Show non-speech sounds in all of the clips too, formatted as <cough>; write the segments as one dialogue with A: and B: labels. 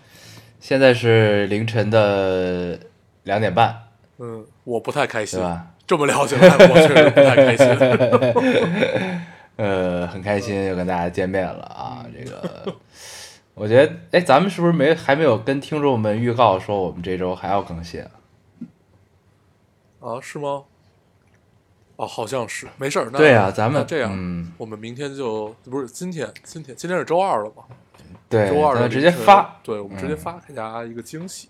A: <coughs> 现在是凌晨的两点半，
B: 嗯，我不太开心
A: 对吧，
B: 这么聊起来，我确实不太
A: <laughs>
B: 开心。
A: 呃，很开
B: 嗯
A: 心又跟大家见面了啊！这个，我觉得，哎，咱们是不是没还没有跟听众们预告说我们这周还要更新啊？
B: 啊，是吗？哦，好像是，没事儿。那
A: 对啊咱们
B: 那这样，
A: 嗯
B: 我们明天就不是今天，今天今天是周二了嘛？
A: 对，
B: 周
A: 咱
B: 二的
A: 们直接
B: 凌晨
A: 发，嗯
B: 对我们直接发给大家一个惊喜，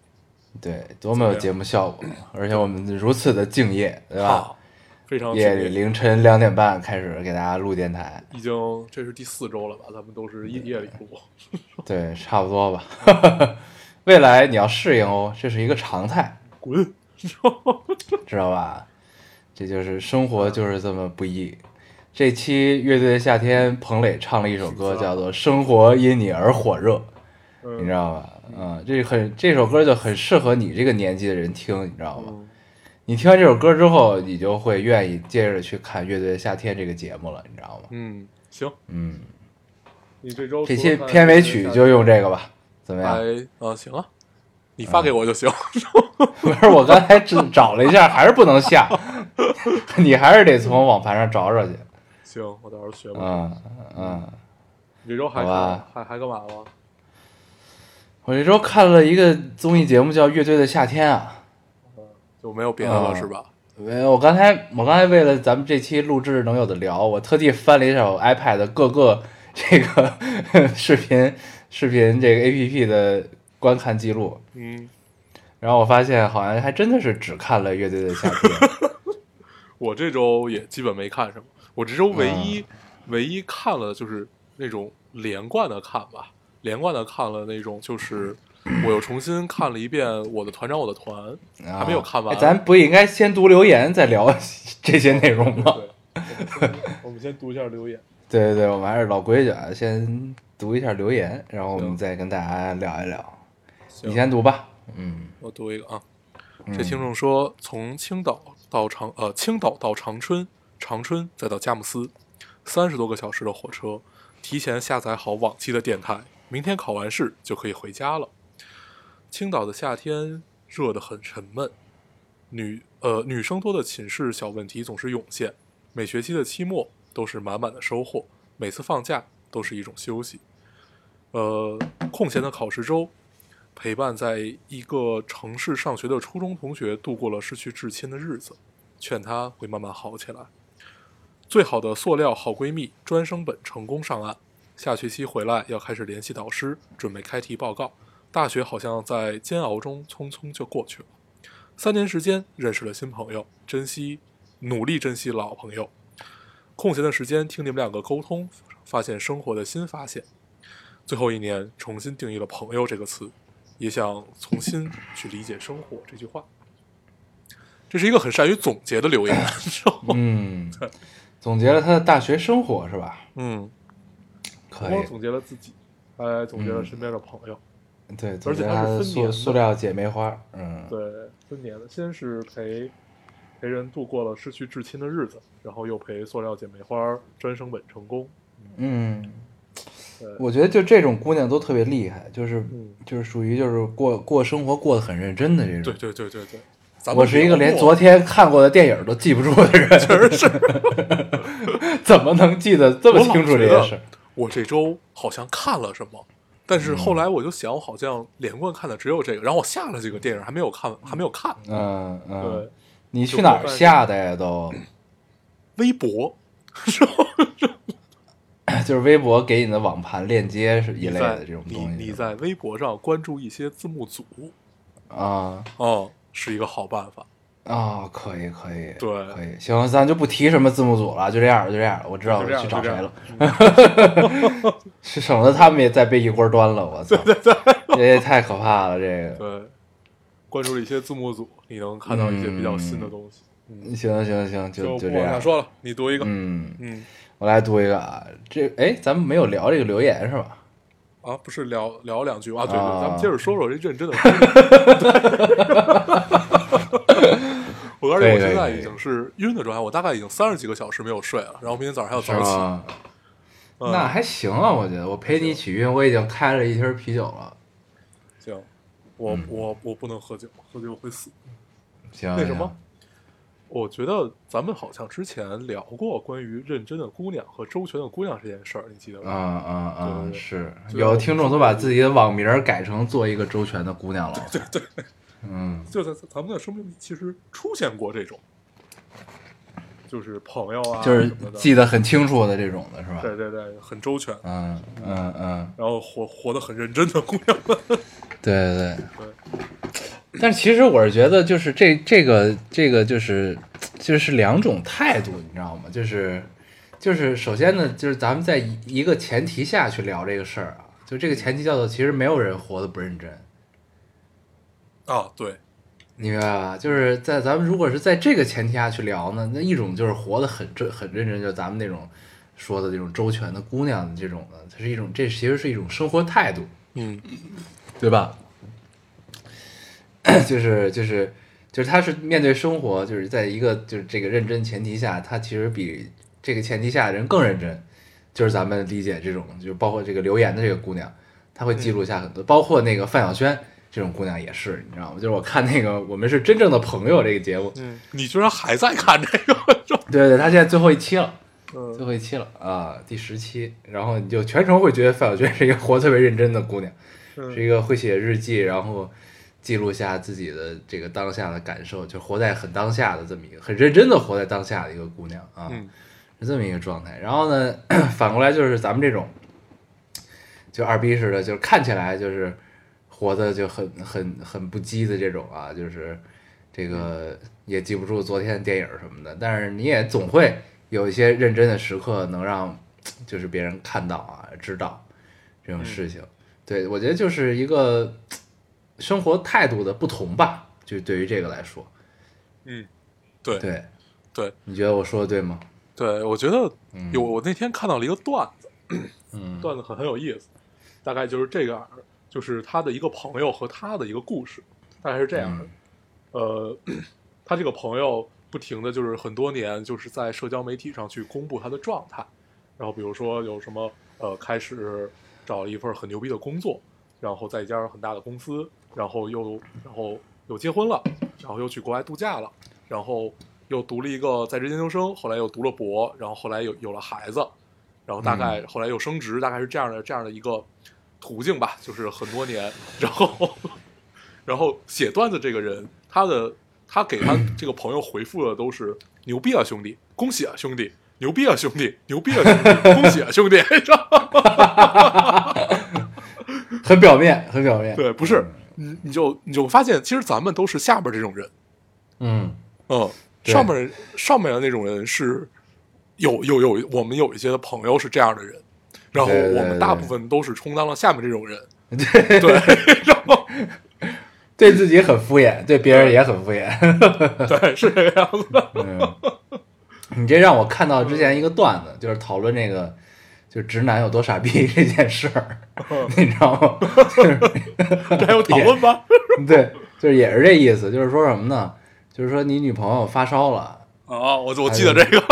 A: 对，多么有节目效果，而且我们如此的敬业，对吧？
B: 好，非常
A: 夜
B: 敬
A: 里
B: 业
A: 凌晨两点半开始给大家录电台，
B: 已经这是第四周了吧？咱们都是夜夜里录，
A: 对，差不多
B: 嗯
A: 吧。 <laughs> 未来你要适应哦，这是一个常态，
B: 滚！
A: 知道吧？这就是生活，就是这么不易。这期乐队的夏天，彭磊唱了一首歌，叫做《生活因你而火热》，你知
B: 嗯
A: 道吧？嗯，这很这首歌就很适合你这个年纪的人听，你知道吗？
B: 嗯，
A: 你听完这首歌之后，你就会愿意接着去看《乐队的夏天》这个节目了，你知道吗？
B: 嗯，行，
A: 嗯，
B: 你这周
A: 这
B: 除了
A: 期
B: 看
A: 片尾曲就用这个吧，怎么样？
B: 还哎啊，行啊，你发给我就行。
A: 不是，我刚才只找了一下，还是不能下， <laughs> 你还是得从网盘上找找去。
B: 行，我到时候学吧。
A: 嗯嗯。
B: 你这周还
A: 好吧
B: 还还干嘛了？
A: 我这周看了一个综艺节目，叫《乐队的夏天》啊。
B: 就没有别的了、
A: 啊
B: 是吧？
A: 没有，我刚才我刚才为了咱们这期录制能有的聊，我特地翻了一下我 iPad 的各个这个视频视频这个 APP 的观看记录，
B: 嗯，
A: 然后我发现好像还真的是只看了《乐队的夏天》
B: <laughs> 我这周也基本没看什么，我这周唯一、
A: 嗯
B: 唯一看了就是那种连贯的看吧，连贯的看了那种就是我又重新看了一遍《我的团长我的团》
A: <laughs> 啊，
B: 还没有看完
A: 哎咱不应该先读留言再聊这些内容
B: <laughs>
A: 吗？
B: 对，我们先我们先读一下留言。
A: 对对对，我们还是老规矩啊，先读一下留言，然后我们
B: 行
A: 再跟大家聊一聊。
B: 行
A: 你先读吧，嗯。
B: 我读一个啊，这听众说，从青岛到长呃青岛到长春，长春再到佳木斯，三十多个小时的火车，提前下载好往期的电台，明天考完试就可以回家了。青岛的夏天热得很沉闷，女呃女生多的寝室小问题总是涌现，每学期的期末都是满满的收获，每次放假都是一种休息。呃，空闲的考试周，陪伴在一个城市上学的初中同学度过了失去至亲的日子，劝她会慢慢好起来。最好的塑料好闺蜜专升本成功上岸，下学期回来要开始联系导师，准备开题报告。大学好像在煎熬中匆匆就过去了，三年时间认识了新朋友，珍惜，努力珍惜老朋友。空闲的时间听你们两个沟通，发现生活的新发现。最后一年重新定义了“朋友”这个词，也想重新去理解“生活”这句话。这是一个很善于总结的留言， <laughs>
A: 嗯，总结了他的大学生活是吧？
B: 嗯，不
A: 可
B: 光
A: 以，嗯
B: 总结了自己，还总结了身边的朋友。
A: 对，总
B: 而
A: 结
B: 且
A: 他
B: 它是
A: 的
B: 分年
A: 塑
B: 的
A: 塑料姐妹花，嗯，
B: 对，分年的，先是陪陪人度过了失去至亲的日子，然后又陪塑料姐妹花专升本成功。
A: 嗯，
B: 对，
A: 我觉得就这种姑娘都特别厉害，就是
B: 嗯
A: 就是属于就是过过生活过得很认真的这
B: 对
A: 种。
B: 对对对对，咱们
A: 我是一个连
B: 聊过
A: 昨天看过的电影都记不住的
B: <laughs>
A: 人，
B: 确实是
A: <laughs> 怎么能记得这么
B: 我老
A: 清楚这
B: 觉
A: 些
B: 得
A: 事儿？
B: 我这周好像看了什么，但是
A: 嗯
B: 后来我就想，我好像连贯看的只有这个，然后我下了几个电影还没有看，还没有看。
A: 嗯嗯
B: 对，，
A: 你去哪儿下的呀？
B: <clears throat>
A: 都
B: 微博
A: 就是微博给你的网盘链接是一
B: 你
A: 类
B: 在
A: 的这种
B: 你
A: 东西
B: 你
A: 是吧。
B: 在微博上关注一些字幕组
A: 啊
B: 哦，是一个好办法。
A: 啊，可以可以，
B: 对
A: 可以，行，咱就不提什么字幕组了，就这样，就这样，我知道我
B: 就这样
A: 去找
B: 就
A: 谁
B: 这样
A: 了，是省得他们也再被一锅端了，我操，这也太可怕了，这个，
B: <laughs> 对，关注了一些字幕组，你能看到一些比较新的东西。
A: 行行行，嗯就
B: 不
A: 这
B: 往
A: 样
B: 下，说了，你读一个。
A: 嗯，
B: 嗯
A: 我来读一个啊，这哎，咱们没有聊这个留言是吧？
B: 啊，不是聊聊两句啊？对对，
A: 啊
B: 咱们接着说说这认真的。 <laughs> 我告诉你，
A: 对
B: 我现在
A: 对对
B: 已经是晕的状态，我大概已经三十几个小时没有睡了，然后明天早上还要哦早起。
A: 啊，
B: 嗯
A: 那还行啊，我觉得我陪你一起晕，我已经开了一瓶啤酒了，
B: 行，
A: 嗯
B: 我我我不能喝酒，喝酒会死。
A: 行，
B: 为什么
A: 行？？
B: 我觉得咱们好像之前聊过关于认真的姑娘和周全的姑娘这件事儿，你记得
A: 啊
B: 吗？
A: 啊啊！
B: 对对对
A: 是
B: 就是
A: 有听众都把自己的网名儿改成做一个周全的姑娘了。对对嗯，
B: 就在咱们的生命里，其实出现过这种，就是朋友啊，
A: 就是
B: 什么的，
A: 记得很清楚的这种的是吧？
B: 对对对，很周全，
A: 嗯嗯嗯，
B: 然后活活得很认真的姑娘们。
A: 对对对。但是其实我是觉得，就是这这个这个就是就是两种态度，你知道吗？就是就是首先呢，就是咱们在一一个前提下去聊这个事儿啊，就这个前提叫做其实没有人活得不认真。
B: 啊，对，
A: 你明白吧？就是在咱们如果是在这个前提下去聊呢，那一种就是活得很真很认真，就是咱们那种说的这种周全的姑娘这种的，它是一种这其实是一种生活态度，
B: 嗯，
A: 对吧？ <coughs> 就是就是就是他是面对生活，就是在一个就是这个认真前提下，他其实比这个前提下的人更认真。就是咱们理解这种，就是包括这个留言的这个姑娘，她会记录下很多，包括那个范晓萱这种姑娘也是，你知道吗？就是我看那个《我们是真正的朋友》这个节目，
B: 嗯，你居然还在看这个？
A: 对对，她现在最后一期了，最
B: 嗯，
A: 后一期了啊，第十期，然后你就全程会觉得范晓萱是一个活得特别认真的姑娘，
B: 嗯
A: 是一个会写日记，然后记录下自己的这个当下的感受，就活在很当下的这么一个很认真的活在当下的一个姑娘啊，
B: 嗯
A: 是这么一个状态。然后呢， <clears throat> 反过来就是咱们这种，就二逼似的，就是看起来就是活的就很很很不羁的这种啊，就是这个
B: 嗯
A: 也记不住昨天的电影什么的，但是你也总会有一些认真的时刻能让就是别人看到啊，知道这
B: 嗯
A: 种事情。对我觉得就是一个生活态度的不同吧，就对于这个来说，
B: 嗯，对
A: 对
B: 对，
A: 你觉得我说的对吗？
B: 对，我觉得有我那天看到了一个段子，
A: 嗯
B: 段子很很有意思，大概就是这样，就是他的一个朋友和他的一个故事，大概是这样的。呃，他这个朋友不停的就是很多年就是在社交媒体上去公布他的状态，然后比如说有什么呃开始找了一份很牛逼的工作，然后在一家很大的公司，然后又然后又结婚了，然后又去国外度假了，然后又读了一个在职研究生，后来又读了博，然后后来有有了孩子，然后大概后来又升职，大概是这样的这样的一个途径吧，就是很多年，然后然后写段子这个人，他的他给他这个朋友回复的都是牛逼啊兄弟，恭喜啊兄弟。牛逼啊，兄弟！牛逼啊，兄弟！恭喜啊，兄 <laughs> 弟！
A: 很表面，很表面。
B: 对，不是你，你就你就发现，其实咱们都是下边这种人，
A: 嗯，
B: 嗯，
A: 对
B: 上面人上面的那种人是有有有，我们有一些的朋友是这样的人，然后
A: 对对
B: 我
A: 对
B: 们大部分都是充当了下面这种人，
A: 对，
B: 对，然后
A: 对自己很敷衍，对别人也很敷衍。
B: <laughs> 对是这个样子的，
A: <laughs> 嗯，你这让我看到之前一个段子，就是讨论这个。就直男有多傻逼这件事儿， <laughs> 你知道吗？就是
B: 嗯这还有讨论吗？
A: 哎对，就是也是这意思，就是说什么呢？就是说你女朋友发烧了，
B: <laughs> 啊，我我记
A: 哎
B: 得这个，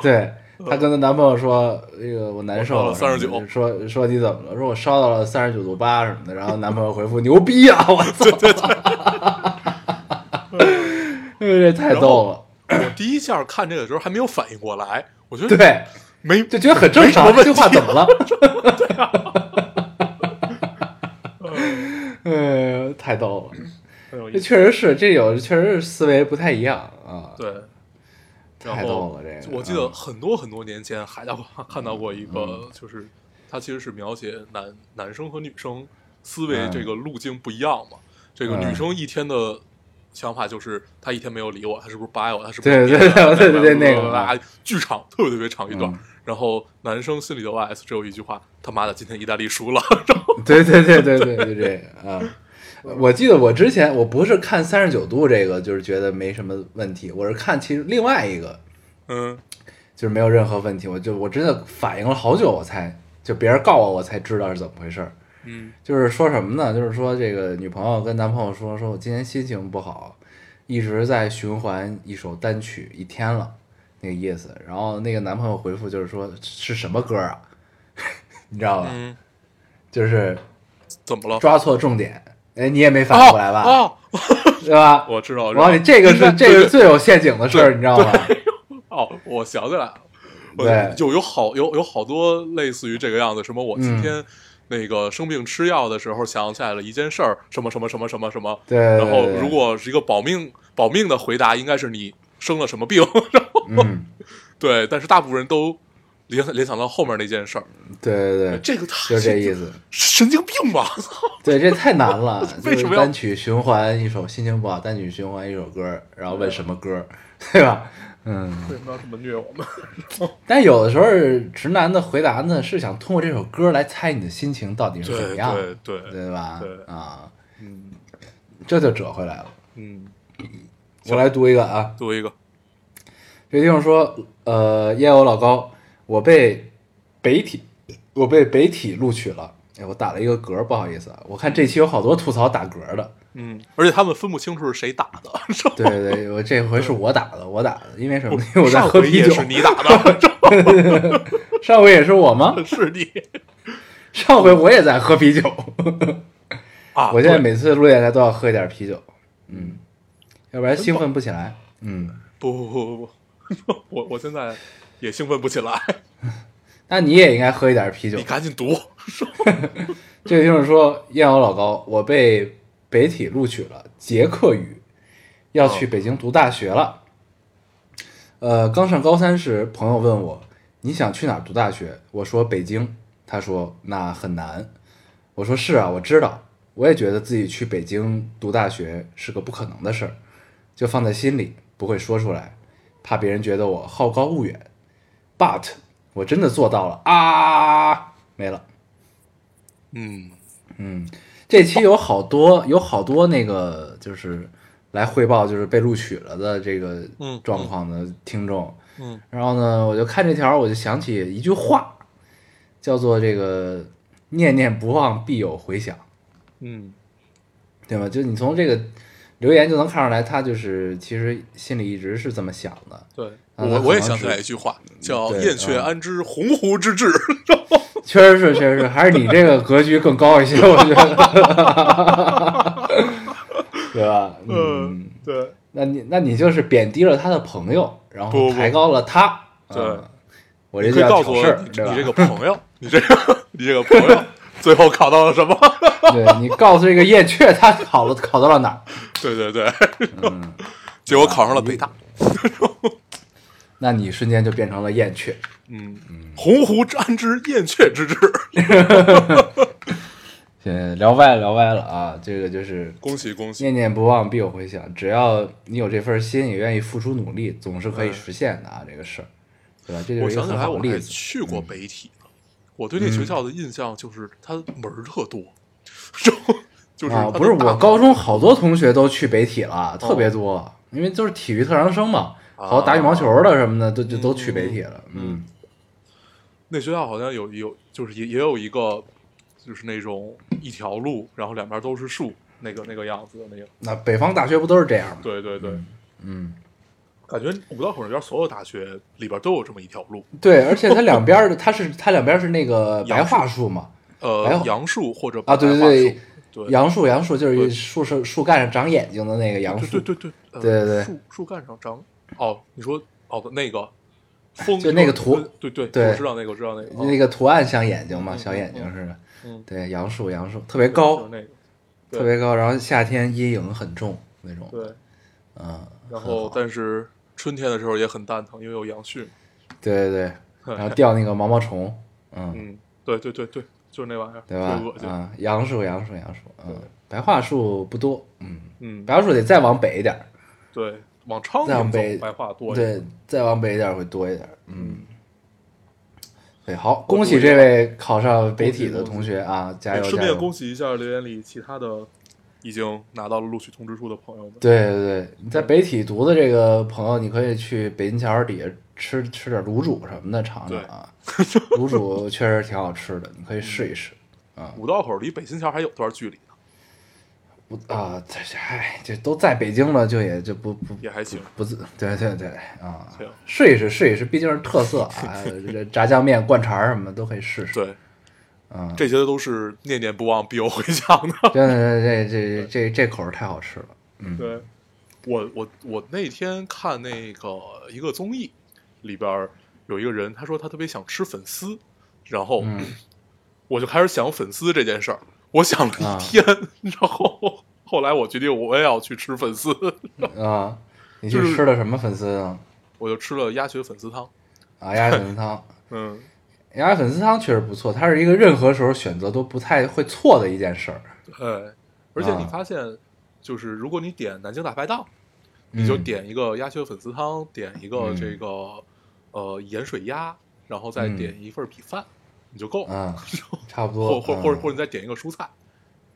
B: <laughs>
A: 对她跟她男朋友说：“那个我难受
B: 我烧了
A: 什么的
B: 39
A: 说说你怎么了？说我烧到了三十九度八什么的。”然后男朋友回复：“牛逼啊！ <laughs> 我操！”对对对，这太逗了。
B: 我第一下看这个的时候还没有反应过来，我觉得
A: 对，
B: 没
A: 就觉得很正常。
B: 没
A: 这句
B: 什么问题啊
A: 话怎么了？ <laughs> 呃，太逗了，
B: 很有
A: 这
B: 意思，
A: 确实是，这有确实是思维不太一样啊。
B: 对。然
A: 太
B: 后
A: 逗了这个嗯
B: 我记得很多很多年前还到过看到过一个，就是它其实是描写男男生和女生思维
A: 嗯
B: 这个路径不一样嘛。这个
A: 嗯
B: 女生一天的想法就是他一天没有理我，他是不是不爱我？他是不
A: 对对
B: 是
A: 对对对对那个
B: 啊， <laughs> 巨长，特别特别长一段。
A: 嗯
B: 然后男生心里的 OS 只有一句话：他妈的，今天意大利输了。
A: <laughs> 对对对对对对对啊！我记得我之前我不是看三十九度这个，就是觉得没什么问题，我是看其实另外一个
B: 嗯
A: 就是没有任何问题，我就我真的反应了好久，我才就别人告我，我才知道是怎么回事儿。
B: 嗯
A: 就是说什么呢？就是说这个女朋友跟男朋友说，说我今天心情不好，一直在循环一首单曲一天了，那个意思。然后那个男朋友回复就是说是什么歌啊？ <laughs> 你知道吧？
B: 嗯，
A: 就是
B: 怎么了？
A: 抓错重点。哎，你也没反应过来吧？
B: 哦，哦
A: 对吧？
B: 我知道，我知
A: 我告诉
B: 道
A: 你，这个
B: 应该
A: 是这个是最有陷阱的事儿，你知道吗？
B: 哦，我想起来了，我
A: 对
B: 有有好有有好多类似于这个样子，什么我
A: 嗯
B: 今天那个生病吃药的时候想起来了一件事儿，什么什么什么什么什么，
A: 对
B: 然后
A: 对对
B: 如果是一个保命保命的回答，应该是你生了什么病，然后
A: 嗯，
B: <laughs> 对，但是大部分人都联联想到后面那件事儿，
A: 对对对，
B: 这个太
A: 就这意思。
B: 神经病吧，
A: 对，这太难了。
B: 为什么
A: 就是
B: 要
A: 单曲循环一首心情不好，单曲循环一首歌，然后问什么歌，对吧？嗯，
B: <laughs> 为什么要这么虐我们？
A: 但有的时候直男的回答呢，是想通过这首歌来猜你的心情到底是怎么
B: 对
A: 样，
B: 对对，
A: 对吧？
B: 对
A: 啊，
B: 嗯
A: 这就折回来了。
B: 嗯，
A: 我来读一个啊，
B: 作为一个
A: 这地方说，呃，烟偶老高，我被北体，我被北体录取了。哎，我打了一个嗝，不好意思啊。我看这期有好多吐槽打嗝的。
B: 嗯，而且他们分不清楚是谁打的，是吧
A: 对对对，我这回是我打的，我打的，因为什么？因为
B: 我
A: <laughs> 我在
B: 上
A: 喝
B: 回
A: 啤
B: 也
A: 酒。
B: 是你打
A: <laughs>
B: 的，是吧
A: 上回也是我吗？
B: 是你。
A: 上回我也在喝啤酒。
B: 啊，
A: 我现在
B: 对
A: 每次录电台都要喝一点啤酒，嗯，要不然兴奋不起来。嗯，
B: 不不不不不，我我现在也兴奋不起来。
A: <laughs> 那你也应该喝一点啤酒
B: 你。赶紧读，
A: 这个听众说：“燕欧老高，我被北体录取了，捷克语，要去北京读大学了。呃，刚上高三时，朋友问我你想去哪儿读大学，我说北京，他说那很难，我说是啊，我知道，我也觉得自己去北京读大学是个不可能的事儿，就放在心里，不会说出来，怕别人觉得我好高骛远。But 我真的做到了啊，没了。”
B: 嗯，
A: 这期有好多有好多那个就是来汇报就是被录取了的这个
B: 嗯
A: 状况的听众，
B: 嗯嗯
A: 然后呢，我就看这条，我就想起一句话，叫做这个“念念不忘，必有回响
B: 嗯，”，
A: 对吗？就你从这个留言就能看出来，他就是其实心里一直是这么想的， <laughs>
B: 对
A: 啊那他
B: 我我也
A: 可能
B: 想起来
A: 是
B: 一句话，叫“
A: 对
B: 燕雀
A: 啊
B: 安知鸿鹄之志
A: 确实是，确实是，还是你这个格局更高一些，我觉得， <laughs> 对吧？”。嗯
B: <laughs> 嗯，对，
A: 那你那你就是贬低了他的朋友，然
B: 不
A: 后
B: 不
A: 抬高了他。
B: 对
A: 嗯我
B: 你
A: 这
B: 可
A: 就叫
B: 以告诉
A: 挑
B: 我
A: 事儿，
B: 你
A: 对吧？
B: 你这个朋友，你这个你这个朋
A: <laughs>
B: 友最后考到了什么？
A: 对你告诉这个燕雀，他考了考到了哪儿？
B: 对对对，
A: 嗯
B: 结果考上了北大。
A: 那你瞬间就变成了燕雀。
B: 嗯，鸿鹄之安知燕雀之志， <laughs>
A: 呃，聊歪了聊歪了啊！这个就是
B: 恭喜恭喜！
A: 念念不忘，必有回响。只要你有这份心，也愿意付出努力，总是可以实现的啊！这个事儿，对吧？这就
B: 嗯我
A: 是一个
B: 想起
A: 很
B: 来，
A: 好的
B: 我
A: 例
B: 还
A: 子。嗯
B: 去过北体呢。我对那学校的印象就是它门儿特多，然
A: <laughs>
B: 后就是
A: 啊，
B: 它的
A: 不是
B: 大哦
A: 我
B: 门
A: 高中好多同学都去北体了，特别多，因为都是体育特长生嘛，好打羽
B: 哦
A: 毛球的什么的，都就都去北体了。嗯，
B: 那学校好像有有就是也也有一个就是那种一条路，然后两边都是树，那个那个样子的那个。
A: 那北方大学不都是这样吗？
B: 对对对，
A: 嗯，
B: 感觉五道口那边所有大学里边都有这么一条路，
A: 对，而且它两边儿的，它是它两边儿是那个白桦树嘛，哎
B: 呃
A: 呦，
B: 杨树或者
A: 啊对对对
B: 对对
A: 杨树杨树就是
B: 对
A: 一树上树干上长眼睛的那个杨树
B: 对，对对对
A: 对对对
B: 呃树树干上长哦，你说哦那个风
A: 就那个图
B: 对对
A: 对
B: 我知道那个我知道那个哦
A: 那
B: 个
A: 个图案像眼睛嘛，
B: 嗯
A: 小眼睛似的。
B: 嗯
A: 对，杨树杨树特别
B: 就
A: 高
B: 是，那个对
A: 特别高，然后夏天阴影很重那种。
B: 对，
A: 嗯，
B: 然
A: 很
B: 后
A: 好
B: 但是春天的时候也很蛋疼，因为有杨絮。
A: 对对对，然后掉那个毛毛虫，嗯
B: <laughs> 嗯，对对对对，就是那玩意儿，
A: 对吧啊
B: 特别恶？心。
A: 啊，杨树，杨树，杨树，嗯，白桦树不多，嗯，
B: 嗯，
A: 白杨树得再往北一点儿，
B: 对，往昌
A: 再往
B: 平走
A: 北，
B: 白话多一点。
A: 对，再往北一点儿会多一点儿。嗯，
B: 嗯
A: 对，好，
B: 多
A: 恭喜
B: 一
A: 这
B: 点儿
A: 位考上北体
B: 恭
A: 的
B: 喜
A: 同学啊，加
B: 也
A: 油
B: 哎顺
A: 加
B: 便
A: 油！
B: 恭喜一下留言里其他的已经拿到了录取通知书的朋友们。
A: 对对对，你在北体读的这个朋友，你可以去北京桥底下吃吃点卤煮什么的尝尝
B: <laughs>
A: 啊，卤煮确实挺好吃的，你可以试一试。
B: 五道口离北新桥还有段距离呢，嗯
A: 不啊，这这哎，这都在北京了，就也就不不
B: 也还行。
A: 不自对对对啊
B: 行，
A: 试一试试一试，毕竟是特色
B: <laughs>
A: 啊，这炸酱面、灌肠儿什么的都可以试试。
B: 对，
A: 嗯，
B: 这些都是念念不忘、必有回响的。
A: 真的这这这这这口儿太好吃了。嗯，
B: 对，我我我那天看那个一个综艺，里边儿有一个人，他说他特别想吃粉丝，然后
A: 嗯
B: <clears throat> 我就开始想粉丝这件事儿，我想了
A: 啊
B: 一天， <laughs> 然后后来我决定我也要去吃粉丝，
A: 啊，你去
B: 就是
A: 吃的什么粉丝啊？
B: 我就吃了鸭血粉丝汤。
A: 啊，鸭血粉丝汤，
B: 嗯，
A: 鸭血粉丝汤确实不错，它是一个任何时候选择都不太会错的一件事儿。
B: 哎，而且你
A: 啊
B: 发现，就是如果你点南京大排档，
A: 嗯
B: 你就点一个鸭血粉丝汤，点一个
A: 嗯
B: 这个呃盐水鸭，然后再
A: 嗯
B: 点一份米饭，你就够了。
A: 嗯，差不
B: 或
A: 多。
B: 哦或
A: 嗯
B: 或者或者你再点一个蔬菜，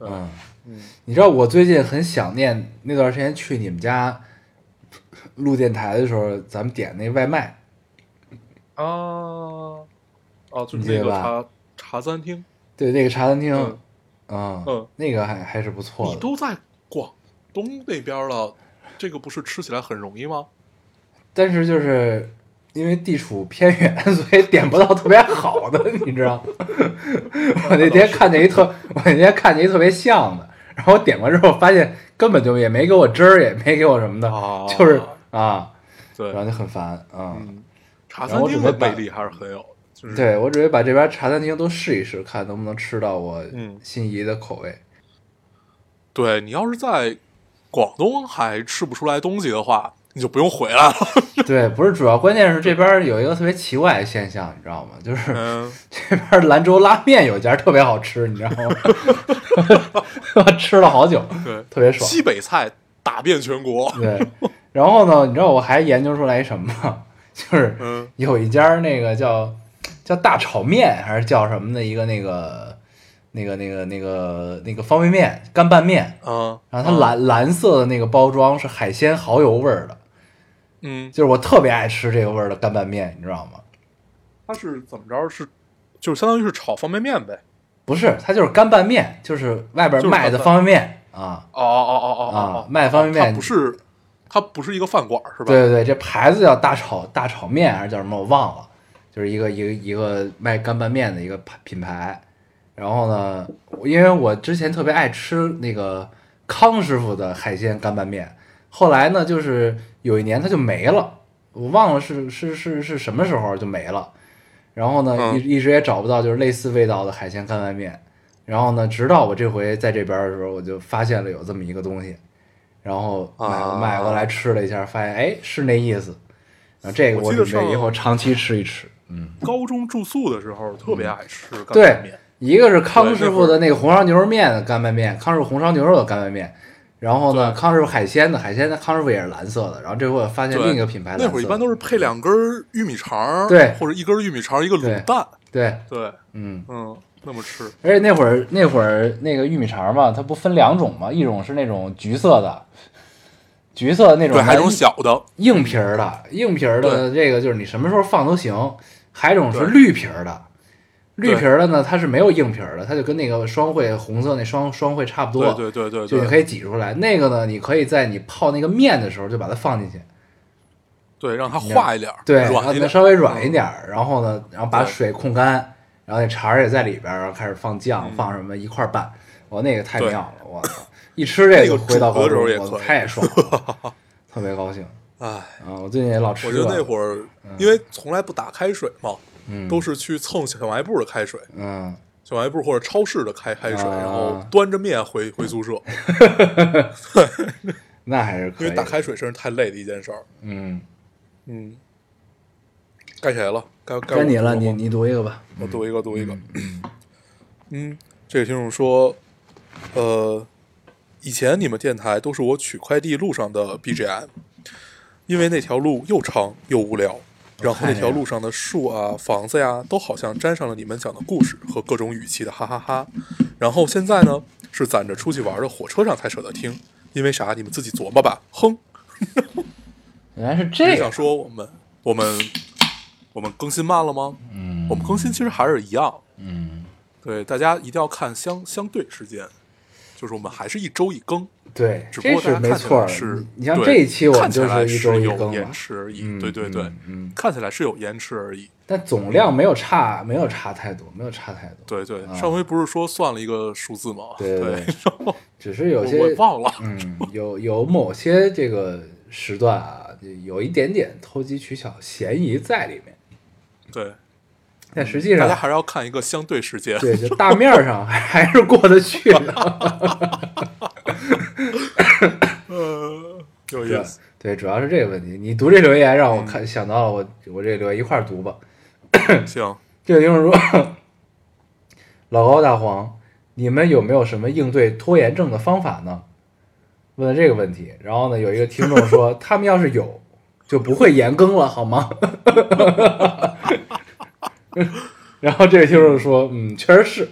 A: 嗯，
B: 嗯
A: 你知道我最近很想念那段时间去你们家录电台的时候，咱们点那外卖。
B: 啊哦、就是
A: 你记
B: 那
A: 得
B: 个
A: 吧
B: 茶茶餐厅，
A: 对，那个茶餐厅，
B: 嗯
A: 嗯，
B: 嗯
A: 那个还还是不错
B: 你
A: 的。
B: 都在广东那边了，这个不是吃起来很容易吗？
A: 但是就是因为地处偏远， <laughs> 所以点不到特别好的， <laughs> 你知道吗？我那天看见一特，我那天看见一特别像的，然后我点过之后发现根本就也没给我汁儿，也没给我什么的，
B: 哦
A: 就是啊，
B: 对
A: 然，后就很烦，嗯，
B: 嗯，茶
A: 然
B: 餐
A: 后我
B: 厅
A: 准备
B: 的魅
A: 把
B: 力还是很有的，就是
A: 对我准备把这边茶餐厅都试一试，看能不能吃到我
B: 嗯
A: 心仪的口味。
B: 对你要是在广东还吃不出来东西的话，你就不用回来了。
A: <laughs> 对，不是主要，关键是这边有一个特别奇怪的现象，你知道吗？就是
B: 嗯，
A: <laughs> 这边兰州拉面有一家特别好吃，你知道吗？我 <laughs> 吃了好久，
B: 对，
A: 特别
B: <laughs>
A: 爽。
B: 西北菜打遍全
A: <laughs>
B: 国。
A: 对，然后呢，你知道我还研究出来一什么 <laughs> 吗？就是
B: 嗯
A: 有一家那个叫叫大炒面还是叫什么的一个那个那个那个那个那个方便面干拌面，
B: 嗯，
A: 然后它蓝蓝色的那个包装是海鲜蚝油味儿的，
B: 嗯，
A: 就是我特别爱吃这个味儿的干拌面，你知道吗？
B: 它是怎么着？是就是相当于是炒方便面呗。
A: 不是，它就是干拌面，就是外边
B: 就是
A: 卖的
B: 干拌
A: 方便面啊。
B: 哦哦哦哦
A: 啊，卖方便
B: 它
A: 面
B: 不是它不是一个饭馆是吧？
A: 对对对，这牌子叫大炒大炒面还是叫什么？我忘了，就是一个一个一个卖干拌面的一个牌品牌。然后呢，我因为我之前特别爱吃那个康师傅的海鲜干拌面，后来呢，就是有一年它就没了，我忘了是是是是什么时候就没了。然后呢，
B: 嗯
A: 一一直也找不到就是类似味道的海鲜干拌面。然后呢，直到我这回在这边的时候，我就发现了有这么一个东西，然后买
B: 啊
A: 买过来吃了一下，发现哎是那意思。然后这个
B: 我记得
A: 准备以
B: 上
A: 后长期吃一吃。
B: 高中住宿的时候特别爱吃干
A: 对
B: 拌面。，
A: 一个是康师傅的
B: 对那会儿
A: 那个红烧牛肉面的干拌面，康师傅红烧牛肉的干拌面。然后呢，康师傅海鲜的海鲜的康师傅也是蓝色的。然后这回我发现
B: 对
A: 另一个品牌蓝色
B: 那
A: 的，
B: 会儿一般都是配两根儿玉米肠儿，
A: 对
B: 或者一根儿玉米肠儿一个
A: 对
B: 卤蛋，
A: 对，
B: 对，
A: 嗯。
B: 嗯，那么吃，
A: 而且那会儿那会儿那个玉米肠嘛，它不分两种嘛，一种是那种橘色的，橘色的那种，
B: 对，还有一种小的，
A: 硬皮儿的，硬皮儿的这个就是你什么时候放都行。还有一种是绿皮儿的，
B: 对
A: 绿皮儿的呢，它是没有硬皮儿的，它就跟那个双汇红色那双双汇差不多，
B: 对对对对
A: 就你
B: 对，
A: 可以挤出来。那个呢，你可以在你泡那个面的时候就把它放进去，
B: 对，让它化一点儿，
A: 对，
B: 软
A: 让
B: 一
A: 它
B: 点，
A: 稍微软一点儿，然后呢，然后把
B: 对
A: 水控干，然后那肠儿也在里边儿，然后开始放酱，放什么一块儿拌。我那个太
B: 嗯对
A: 妙了，我操！一吃这
B: 那个
A: 回到
B: 煮
A: 高
B: 的时
A: 中，
B: 候也
A: 我
B: 可以 <laughs>
A: 太爽了，特别高兴
B: 哎。
A: 啊！我最近也老吃
B: 我
A: 这
B: 觉
A: 个。
B: 得那会儿，因为从来不打开水嘛，
A: 嗯
B: 都是去蹭小卖部的开水，
A: 嗯，
B: 小卖部或者超市的开开水，
A: 啊
B: 然后端着面回回宿舍，
A: 那还是可
B: 因
A: 以。
B: 为打开水真是太累的一件事儿。
A: 嗯，
B: 嗯，该谁了？该该
A: 该
B: 我
A: 你了，
B: 读
A: 你
B: 吗
A: 你读一个吧。
B: 我读一个，嗯读一个。嗯，这个听众说，呃，以前你们电台都是我取快递路上的 BGM，因为那条路又长又无聊，然
A: 哎
B: 后那条路上的树啊、房子呀、都好像沾上了你们讲的故事和各种语气的哈哈哈然后现在呢，是攒着出去玩的火车上才舍得听，因为啥？你们自己琢磨吧。哼，
A: 原来是
B: 你
A: 这
B: 想
A: 样，
B: 说我们我们我们更新慢了吗？
A: 嗯
B: 我们更新其实还是一样，
A: 嗯，
B: 对，大家一定要看相相对时间，就是我们还是一周一更，
A: 对，
B: 只不
A: 这
B: 过大
A: 是
B: 家
A: 没
B: 看起
A: 错
B: 来
A: 儿。
B: 是
A: 你，你像
B: 对
A: 这一期我们
B: 看起
A: 就
B: 来
A: 一周一
B: 有
A: 更了
B: 延，迟一，
A: 嗯
B: 对对对，
A: 嗯嗯
B: 看起来是有延迟而已。
A: 但总量没有差，没有差太多，没有差太多。
B: 对对，
A: 啊
B: 上回不是说算了一个数字吗？
A: 对对对
B: 对，然后
A: 只是有
B: 我
A: 些
B: 我忘了，
A: 嗯，有有某些这个时段啊，有一点点投机取巧嫌疑在里面，
B: 对，
A: 但实际
B: 嗯大
A: 上
B: 家还是要看一个相对时间。
A: 啊对，就大面儿上 <laughs> 还是过得去
B: <laughs>
A: 的。
B: 呃，有
A: 对
B: 意思。
A: 对，主要是这个问题。你读这留言让我
B: 嗯
A: 看想到了我我这留言一块儿读吧。
B: 行，
A: 这个听众说：“ <laughs> 老高大黄，你们有没有什么应对拖延症的方法呢？”问了这个问题，然后呢，有一个听众
B: <laughs>
A: 说：“他们要是有，就不会延更了，好吗？” <laughs> 然后这位听众说：“嗯，确实是。”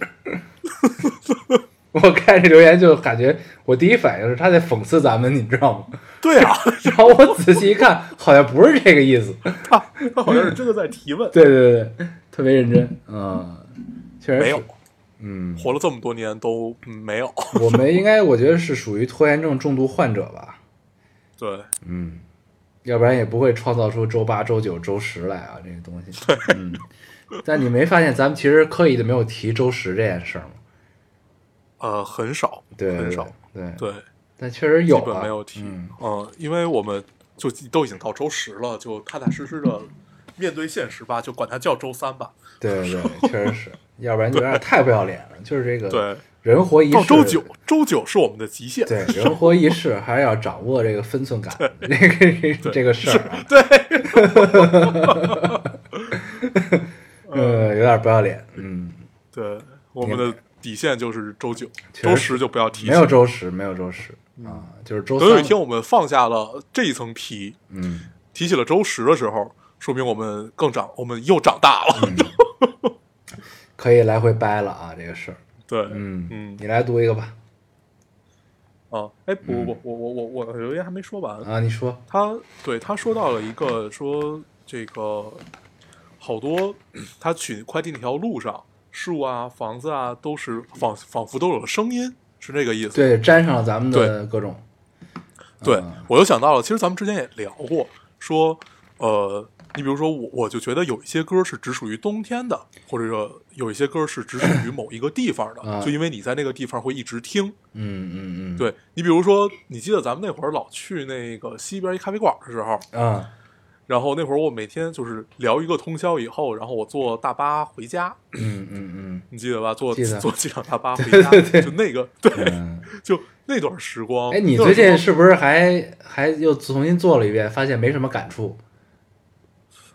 A: <laughs> 我看这留言就感觉，我第一反应是他在讽刺咱们，你知道吗？
B: 对啊， <laughs>
A: 然后我仔细一看，好像不是这个意思。
B: 他好像是真的在提问。
A: 对对对，特别认真，嗯，确实是
B: 没有，
A: 嗯，
B: 活了这么多年都嗯没
A: <laughs>
B: 有。
A: 我们应该我觉得是属于拖延症重度患者吧，
B: 对，
A: 嗯，要不然也不会创造出周八、周九、周十来啊，这个东西。嗯，但你没发现咱们其实刻意的没有提周十这件事儿吗？
B: 呃，很少，
A: 对，
B: 很少，
A: 对，对
B: 对，
A: 但确实有
B: 基本
A: 啊
B: 没有提。
A: 嗯
B: 呃因为我们就都已经到周十了，就踏踏实实的面对现实吧，就管它叫周三吧。
A: 对对对，确实
B: <laughs>
A: 是，要不然就有点太不要脸了，就是这个
B: 对，
A: 人活一
B: 到
A: 世，
B: 周九，周九是我们的极限。
A: 对，人活一世还是要掌握这个分寸感，这个这个事儿啊，
B: <laughs> 对，
A: <laughs> 呃，有点不要脸，嗯，
B: 对，我们的底线就是周九，
A: 确实
B: 周十就不要提起。
A: 没有周十，没有周十啊，就是周
B: 等有一
A: 三，
B: 天我们放下了这一层皮，
A: 嗯，
B: 提起了周十的时候，说明我们更长，我们又长大了。
A: 嗯可以来回掰了啊，这个事儿，
B: <laughs> 对，
A: 嗯
B: 嗯
A: 你来读一个吧，
B: 啊，哎，
A: 嗯
B: 不不，我我我我我留言还没说完。
A: 啊，你说，
B: 他对他说到了一个说这个好多他取快递那条路上树啊、房子啊都是仿仿佛都有了声音，是这个意思。
A: 对，沾上了咱们的各种，
B: 对，
A: 嗯
B: 我又想到了，其实咱们之前也聊过，说，呃，你比如说我，我就觉得有一些歌是只属于冬天的，或者说有一些歌是只属于某一个地方的，
A: 啊
B: 就因为你在那个地方会一直听。
A: 嗯嗯嗯，，
B: 对你比如说，你记得咱们那会儿老去那个西边一咖啡馆的时候，
A: 啊，
B: 然后那会儿我每天就是聊一个通宵以后，然后我坐大巴回家，
A: 嗯嗯
B: 你记得吧？坐
A: 记得
B: 坐机场大巴回家，
A: 对对对
B: 就那个对，
A: 嗯嗯，
B: <laughs> 就那段时光。
A: 哎，你
B: 那段
A: 最近
B: 时
A: 是不是还还又重新做了一遍，发现没什么感触，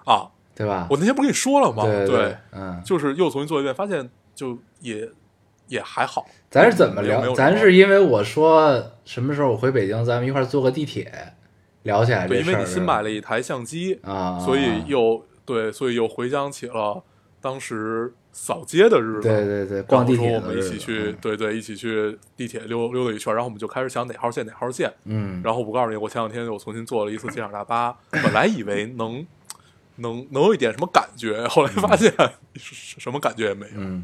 B: 光啊，
A: 对吧？
B: 我那天不跟你说了吗？
A: 对对，嗯，
B: 就是又重新做一遍，发现就也也还好。
A: 咱是怎么
B: 没有没
A: 聊？
B: 有
A: 咱
B: 聊
A: 是因为我说什么时候我回北京，咱们一块儿坐个地铁，聊起来这
B: 对，因
A: 事儿。
B: 为你新买了一台相机，
A: 啊啊，啊
B: 所以又对，所以又回想起了当时扫街的日子。
A: 对对对，逛地
B: 然后
A: 铁嗯
B: 说我们一起去，
A: 的日子，
B: 对对，一起去地铁溜溜达一圈，然后我们就开始想哪号线哪号线。
A: 嗯，
B: 然后我告诉你，我前两天我重新坐了一次机场大巴，本来以为能能能有一点什么感觉，后来发现是 <laughs> 什么感觉也没有。
A: 嗯，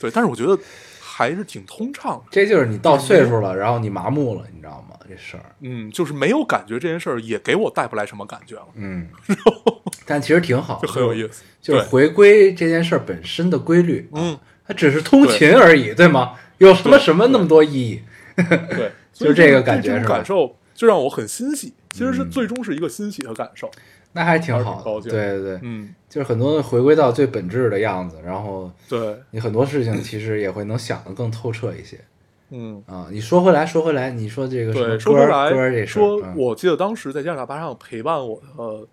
B: 对，但是我觉得还是挺通畅的。
A: 这就是你到岁数了，然后你麻木了，你知道吗？这事儿，
B: 嗯，就是没有感觉这件事儿也给我带不来什么感觉了， <laughs>
A: 嗯，但其实挺好，
B: 就很有意思。
A: 就是
B: 对
A: 回归这件事儿本身的规律，
B: 嗯，
A: 它只是通勤而已，对吗？有什么什么那么多意义？
B: 对，
A: 啊就是这个感觉
B: 所以这
A: 是
B: 种
A: 吧
B: 感受就让我很欣喜。其实是
A: 嗯
B: 最终是一个欣喜的感受。
A: 那还挺
B: 还
A: 好
B: 是
A: 的，
B: 挺高兴
A: 对对对，
B: 嗯，
A: 就是很多回归到最本质的样子，然后
B: 对，
A: 你很多事情其实也会能想得更透彻一些
B: 嗯，
A: 啊。你说回来，说回来，你说这个什么
B: 对。
A: 歌
B: 说回
A: 儿
B: 来
A: 歌儿这，事儿，
B: 说
A: 嗯
B: 我记得当时在加拿大上陪伴我的呃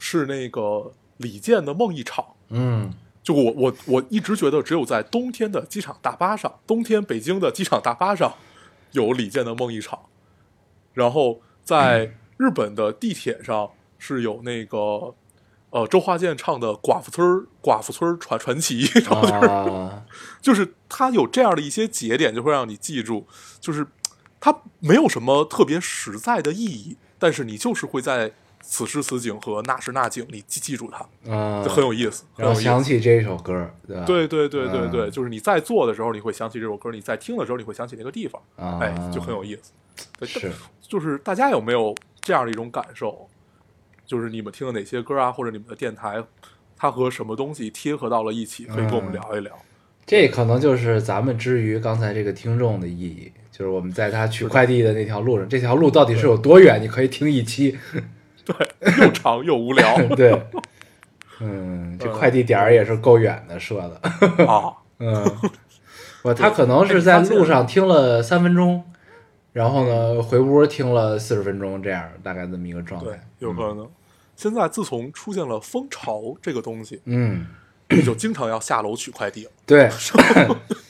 B: 是那个李健的《梦一场》。
A: 嗯
B: 就我我我一直觉得，只有在冬天的机场大巴上，冬天北京的机场大巴上，有李健的梦一场，然后在日本的地铁上是有那个呃周华健唱的《寡妇村儿寡妇村儿传传奇》， <laughs> 然后
A: 啊，
B: 就是它有这样的一些节点，就会让你记住，就是它没有什么特别实在的意义，但是你就是会在此时此景和那时那景里记记住它，
A: 嗯
B: <laughs> 就，很有意思，很
A: 然后
B: 有意
A: 想
B: 思。
A: 起这首歌，对吧？
B: 对对对对对，
A: 嗯
B: 就是你在做的时候，你会想起这首歌；你在听的时候，你会想起那个地方，
A: 啊，
B: 哎，就很有意思。对，
A: 是，
B: 就是大家有没有这样的一种感受？就是你们听的哪些歌啊，或者你们的电台，它和什么东西贴合到了一起？可以跟我们
A: 嗯
B: 聊一聊。
A: 这可能就是咱们之于刚才这个听众的意义，就是我们在他取快递的那条路上，这条路到底是有多远？你可以听一期， <laughs>
B: 对，又长又无聊
A: 对，嗯，这快递点儿也是够远的设的，
B: 啊。 <laughs>
A: 嗯，我他可能是在路上听了三分钟，然后呢回屋听了四十分钟，这样大概这么一个状
B: 对
A: 态，，
B: 有可能。现在自从出现了蜂巢这个
A: <clears throat>
B: 东西，
A: 嗯，
B: 你就经常要下楼取快递了。 <laughs>
A: 对，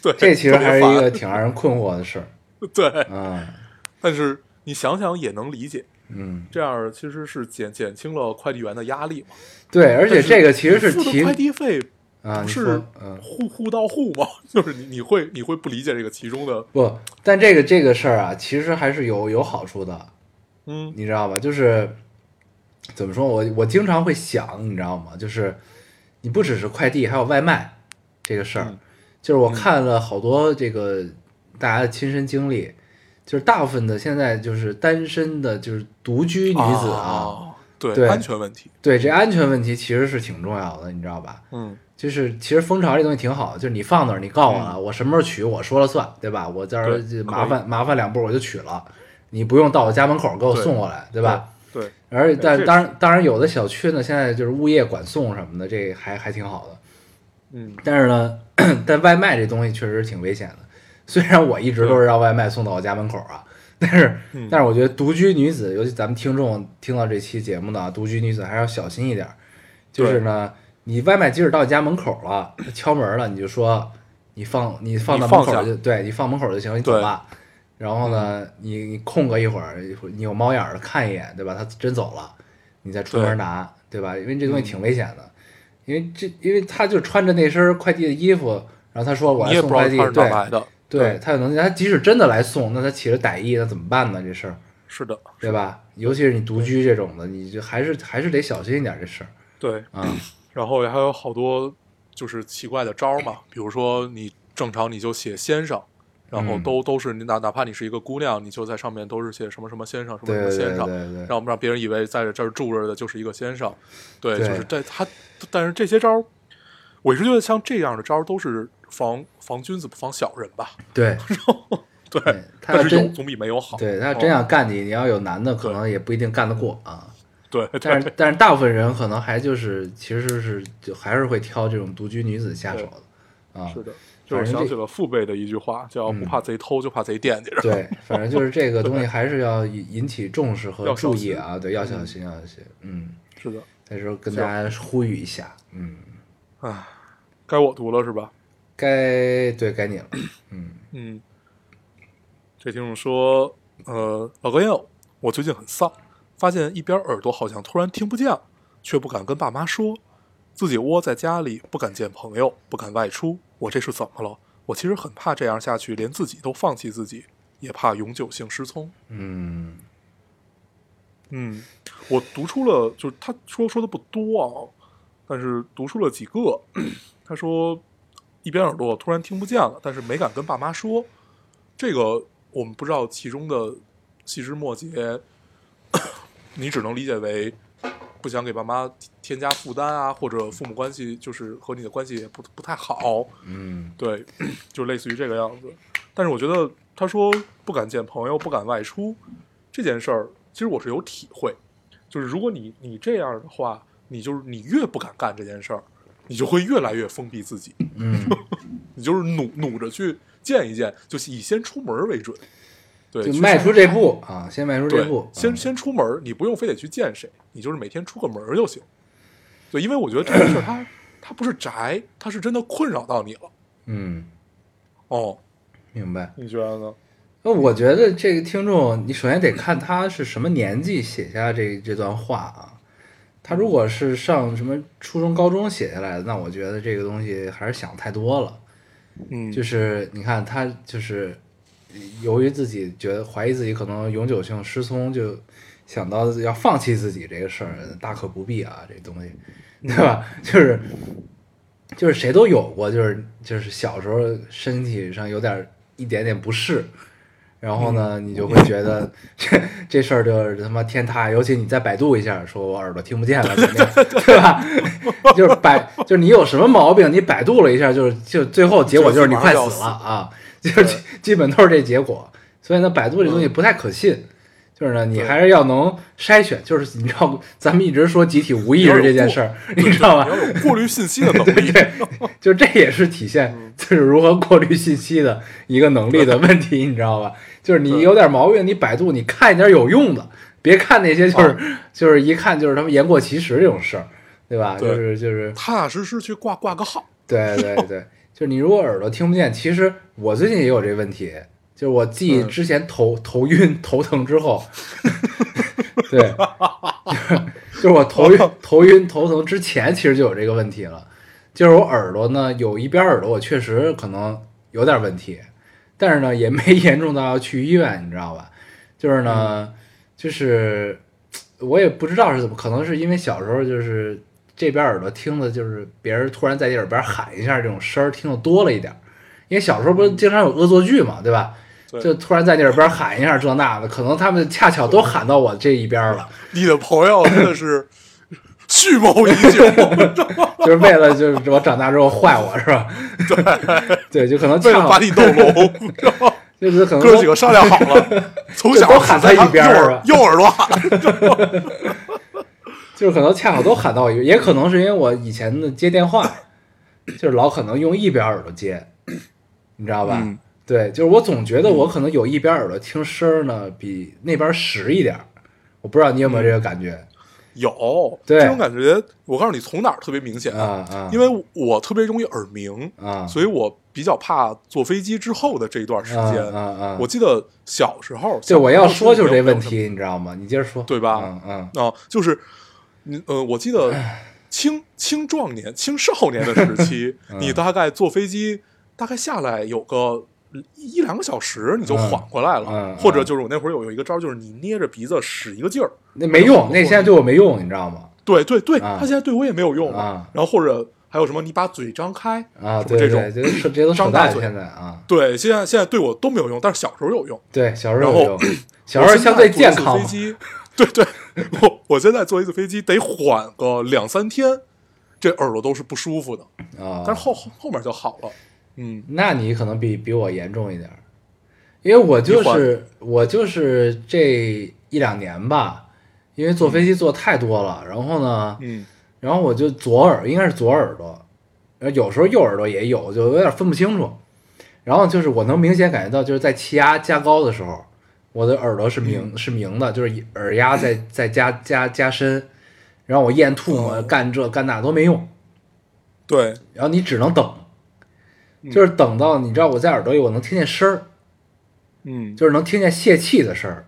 B: 对，
A: 这其实
B: 特别
A: 还是一个
B: 烦啊
A: 挺让人困惑的事儿，
B: 对，
A: 嗯
B: 但是你想想也能理解，
A: 嗯，
B: 这样其实是减减轻了快递员的压力嘛。
A: 对，而且这个其实是
B: 付的
A: 提
B: 快递费
A: 啊，
B: 不
A: 你
B: 是
A: 说嗯。
B: 户户到户吗？ <laughs> 就是你你会你会不理解这个其中的
A: 不，但这个这个事儿啊，其实还是有有好处的，
B: 嗯
A: 你知道吧？就是怎么说，我我经常会想，你知道吗？就是你不只是快递，还有外卖这个事儿。
B: 嗯
A: 就是我看了好多这个大家的亲身经历，就是大部分的现在就是单身的，就是独居女子啊，
B: 啊，对
A: 对
B: 安全问题，
A: 对这安全问题其实是挺重要的，你知道吧？
B: 嗯
A: 就是其实蜂巢这东西挺好的，就是你放那儿，你告诉我了，我什么时候取，我说了算，对吧？我这儿
B: 对
A: 就
B: 可以
A: 麻烦麻烦两步我就取了，你不用到我家门口给我
B: 对
A: 送过来，对吧？
B: 对，哎
A: 而
B: 这
A: 但
B: 是
A: 当然当然有的小区呢，现在就是物业管送什么的，这还还挺好的。
B: 嗯
A: 但是呢， <clears throat> 但外卖这东西确实挺危险的。虽然我一直都是让外卖送到我家门口啊， <laughs> 但是
B: 嗯
A: 但是我觉得独居女子，尤其咱们听众听到这期节目呢，独居女子还是要小心一点儿。就是呢，你外卖即使到你家门口了，敲门了，你就说你放你放到
B: 你
A: 门
B: 放下
A: 口就对你放门口就行，你走
B: 对嗯
A: 吧。然后呢，你你空个一会儿，你有猫眼儿的看一眼，对吧？他真走了，你再出门
B: 对
A: 拿，对吧？因为这东西挺危险的。因为这，因为他就穿着那身快递的衣服，然后他说我
B: 你
A: 来
B: 也
A: 送
B: 不知道
A: 快递，
B: 他是哪来
A: 对，
B: 的，
A: 对他有能力，他即使真的来送，那他起了歹意，那怎么办呢？这事儿，
B: 是的，
A: 对吧？尤其是你独居这种的，你就还是还是得小心一点这事儿
B: 对，
A: 啊。
B: 然后还有好多就是奇怪的招儿嘛，比如说你正常你就写先生，然后
A: 嗯
B: 都、都是你哪哪怕你是一个姑娘，你就在上面都是写什么什么先生什么
A: 对
B: 什么
A: 对
B: 先
A: 对
B: 生，
A: 对对，
B: 让让别人以为在这儿住着的就是一个先生，对，
A: 对
B: 就是在他，但是这些招儿，我一直觉得像这样的招儿都是防防君子不防小人吧， <laughs>
A: 对，
B: 对，
A: 他
B: 但
A: 要
B: 是有
A: 真
B: 总比没有好，
A: 对他要真
B: 哦
A: 想干你，你要有男的，可能也不一定干得过啊。 <laughs>
B: 对，对
A: 但是但是大部分人可能还就是其实是就还是会挑这种独居女子下手的啊。
B: 是的。就是想起了父辈的一句话，叫“
A: 嗯
B: 不怕贼偷，就怕贼惦记着”。
A: <laughs> 对，反正就是这个东西还是要引引起重视和
B: 要小
A: 注意啊，对，要小心，要小心，嗯，
B: 是的，
A: 在这时候跟大家呼吁一下，嗯，
B: 唉，该我读了是吧？
A: 该对该你了，
B: 嗯，这听众说，呃，老哥友，我最近很丧，发现一边耳朵好像突然听不见了，却不敢跟爸妈说，自己窝在家里，不敢见朋友，不敢外出，我这是怎么了？我其实很怕这样下去，连自己都放弃自己，也怕永久性失聪。
A: 嗯
B: 嗯，我读出了，就是他说说的不多啊，但是读出了几个。 <clears throat> 他说一边耳朵突然听不见了，但是没敢跟爸妈说。这个我们不知道其中的细枝末节， <clears throat> 你只能理解为不想给爸妈添加负担啊，或者父母关系就是和你的关系也不不太好，
A: 嗯
B: 对， <clears throat> 就类似于这个样子。但是我觉得他说不敢见朋友，不敢外出这件事儿，其实我是有体会。就是如果你你这样的话，你就是你越不敢干这件事儿，你就会越来越封闭自己，
A: 嗯，
B: 你就是努努着去见一见，就是以先出门为准， <laughs> 对，
A: 就
B: 去
A: 迈
B: 晒
A: 出这步啊，先迈出
B: 对，
A: 这步，
B: 先
A: 嗯
B: 先出门儿，你不用非得去见谁，你就是每天出个门儿就行。对，因为我觉得这件事儿它它不是宅，它是真的困扰到你了。
A: 嗯，
B: 哦，
A: 明白，
B: 你觉得呢？
A: 那我觉得这个听众，你首先得看他是什么年纪写下这这段话啊。他如果是上什么初中、高中写下来的，那我觉得这个东西还是想太多了。
B: 嗯，
A: 就是你看他就是由于自己觉得怀疑自己可能永久性失聪，就想到要放弃自己这个事儿，大可不必啊，这东西，对吧？就是就是谁都有过，就是就是小时候身体上有点一点点不适。然后呢，
B: 嗯
A: 你就会觉得这这事儿就是他妈天塌，尤其你再百度一下，说我耳朵听不见了，怎
B: <laughs>
A: 么样，对吧？就是百，就是你有什么毛病，你百度了一下，就是就最后结果就是你快
B: 就
A: 死
B: 是
A: 了
B: 马
A: 啊，就是基基本都是这结果。所以呢，百度这东西不太可信，就是呢，你
B: 嗯对
A: 还是要能筛选，就是你知道，咱们一直说集体无意识这件事儿， <laughs> 你
B: 对
A: 知道
B: <laughs>
A: 吧
B: 你？要有过滤信息的能
A: <laughs>
B: 力。
A: 对，就这也是体
B: 嗯
A: 现就是如何过滤信息的一个能力的问题，你知道吧？就是你
B: 对
A: 有点毛病，你百度你看一点有用的，别看那些
B: 啊
A: 就是、就是一看就是他们言过其实这种事儿，对吧？
B: 对
A: 就是就是
B: 踏踏实实去挂挂个号。
A: <laughs> 对对对，就是你如果耳朵听不见，其实我最近也有这问题，就是我记
B: 嗯
A: 之前头、头晕 <laughs> 头疼之后，对， <laughs> 就是就是我头晕头晕头疼之前，其实就有这个问题了，就是我耳朵呢有一边耳朵我确实可能有点问题，但是呢也没 <laughs> 严重到要去医院，你知道吧？就是呢，就是我也不知道是怎么，可能是因为小时候就是这边耳朵听的，就是别人突然在你耳边喊一下这种声儿，听得多了一点儿。因为小时候不是经常有恶作剧嘛，对吧？
B: 对
A: 就突然在你耳边喊一下这那的，可能他们恰巧都喊到我这一边了，
B: 你的朋友真的是蓄谋已
A: <laughs>
B: 久，
A: 就是为了就是我长大之后坏我是吧？ <laughs> 对，对，就可能
B: 为
A: 恰
B: 了把
A: 好
B: 你斗聋。
A: 就是可能
B: 哥几个商量好了，
A: <laughs>
B: 从小
A: 这都喊在一边
B: 右
A: 儿
B: 耳
A: 啊
B: 右耳朵喊，
A: 就是可能恰好都喊到我一个，也可能是因为我以前的接电
B: <coughs>
A: 话，就是老可能用一边耳朵接，你知道吧？
B: 嗯
A: 对，就是我总觉得我可能有一边耳朵听声儿呢，比那边实一点儿。我不知道你有没有这个感觉？
B: <laughs> 有
A: <laughs> 对
B: 这种感觉。我告诉你，从哪儿特别明显，
A: 啊啊，
B: 嗯因为我特别容易耳鸣，
A: 啊，
B: 所以我比较怕坐飞机之后的这一段时间。
A: 啊啊啊，
B: 我记得小时候，
A: 对我要
B: 小时
A: 说
B: 候
A: 就是这问
B: 没有
A: 题，你知道吗？你接着说，
B: 对吧
A: 嗯嗯
B: 什么啊，就是你呃，我记得青青壮年、青少年的时
A: <laughs>
B: 期，你
A: 嗯
B: 大概坐飞机大概下来有个。一两个小时你就
A: 嗯
B: 缓过来了，
A: 嗯嗯
B: 或者就是我那会儿有有一个招儿，就是你捏着鼻子使一个劲儿，
A: 那没用，那现在对我没用，你知道吗？
B: 对对对，
A: 啊
B: 他现在对我也没有用
A: 啊
B: 然后或者还有什么，你把嘴张开，
A: 啊，
B: 什么
A: 对
B: 这
A: 对
B: 种
A: 对，这都这都扯
B: 张大
A: 淡，
B: 嘴
A: 现在啊，
B: 对，现在现在对我都没有用，但是小时候有用。
A: 对，小时候
B: 然
A: 有
B: 后
A: 用，小时候相对健康
B: 我
A: 嘛
B: 现在坐一次飞，机，对对，我我现在坐一次飞机得缓个两三天，这耳朵都是不舒服的，
A: 啊，
B: 但是后后后面就好了。嗯，
A: 那你可能比比我严重一点儿，因为我就
B: 你缓
A: 是我就是这一两年吧，因为坐飞机坐太多了，然后呢，
B: 嗯
A: 然后我就左耳应该是左耳朵，然后有时候右耳朵也有，就有点分不清楚。然后就是我能明显感觉到，就是在气压加高的时候，我的耳朵是鸣、是鸣的，就是耳压在在加加加深，然后我咽吐沫、干这干那都没用。
B: 对，
A: 然后你只能等，就是等到你知道我在耳朵里我能听见声儿，
B: 嗯
A: 就是能听见泄气的声儿，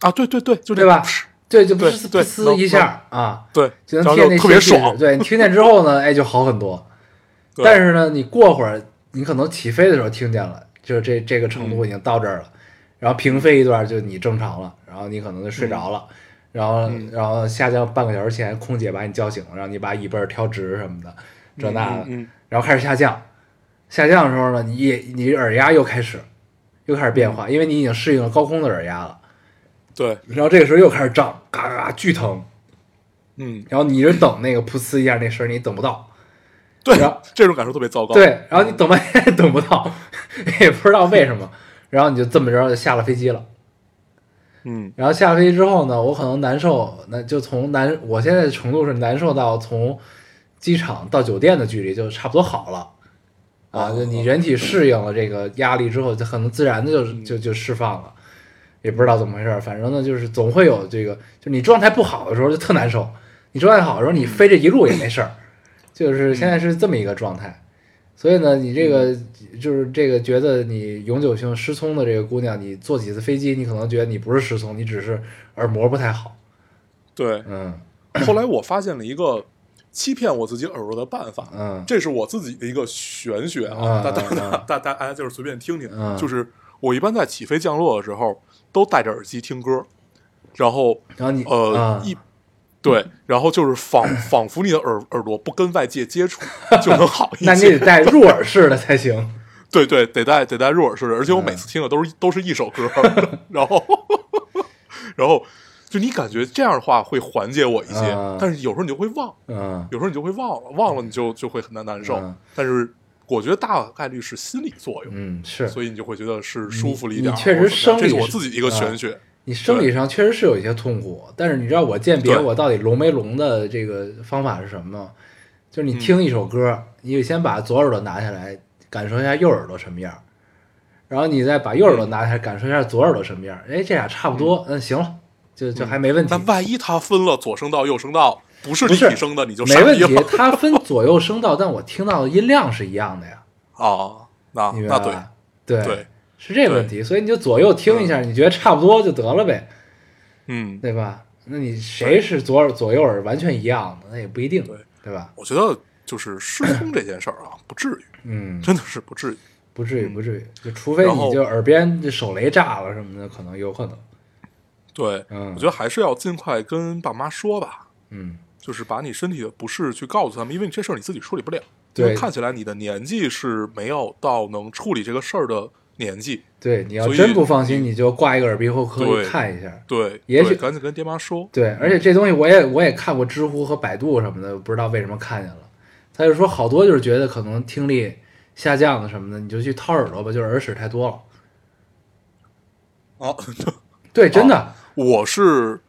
B: 啊，对对对，就这
A: 对吧？对，就不
B: 对
A: 是
B: 对
A: 呲
B: 能
A: 一下啊，
B: 对，
A: 就
B: 然后
A: 能听见那
B: 就特
A: 泄
B: 别
A: 气
B: 爽
A: 声。。对你听见之后呢，哎， <laughs> 就好很多。
B: 对
A: 但是呢，你过会儿你可能起飞的时候听见了，就是这这个程
B: 嗯
A: 度已经到这儿了，然后平飞一段就你正常了，然后你可能就睡着
B: 嗯
A: 了，然后然后下降半个小时前，空姐把你叫醒了，让你把椅背儿调直什么的，这那的，
B: 嗯嗯嗯
A: 然后开始下降，下降的时候呢，你也你耳压又开始又开始变化，因为你已经适应了高空的耳压了，
B: 对，
A: 然后这个时候又开始胀，嘎嘎嘎巨疼，
B: 嗯，
A: 然后你一直等那个噗呲一下那声儿，你等不到。
B: 对
A: 然后，
B: 这种感受特别糟糕。
A: 对，然后你等半天也 <laughs> 等不到，也不知道为什么，然后你就这么着就下了飞机了。
B: 嗯，
A: 然后下了飞机之后呢，我可能难受，那就从难，我现在的程度是难受到从机场到酒店的距离就差不多好了。啊，就你人体适应了这个压力之后，就可能自然的就就就释放了，也不知道怎么回事儿。反正呢，就是总会有这个，就你状态不好的时候就特难受，你状态好的时候你飞这一路也没事儿，就是现在是这么一个状态。所以呢，你这个就是这个觉得你永久性失聪的这个姑娘，你坐几次飞机，你可能觉得你不是失聪，你只是耳膜不太好。
B: 对，
A: 嗯
B: 后来我发现了一个欺骗我自己耳朵的办法，
A: 嗯
B: 这是我自己的一个玄学啊，
A: 嗯
B: 大大
A: 嗯
B: 大
A: 嗯
B: 大大大家就是随便听听，
A: 嗯
B: 就是我一般在起飞降落的时候都戴着耳机听歌，然后
A: 然后你
B: 呃、
A: 啊
B: 一对，然后就是仿仿佛你的耳耳朵不跟外界接触就能好一些，
A: 那你
B: <laughs>
A: 得戴入耳式的才行。
B: 对对，得戴得戴入耳式的，而且我
A: 嗯
B: 每次听的都是、都是一首歌，
A: <laughs>
B: 然后 <laughs> 然后就你感觉这样的话会缓解我一些，
A: 嗯
B: 但是有时候你就会忘，
A: 嗯
B: 有时候你就会忘了，忘了你就就会很难难受。
A: 嗯
B: 但是我觉得大概率是心理作用，
A: 嗯，是
B: 所以你就会觉得是舒服了一点儿。
A: 你确实
B: 或者怎
A: 生理啊
B: 么样这是我自己一个玄学。
A: 你生理上确实是有一些痛苦，但是你知道我鉴别
B: 对
A: 我到底聋没聋的这个方法是什么吗？就是你
B: 嗯
A: 听一首歌，你得先把左耳朵拿下来，感受一下右耳朵什么样儿，然后你再把右耳
B: 嗯
A: 朵拿下来，感受一下左耳朵什么样儿。哎，这俩差不多，那、行了，就
B: 嗯
A: 就还没问题
B: 但，万一它分了左声道、右声道，不是
A: 不
B: 立
A: 是
B: 体声的，你就
A: 没
B: 傻
A: 问
B: 逼
A: 题。
B: 了
A: 它分左右声道，但我听到的音量是一样的呀，
B: 啊！那
A: 你明
B: 那
A: 白
B: 对
A: 吧？对
B: 对，
A: 是这个问题，所以你就左右听一下，你觉得差不多就得了呗，
B: 嗯，
A: 对吧？那你谁是左耳左右耳完全一样的，那也不一定，
B: 对
A: 对吧？
B: 我觉得就是失聪这件事儿啊， <laughs> 不至于，
A: 嗯，
B: 真的是不至于。
A: 不至于，不至于，就除非
B: 嗯然后
A: 你就耳边这手雷炸了什么的，可能有可能。
B: 对，
A: 嗯
B: 我觉得还是要尽快跟爸妈说吧，
A: 嗯，
B: 就是把你身体的不适去告诉他们，因为你这事儿你自己处理不了。
A: 对
B: 因为看起来你的年纪是没有到能处理这个事儿的年纪。
A: 对，你要
B: 所以
A: 真不放心，你就挂一个耳鼻喉科
B: 对
A: 去看一下。
B: 对，
A: 也
B: 对
A: 许
B: 赶紧跟爹妈说。
A: 对，而且这东西我也我也看过知乎和百度什么的，不知道为什么看见了。他就说好多就是觉得可能听力下降了什么的，你就去掏耳朵吧，就是耳屎太多了。
B: 哦，
A: 对，真
B: 啊
A: 的，
B: 我是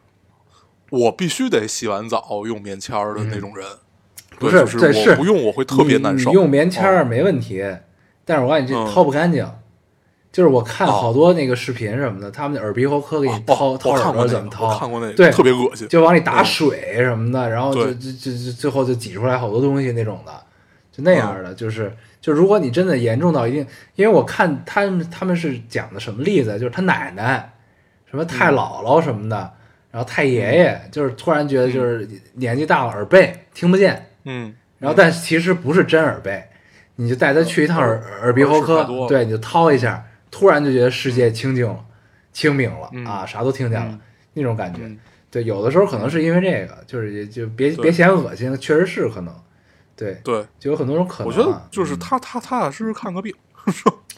B: 我必须得洗完澡用棉签儿的那种人，
A: 嗯不
B: 对
A: 是
B: 就是
A: 对是
B: 我不用我会特别难受。
A: 你你用棉签
B: 哦
A: 儿没问题，但是我告诉你这
B: 嗯
A: 掏不干净。就是我看
B: 哦
A: 好多那个视频什么的，他们的耳鼻喉科给你
B: 啊
A: 掏、
B: 哦
A: 掏
B: 我看
A: 耳朵
B: 过那个
A: 怎么掏，
B: 我看过那个
A: 对，
B: 特别恶心
A: 就往里打
B: 嗯
A: 水什么的，然后就
B: 对
A: 就就就最后就挤出来好多东西那种的，就那
B: 嗯
A: 样的，就是就如果你真的严重到一定，因为我看他们他们是讲的什么例子，就是他奶奶，什么
B: 嗯
A: 太姥姥什么的，然后太爷爷，就是突然觉得就是年纪大了耳背听不见，
B: 嗯，
A: 然后但其实不是真耳背，你就带他去一趟耳耳鼻喉
B: 嗯耳屎
A: 科
B: 太多了，
A: 对，你就掏一下，突然就觉得世界清静了、清明了、
B: 嗯
A: 啊，啥都听见了、
B: 嗯
A: 那种感觉、
B: 嗯
A: 对，有的时候可能是因为这个，就是也就别
B: 对
A: 别嫌恶心，确实是可能，对，
B: 对，
A: 就有很多种可能、
B: 我
A: 啊。
B: 觉得就是
A: 嗯
B: 踏踏踏踏实实看个病， <laughs> 比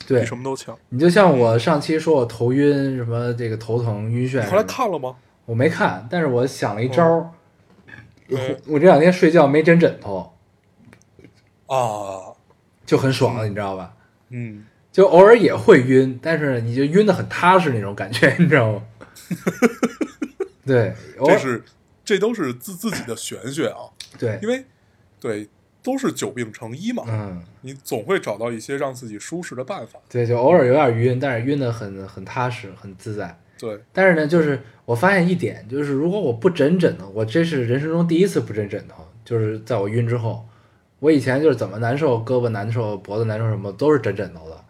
A: 对
B: 什，么都强。
A: 你就像我上期说我头晕，什么这个头疼、晕眩
B: 你
A: 什
B: 后来
A: 么的，
B: 看了吗？
A: 我没看，但是我想了一招儿、
B: 嗯
A: 我这两天睡觉没枕枕头，
B: 啊，
A: 就很爽了，你知道吧？
B: 嗯，
A: 就偶尔也会晕，但是你就晕的很踏实那种感觉，你 <laughs> 知
B: <laughs>
A: 道吗？对，偶
B: 这
A: 尔
B: 是这都是自自己的玄学啊，
A: 对
B: 因，为对都是久病成医嘛，
A: 嗯，
B: 你总会找到一些让自己舒适的办法。
A: 对，就偶尔有点晕，但是晕的很很踏实，很自在。
B: 对，
A: 但是呢，就是我发现一点，就是如果我不枕枕头，我这是人生中第一次不枕枕头，就是在我晕之后，我以前就是怎么难受，胳膊难受、脖子难受什么都是枕枕头的，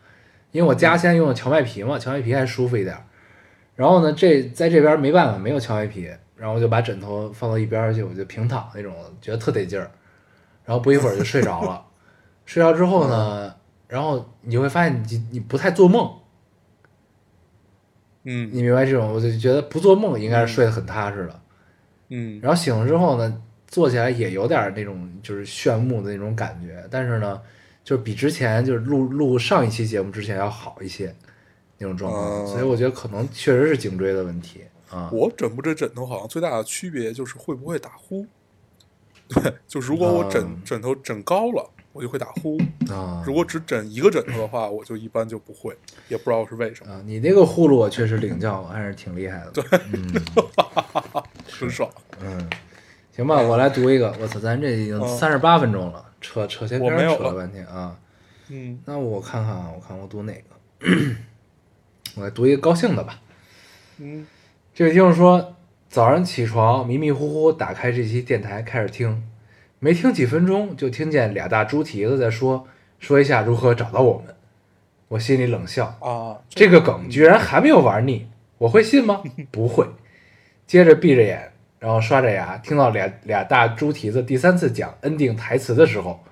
A: 因为我家现在用的荞麦皮嘛，荞麦皮还舒服一点儿。然后呢，这在这边没办法，没有荞麦皮，然后我就把枕头放到一边儿去，我就平躺那种，觉得特得劲儿，然后不一会儿就睡着了。睡着之后呢，然后你会发现你你不太做梦，
B: 嗯
A: 你明白这种，我就觉得不做梦应该是睡得很踏实的。
B: 嗯
A: 然后醒了之后呢，坐起来也有点那种就是炫目的那种感觉，但是呢，就是比之前就是录录上一期节目之前要好一些那种状况，
B: 嗯
A: 所以我觉得可能确实是颈椎的问题啊。
B: 我枕不枕枕头好像最大的区别就是会不会打呼。 <laughs> 对，就是如果我枕、
A: 嗯
B: 枕头枕高了，我就会打呼；
A: 啊
B: 如果只枕一个枕头的话，我就一般就不会，也不知道是为什么，
A: 啊，你那个呼噜我确实领教还是挺厉害的。对，
B: 很爽。
A: 嗯，行吧，我来读一个。我操，咱这已经
B: 嗯
A: 三十八分钟了，扯扯闲篇
B: 我没有
A: 儿扯
B: 了
A: 了半天啊。
B: 嗯
A: 那我看看啊，我看我读哪个？ <clears throat> 我来读一个高兴的吧。
B: 嗯，
A: 这位听众说，早上起床迷迷糊糊打开这期电台开始听，没听几分钟就听见俩大猪蹄子在说说一下如何找到我们。我心里冷笑，
B: 啊，
A: 这个梗居然还没有玩腻，我会信
B: <laughs>
A: 吗？不会。接着闭着眼，然后刷着牙，听到俩俩大猪蹄子第三次讲 ending 台词的时候，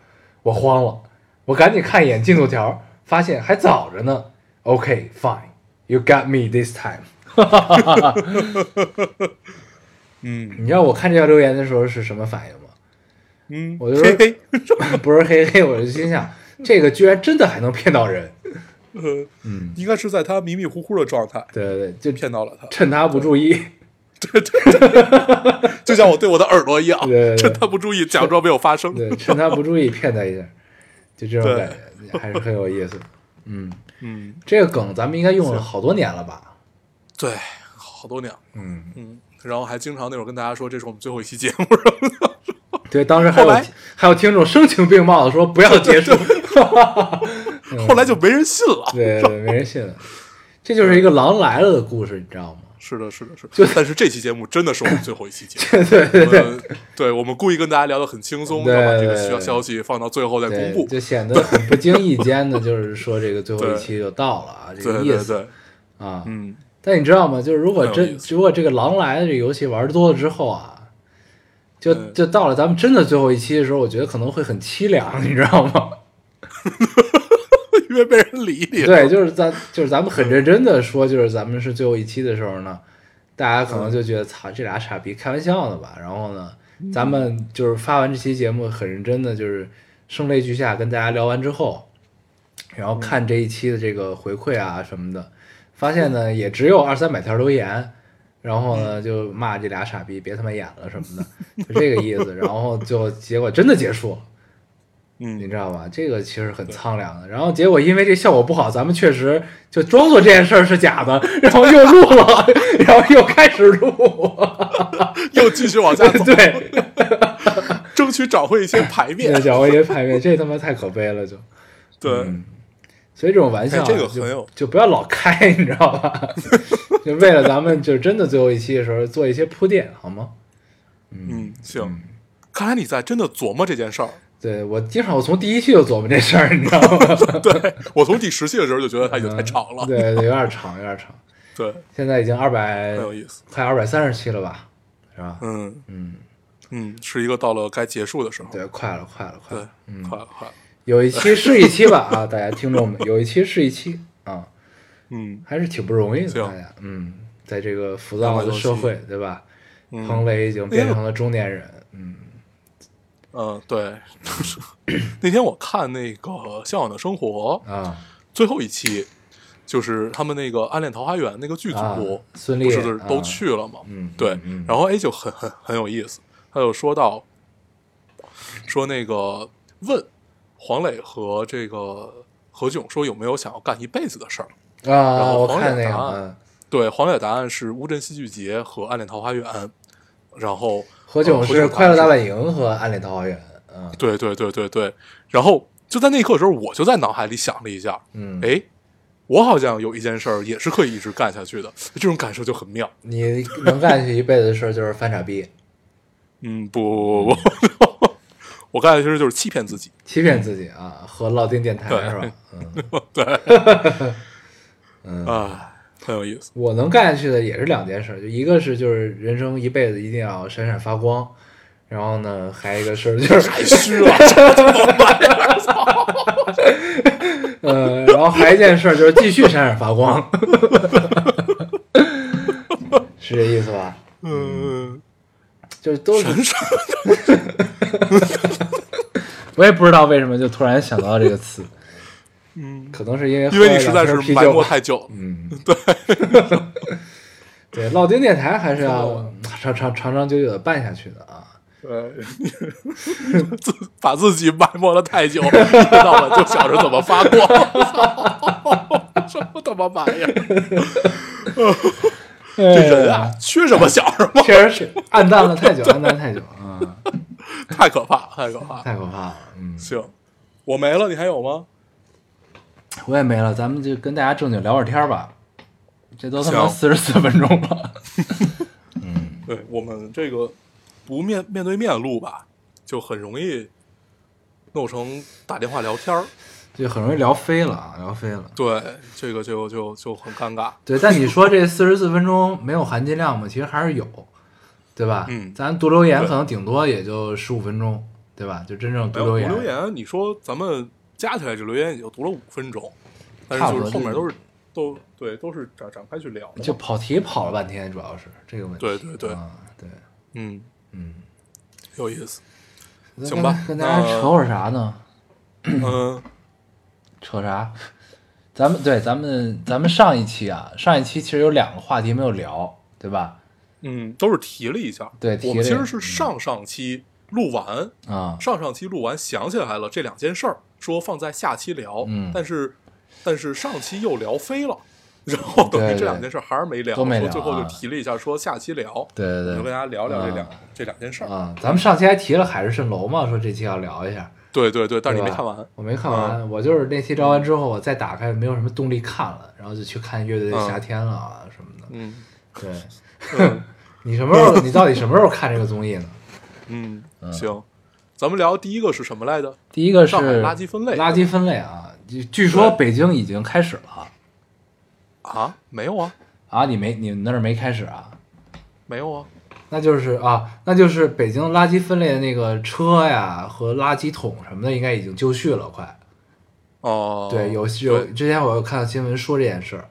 A: 我慌了，我赶紧看一眼进度条，发现还早着呢。OK, fine, you got me this time。
B: <laughs> 嗯
A: 你知道我看这条留言的时候是什么反应吗？ <laughs>
B: 嗯，
A: 我就
B: 嘿嘿，
A: 不是嘿嘿，我就心想，这个居然真的还能骗到人。
B: 呃，
A: 嗯，
B: 应该是在他迷迷糊糊的状态
A: 对对对，就
B: 骗到了他，
A: 趁他不注意，
B: 就像我对我的耳朵一样，
A: 对对对
B: 趁他不注意假装没有发生。 <laughs> 嗯
A: 对，趁他不注意骗他一下，就这种
B: 对
A: 感觉，还是很有意思。嗯，
B: 嗯，
A: 这个梗咱们应该用了好多年了吧？
B: 对，好多年了，
A: 嗯，
B: 嗯，然后还经常那会儿跟大家说，这是我们最后一期节目，
A: 对，当时还有
B: 后来
A: 还有听众声情并茂的说不要结束，嗯
B: 后来就没人信了。
A: 对对对，没人信了。这就是一个狼来了的故事，你知
B: <laughs>
A: 道吗？
B: 是的，是的，是。的。但是这期节目真的是我们最后一期节目，
A: 对 <laughs> 对
B: 我们对我们故意跟大家聊得很轻松，
A: 对
B: 要把这
A: 对
B: 个
A: 对
B: 消消息放到最后再公
A: 对，
B: 布。
A: 就显得很不经意间的，就是说这个最后一
B: 对
A: 期就到了啊，这
B: 对
A: 个意
B: 对
A: 思
B: 对，
A: 啊。
B: 嗯，
A: 但你知道吗？就是如果
B: 很有
A: 真
B: 意思
A: 如果这个狼来了这游戏玩多了之后啊，就
B: 嗯
A: 就到了咱们真的最后一期的时候，我觉得可能会很凄凉，你知道吗？
B: 因为没人理你。
A: 对，就是咱就是咱们很认真的说，就是咱们是最后一期的时候呢，大家可能就觉得操这俩傻逼开玩笑呢吧。然后呢，咱们就是发完这期节目，很认真的就是声泪俱下跟大家聊完之后，然后看这一期的这个回馈啊什么的，发现呢也只有二三百条留言。然后呢，就骂这俩傻逼别他妈演了什么的，就这个意思。然后就结果真的结束了，你
B: 嗯，
A: 知道吧？这个其实很苍凉的。然后结果因为这效果不好，咱们确实就装作这件事儿是假的，然后又录了， <laughs> 然后又开始录。
B: 又继续往下走，
A: 对，
B: 争取找回一些牌面
A: 那。小王爷排面，这他妈太可悲了就。
B: 对，
A: 嗯所以这种玩笑啊、
B: 哎这个
A: 就
B: 很有
A: 就不要老开，你知道
B: <laughs>
A: 吧？就为了咱们就真的最后一期的时候做一些铺垫，好吗？
B: 嗯，行。看来你在真的琢磨这件事儿。
A: 对我经常我从第一期就琢磨这事儿，你知道吗？
B: 对我从第十期的时候就觉得它已 <laughs> 经太长了。
A: 嗯对对，有点长，有点长。
B: 对，
A: 现在已经二百
B: 很，有意思。
A: 快二百三十期了吧？是吧？
B: 嗯
A: 嗯，
B: 嗯，是一个到了该结束的时候。
A: 对，快了，快了，快
B: 对
A: 了。，嗯
B: 快了快了。
A: 哦有一期是一期吧啊，大家听众们，有一期是一期啊，
B: 嗯
A: 还是挺不容易的，
B: 行
A: 大家，嗯，在这个浮躁的社会，对吧？彭
B: 嗯
A: 磊已经变成了中年人，嗯，
B: 嗯，对。那天我看那个《向往的生活》
A: 啊
B: 最后一期，就是他们那个《暗恋桃花源》那个剧
A: 啊
B: 组，，
A: 孙
B: 不
A: 俪
B: 是就是
A: 啊
B: 都去了嘛？
A: 嗯，
B: 对
A: 嗯，
B: 然后 A 就很很很有意思，他就说到说那个问黄磊和这个何炅说有没有想要干一辈子的事儿。然
A: 啊，
B: 后
A: 我
B: 黄
A: 看
B: 磊
A: 那
B: 答
A: 个，
B: 案
A: 嗯
B: 对，黄磊的答案是乌镇戏剧节和《暗恋桃花源》，然后
A: 何炅
B: 呃
A: 是《快乐
B: 答
A: 大
B: 案
A: 本营》和《暗恋桃花源》，
B: 哎
A: 嗯
B: 对对对对对，然后就在那一刻的时候，我就在脑海里想了一下，
A: 嗯，
B: 哎，我好像有一件事儿也是可以一直干下去的，这种感受就很妙。
A: 你能干下去一辈子的事儿就是翻傻逼，
B: 嗯，不不不不不，嗯 <laughs> 我干的其实就是欺骗自己。
A: 欺骗自己啊，和老丁电台
B: 对
A: 是吧？嗯。
B: 啊，很有 <laughs> 意思。
A: 我能干下去的也是两件事儿，就一个是就是人生一辈子一定要闪闪发光，然后呢，还有一个事儿就是 <laughs>
B: 太虚了，
A: 呃，然后还有一件事儿就是继续闪闪发光，是这意思吧？
B: 嗯，
A: 就是都是
B: 真是
A: <laughs> 我也不知道为什么就突然想到这个词，
B: <laughs> 嗯，
A: 可能是因为
B: 因为你
A: 喝
B: 实
A: 了两
B: 在
A: 瓶
B: 是
A: 啤
B: 埋
A: 酒
B: <laughs> 没，太久了。
A: 嗯，对，对，老丁电台还是要
B: <laughs>
A: 长长长长久久的办下去的啊。
B: 对，呃自把自己埋没了太久，一 <laughs> 天到晚就想着怎么发光， <laughs> 什么他妈玩意儿？这人啊，缺什么想什
A: <laughs>
B: 么，
A: 确实是暗淡了太久，暗淡了太久啊、嗯
B: 太可怕，太可怕。
A: 太可怕了。嗯，
B: 行，我没了，你还有吗？
A: 我也没了，咱们就跟大家正经聊会儿天儿吧。这都他妈四
B: 行
A: 十四分钟了，
B: 对我们这个不面面对面录吧，就很容易弄成打电话聊天儿。
A: <laughs> 就很容易聊飞了啊，聊飞了。
B: 对，这个就就就很尴尬。
A: 对，但你说这四十四分钟没有含金量吗？其实还是有，对吧？
B: 嗯
A: 咱读留言
B: 对
A: 可能顶多也就十五分钟，对吧？就真正
B: 没
A: 读留
B: 有
A: 言，
B: 哎留言，你说咱们加起来这留言也就读了五分钟，但是
A: 差不
B: 就
A: 多
B: 是后面
A: 就是
B: 都是都对都是展展开去聊的嘛。
A: 就跑题跑了半天，主要是这个问题。
B: 对对对
A: 啊，对，
B: 嗯，
A: 嗯，
B: 有意思。
A: 那
B: 行吧
A: 跟大家
B: 那
A: 扯会儿啥呢？
B: 嗯，
A: 扯啥？咱们对咱们咱们上一期啊，上一期其实有两个话题没有聊，对吧？
B: 嗯，都是提了一下。
A: 对提
B: 我们
A: 了
B: 其
A: 一
B: 实是上上期录完，
A: 啊、
B: 上上期录完想起来了这两件事儿，说放在下期聊。
A: 嗯
B: 但是但是上期又聊飞了， <laughs> 然后等
A: 对
B: 于
A: 对
B: 这两件事儿还是没聊，
A: 都没聊
B: 说最后
A: 啊
B: 就提了一下，说下期聊。
A: 对对
B: 我
A: 对，
B: 就跟大家聊聊这两、
A: 啊
B: 这两件事儿。
A: 啊、咱们上期还提了海市蜃楼嘛，说这期要聊一下，
B: 对对对，但是
A: 对
B: 你没
A: 吧
B: 看完。嗯
A: 我没看完，我就是那期聊完之后，我再打开没有什么动力看了，然后就去看《乐队的夏天》了啊、什么的。
B: 嗯
A: 对，
B: 嗯
A: 你什么时
B: <laughs>
A: 候？你到底什么时候看这个综艺呢？
B: 嗯，行，咱们聊第一个是什么来着？
A: 第一个是
B: 上海垃圾分类
A: 垃圾分类啊，据据说
B: 对
A: 北京已经开始了
B: 啊？没有啊，
A: 啊，你没你们那儿没开始啊？
B: 没有啊。
A: 那就是啊，那就是北京垃圾分类的那个车呀和垃圾桶什么的，应该已经就绪了，快。
B: 哦，
A: 对，有有，之前我有看到新闻说这件
B: <laughs>
A: 事儿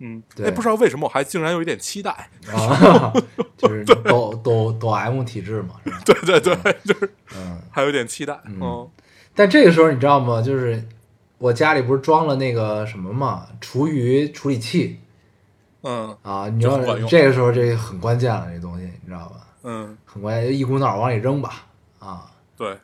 B: 嗯，
A: 对
B: 哎，不知道为什么我还竟然有一点期待。
A: 啊，就是抖抖抖 M 体制嘛，是吧？
B: 对对对， <laughs> 就是
A: 嗯。
B: 还有点期待。嗯
A: 但这个时候你知道吗？就是我家里不是装了那个什么嘛，厨余处理器
B: 嗯
A: 啊，你
B: 这
A: 要
B: 很管用
A: 这个时候这很关键了，这东西你知道吧？
B: 嗯，
A: 很关键，一股脑往里扔吧啊，
B: 对，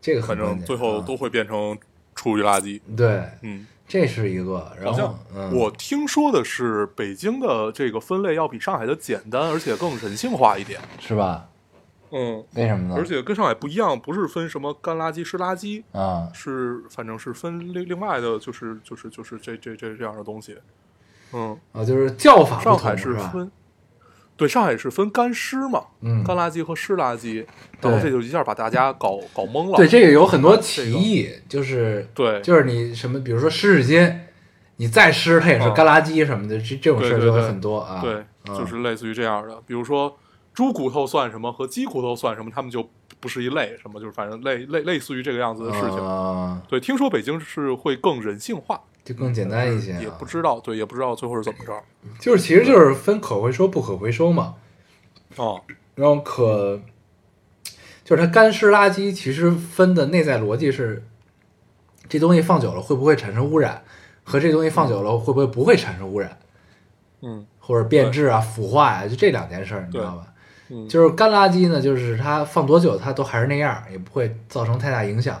A: 这个很
B: 反
A: 关键。
B: 正最后
A: 啊
B: 都会变成厨余垃圾。
A: 对，
B: 嗯，
A: 这是一个。然
B: 好
A: 后
B: 像
A: 嗯，
B: 我听说的是北京的这个分类要比上海的简单，而且更人性化一点。
A: 是吧？
B: 嗯，
A: 为什么呢？
B: 而且跟上海不一样，不是分什么干垃圾、湿垃圾，
A: 啊，
B: 是反正是分另另外的，就是就是就是这这这这样的东西。嗯，
A: 啊，就是叫法不
B: 上
A: 同
B: 海是
A: 吧？
B: 分，对，上海是分干湿嘛，
A: 嗯
B: 干垃圾和湿垃圾，然后这就一下把大家搞搞懵了。
A: 对，这个有很多
B: 这
A: 歧
B: 个
A: 义，就是
B: 对
A: 就是你什么，比如说湿纸巾，你再湿它也是
B: 啊
A: 干垃圾什么的，这这种
B: 对
A: 事儿
B: 对
A: 就会
B: 对
A: 很多啊。
B: 对，
A: 嗯
B: 就是类似于这样的，比如说猪骨头算什么和鸡骨头算什么，他们就不是一类，什么就是反正类类类似于这个样子的事情。
A: 啊，
B: 对，听说北京是会更人性化，
A: 就更简单一些、啊。
B: 也不知道，对，也不知道最后是怎么着。
A: 就是其实就是分可回收不可回收嘛，
B: 哦，
A: 然后可就是它干湿垃圾其实分的内在逻辑是，这东西放久了会不会产生污染，和这东西放久了会不会不会产生污染，
B: 嗯
A: 或者变质啊、腐化呀、就这两件事儿，你知道吧？
B: 嗯，
A: 就是干垃圾呢，就是它放多久它都还是那样，也不会造成太大影响，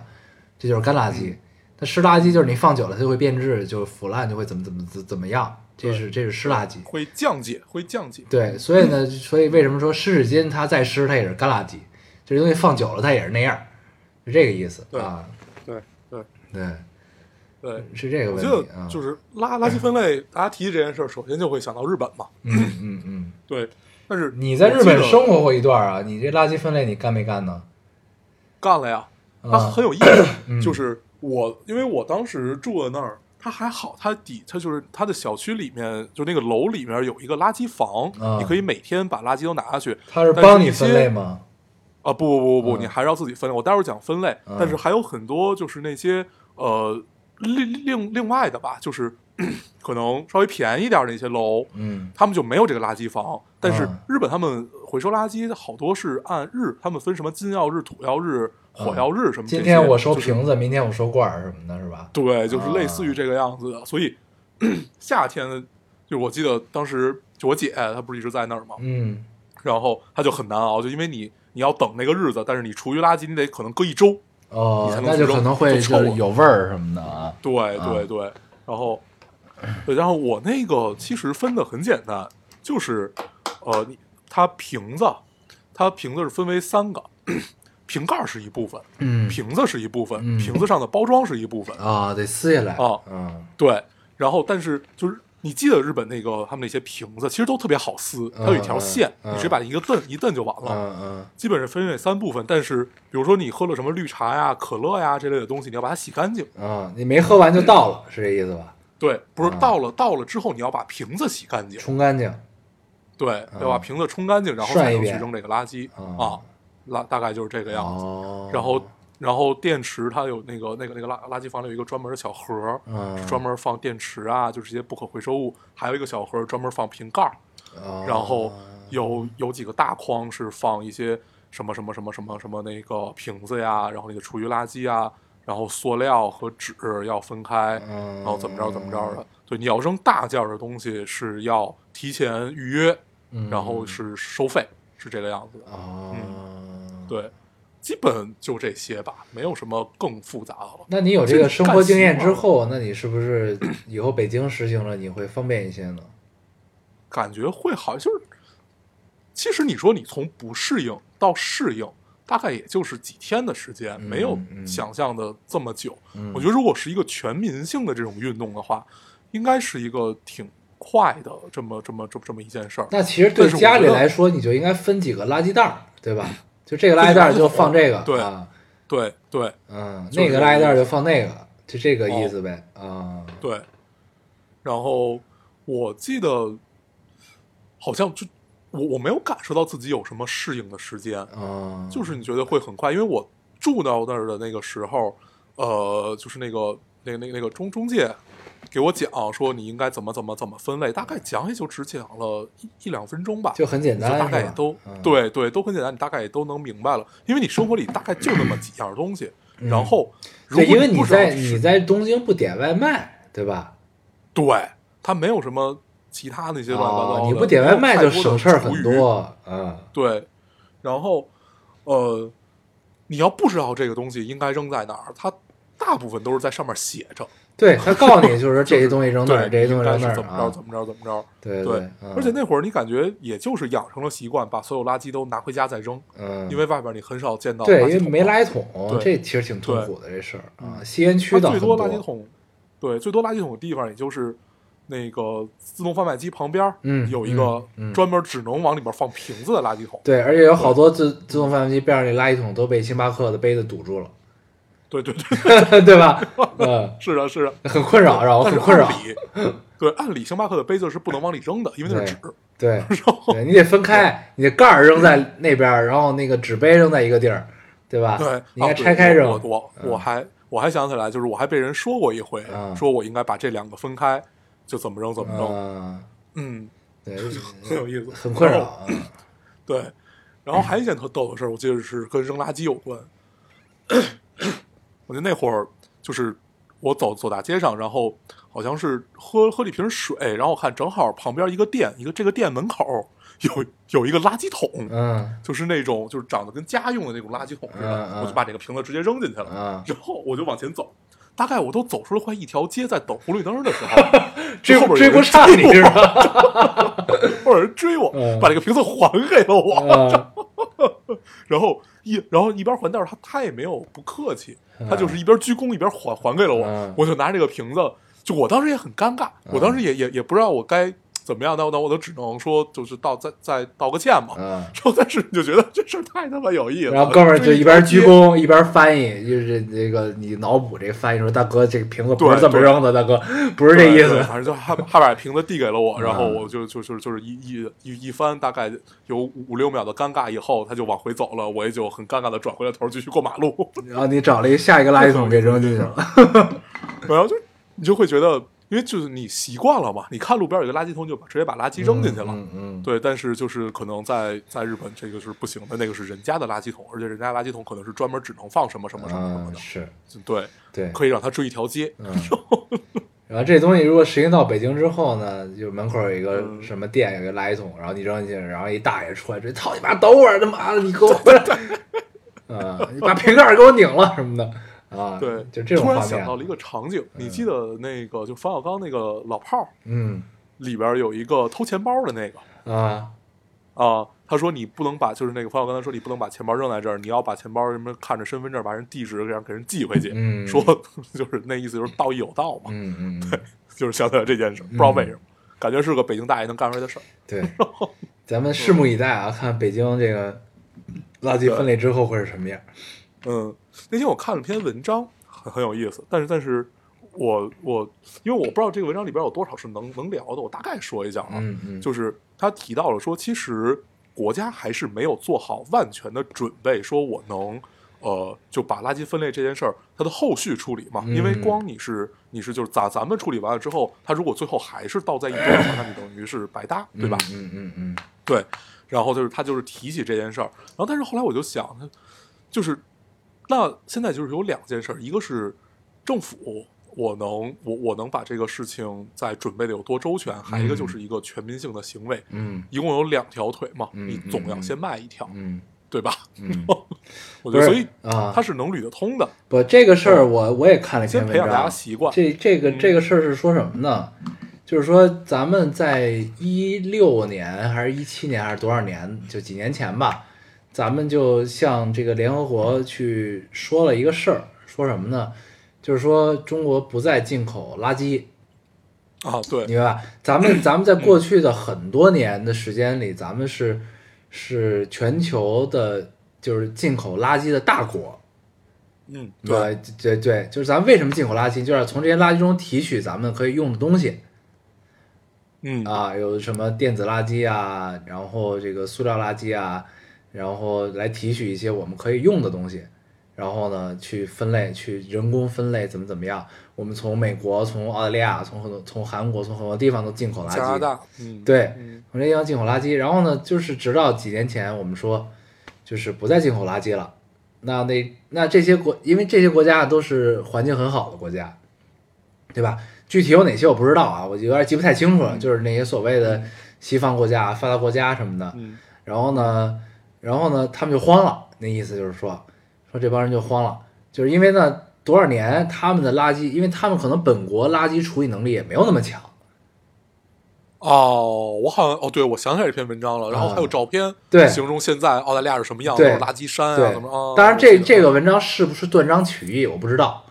A: 这就是干垃
B: 嗯
A: 圾。那湿垃圾就是你放久了它就会变质，就腐烂，就会怎么怎么怎怎么样，这是这是湿垃圾。
B: 会降解，会降解。
A: 对，所以
B: <laughs>
A: 呢，所以为什么说湿纸巾它再湿它也是干垃圾，这东西放久了它也是那样，是这个意思
B: 对
A: 啊？
B: 对对
A: 对，
B: 对，
A: 是这个
B: 我
A: 问
B: 觉得
A: 题啊。
B: 就是是垃垃圾分类，大家提起这件事儿，首先就会想到日本嘛。
A: 嗯嗯嗯，
B: 对，但是
A: 你在
B: 我
A: 日
B: 记
A: 本
B: 得
A: 生活过一段啊，你这垃圾分类你干没干呢？
B: 干了呀，它
A: 啊
B: 很有意思。
A: 嗯
B: 就是我，因为我当时住的那儿，它还好，它底它就是它的小区里面，就那个楼里面有一个垃圾房，
A: 啊
B: 你可以每天把垃圾都拿下去。
A: 他是
B: 但
A: 帮
B: 是
A: 你
B: 一
A: 分
B: 些
A: 类吗？
B: 啊，不不不不不，
A: 嗯
B: 你还是要自己分类。我待会儿讲分类，
A: 嗯
B: 但是还有很多就是那些呃另另另外的吧，就是 <clears throat> 可能稍微便宜点儿的一些楼，
A: 嗯
B: 他们就没有这个垃圾房。但是
A: 嗯
B: 日本他们回收垃圾好多是按日，他们分什么金曜日、土曜日、火曜日什么这些。
A: 今天我收嗯
B: 就是
A: 瓶子，明天我收罐儿什么的，是吧？
B: 对，就是类似于这个样子的。所以 <clears throat> 夏天的，就我记得当时就我姐她不是一直在那儿嘛，
A: 嗯，
B: 然后她就很难熬，就因为你你要等那个日子，但是你厨余垃圾你得可能搁一周。
A: 哦
B: 你才，能
A: 那就
B: 自动
A: 可能会
B: 就臭
A: 就是
B: 了
A: 有味儿什么的啊。
B: 对
A: 啊
B: 对对，然后对，然后我那个其实分的很简单，就是呃，你它瓶子，它瓶子是分为三个， <clears throat> 瓶盖是一部分，
A: 嗯
B: 瓶子是一部分，
A: 嗯
B: 瓶子上的包装是一部分，
A: 啊，得撕下来
B: 啊
A: 嗯
B: 对，然后但是就是你记得日本那个他们那些瓶子，其实都特别好撕，它有一条线，
A: 嗯嗯
B: 你直接把一个蹬一蹬就完了。
A: 嗯嗯
B: 基本是分为三部分，但是比如说你喝了什么绿茶呀、可乐呀这类的东西，你要把它洗干净。
A: 嗯，你没喝完就倒了，是这意思吧？
B: 对，不是
A: 嗯
B: 倒了，倒了之后你要把瓶子洗干净。
A: 冲干净。
B: 对，
A: 嗯
B: 要把瓶子冲干净，然后
A: 涮
B: 才
A: 一
B: 能去
A: 遍
B: 扔这个垃圾
A: 嗯
B: 啊。垃大概就是这个样子。
A: 哦，
B: 然后，然后电池它有那个那个那个垃垃圾房里有一个专门的小盒儿，
A: 嗯
B: 是专门放电池啊，就是这些不可回收物，还有一个小盒儿专门放瓶盖儿。
A: 哦，
B: 然后有有几个大筐是放一些什么什么什么什么什么那个瓶子呀，然后那个厨余垃圾啊，然后塑料和纸要分开，
A: 嗯
B: 然后怎么着怎么着的。对，你要扔大件儿的东西是要提前预约，
A: 嗯
B: 然后是收费，是这个样子的。
A: 哦，
B: 嗯对，基本就这些吧，没有什么更复杂的了。
A: 那你有这个生活经验
B: 这
A: 之
B: 你干习
A: 后，那你是不是以后北京实行了，你会方便一些呢？
B: 感觉会好，就是其实你说你从不适应到适应，大概也就是几天的时间，
A: 嗯
B: 没有
A: 嗯
B: 想象的这么久。
A: 嗯
B: 我觉得如果是一个全民性的这种运动的话，应该是一个挺快的这么这么这么这么一件事儿。
A: 那其实对
B: 但是我
A: 家里
B: 觉得
A: 来说，你就应该分几个垃圾袋儿，对吧？就这个垃圾袋儿就放这个，
B: 对
A: 啊
B: 对对
A: 嗯，
B: 就是
A: 那
B: 哦
A: 个垃圾袋儿就放那个，就这个意思呗，啊，
B: 对，然后我记得好像就我我没有感受到自己有什么适应的时间，
A: 嗯，
B: 就是你觉得会很快，因为我住到那儿的那个时候，呃，就是那个那个那个那个中中介给我讲说你应该怎么怎么怎么分类，大概讲也就只讲了一一两分钟吧，
A: 就很简
B: 你
A: 单，
B: 大概
A: 是
B: 也
A: 吧
B: 都、
A: 嗯
B: 对对都很简单，你大概也都能明白了，因为你生活里大概就那么几样东西，
A: 嗯
B: 然后如
A: 对，
B: 果
A: 因为
B: 不知道
A: 在
B: 是
A: 你在东京不点外卖，对吧？
B: 对它没有什么其他那些乱七八糟
A: 哦
B: 的、，
A: 你不点外卖
B: 没有
A: 就
B: 太多
A: 省
B: 的
A: 事儿
B: 厨
A: 很
B: 余
A: 多，嗯
B: 对，然后呃，你要不知道这个东西应该扔在哪儿，它大部分都是在上面写着，
A: 对他告诉你就是说这些东西扔那儿，这些
B: 对，
A: 东
B: 应
A: 西
B: 该
A: 扔那儿
B: 是怎么着
A: 啊
B: 怎，么着怎么着，
A: 对
B: 对。
A: 嗯
B: 而且那会儿你感觉也就是养成了习惯，把所有垃圾都拿回家再扔，
A: 嗯，
B: 因为外边你很少见到
A: 对，
B: 垃
A: 因
B: 圾
A: 为
B: 桶
A: 没
B: 嘛
A: 垃圾桶，
B: 对
A: 这其实挺痛苦的这事儿啊。
B: 嗯
A: 吸烟区
B: 它
A: 倒
B: 最
A: 很
B: 多垃圾桶，对，最多垃圾桶的地方也就是那个自动贩卖机旁边儿，
A: 嗯
B: 有一个
A: 嗯嗯
B: 专门只能往里边放瓶子的垃圾桶，
A: 对，而且有好多自自动贩卖机边上那垃圾桶都被星巴克的杯子堵住了， <laughs>
B: 对对对，
A: 对吧？嗯，
B: 是的，是的，
A: 很困扰，让我
B: 但
A: 很
B: 是
A: 困扰
B: <laughs> 按。理，对，按理星巴克的杯子是不能往里扔的，因为那是纸。
A: 对，对你得分开，你的盖儿扔在那边儿，然后那个纸杯扔在一个地儿，对吧？
B: 对，
A: 你应该
B: 啊对
A: 拆开
B: 我
A: 扔。
B: 我我我还我还想起来，就是我还被人说过一回，
A: 嗯
B: 说我应该把这两个分开，就怎么扔怎么扔。
A: 嗯，
B: 嗯，
A: 对，
B: 很有意思，
A: 很困
B: 然后。
A: 扰。嗯
B: 对，然后还有一件特逗的事儿，我记得是跟扔垃圾有关。 <coughs> 我觉得那会儿就是我走走大街上，然后好像是喝喝了一瓶水，然后我看正好旁边一个店，一个这个店门口有有一个垃圾桶，
A: 嗯
B: 就是那种就是长得跟家用的那种垃圾桶似的，
A: 嗯嗯
B: 我就把这个瓶子直接扔进去了，
A: 嗯
B: 然后我就往前走，大概我都走出了快一条街，在等红绿灯的
A: <laughs>，
B: 时候
A: 追
B: 后边
A: 追
B: 有人
A: 不上你
B: 追
A: 是
B: 我， <laughs>
A: 吧？
B: 或者人追我，
A: 嗯
B: 把这个瓶子还给了我，
A: 嗯
B: 然后一然后一边还，但是他他也没有不客气，
A: 嗯
B: 他就是一边鞠躬一边还还给了我，
A: 嗯
B: 我就拿这个瓶子，就我当时也很尴尬，我当时也也也不知道我该怎么样，那我那我都只能说就是道再再道个歉嘛。
A: 嗯。
B: 然后但是你就觉得这事儿太他妈 <laughs> 有意思了，
A: 然后哥们儿就
B: 追
A: 一边
B: 条
A: 鞠
B: 街
A: 躬一边翻译，就是这个你脑补这翻译说：“大哥，这个瓶子不是
B: 对
A: 这么
B: 对
A: 扔的，大哥，不是这
B: 对
A: 意
B: 对
A: 思。
B: 反正就还还把瓶子递给了我，
A: 嗯
B: 然后我就就就就是一一一一番，大概有五五六秒的尴尬以后，他就往回走了，我也就很尴尬的转回了头继续过马路，”
A: 然后你找了一下一个垃圾桶给扔进去了。
B: 然后就你就会觉得，因为就是你习惯了嘛，你看路边有一个垃圾桶就把直接把垃圾 <laughs> 扔进去了。
A: 嗯嗯，
B: 对，但是就是可能在在日本这个是不行的，那个是人家的垃圾桶，而且人家垃圾桶可能是专门只能放什么什么什么什么
A: 嗯
B: 的，
A: 是，
B: 就对， <laughs>
A: 对。
B: 可以让他追一条街。 <laughs>
A: 嗯。然后这东西如果实行到北京之后呢，就是门口有一个
B: 嗯
A: 什么店，有一个垃圾桶，然后你扔进去，然后一大爷出来直接操你妈，等会儿他妈的你给我回
B: <laughs>
A: 来，嗯，你把瓶盖儿给我拧了什么
B: <laughs>
A: 的啊，
B: 对，
A: 就这种
B: 突然
A: 画
B: 想到
A: 面，
B: 了一个场景，你记得那个就冯小刚那个老炮儿，
A: 嗯
B: 里边有一个偷钱包的那个
A: 啊，
B: 啊，他说你不能把就是那个朋友刚才说你不能把钱包扔在这儿，你要把钱包什么看着身份证把人地址给人给人寄回去，
A: 嗯
B: <laughs> 说就是那意思就是道义有道嘛， <laughs>
A: 嗯嗯嗯。嗯
B: 就是想起来这件事，不知道为什么，感觉是个北京大爷能干出来的事儿。 <laughs>
A: 对，咱们拭目以待啊，看北京这个垃圾分类之后会是什么样。
B: 嗯，那天我看了篇文章，很很有意思，但是但是我我因为我不知道这个文章里边有多少是能能聊的，我大概说一下啊，
A: 嗯嗯，
B: 就是他提到了说，其实国家还是没有做好万全的准备，说我能呃就把垃圾分类这件事儿它的后续处理嘛，
A: 嗯
B: 因为光你是你是就是咱咱们处理完了之后，它如果最后还是倒在一堆的话，那你等于是白搭，对吧？
A: 嗯嗯嗯
B: 对，然后就是他就是提起这件事儿，然后但是后来我就想，就是那现在就是有两件事儿，一个是政府我能我我能把这个事情在准备的有多周全，还有一个就是一个全民性的行为，
A: 嗯
B: 一共有两条腿嘛，
A: 嗯
B: 你总要先迈一条，
A: 嗯
B: 对吧？
A: <laughs> 嗯，
B: 我觉得所以
A: 啊
B: 它，是能捋得通的，
A: 不，这个事儿我我也看了一篇
B: 先
A: 文
B: 培养大家
A: 章，
B: 习惯，嗯
A: 这这个这个事儿是说什么呢？就是说咱们在一六年还是一七年还是多少年，就几年前吧，咱们就向这个联合国去说了一个事儿，说什么呢？就是说中国不再进口垃圾，
B: 啊，对，
A: 明白吧？咱们咱们在过去的很多年的时间里，咱们是是全球的，就是进口垃圾的大国，
B: 嗯，对，
A: 对啊对对，就是咱们为什么进口垃圾，就是从这些垃圾中提取咱们可以用的东西
B: 嗯，
A: 啊，有什么电子垃圾啊，然后这个塑料垃圾啊，然后来提取一些我们可以用的东西，然后呢去分类，去人工分类，怎么怎么样？我们从美国、从澳大利亚、从很多、从韩国、从很多地方都进口垃圾，
B: 加拿大，嗯，
A: 对
B: 嗯，
A: 从这地方进口垃圾。然后呢，就是直到几年前，我们说就是不再进口垃圾了。那那那这些国，因为这些国家都是环境很好的国家，对吧？具体有哪些我不知道啊，我有点记不太清楚
B: 嗯
A: 了。就是那些所谓的西方国家、发达国家什么的。
B: 嗯
A: 然后呢，然后呢，他们就慌了。那意思就是说，说这帮人就慌了，就是因为呢，多少年他们的垃圾，因为他们可能本国垃圾处理能力也没有那么强，
B: 哦，我好像哦，对，我想起来这篇文章了，然后还有照片，
A: 啊对
B: 形容现在澳大利亚是什么样，
A: 对
B: 都是垃圾山啊，
A: 对
B: 怎么啊？
A: 当然这，
B: 我
A: 这
B: 记得
A: 个文章是不是断章取义，我
B: 嗯
A: 不知道。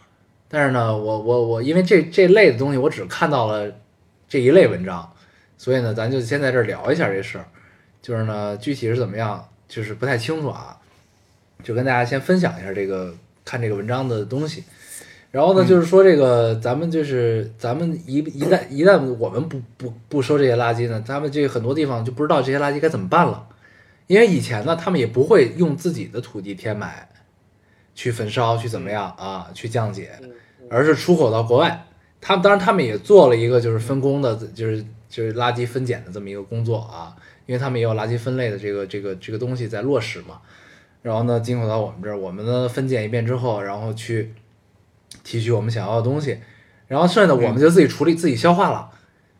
A: 但是呢，我我我，因为这这类的东西，我只看到了这一类文章，所以呢，咱就先在这儿聊一下这事儿。就是呢，具体是怎么样，就是不太清楚啊，就跟大家先分享一下这个看这个文章的东西。然
B: 嗯
A: 后呢，就是说这个咱们就是咱们一一旦一旦我们不不不收这些垃圾呢，他们这很多地方就不知道这些垃圾该怎么办了。因为以前呢，他们也不会用自己的土地填埋、去焚烧、去怎么样啊、去降解，而是出口到国外。他们当然他们也做了一个就是分工的，就是就是垃圾分拣的这么一个工作啊，因为他们也有垃圾分类的这个这个这个东西在落实嘛。然后呢，进口到我们这儿，我们呢分拣一遍之后，然后去提取我们想要的东西，然后剩下的我们就自己处理、自己消化了，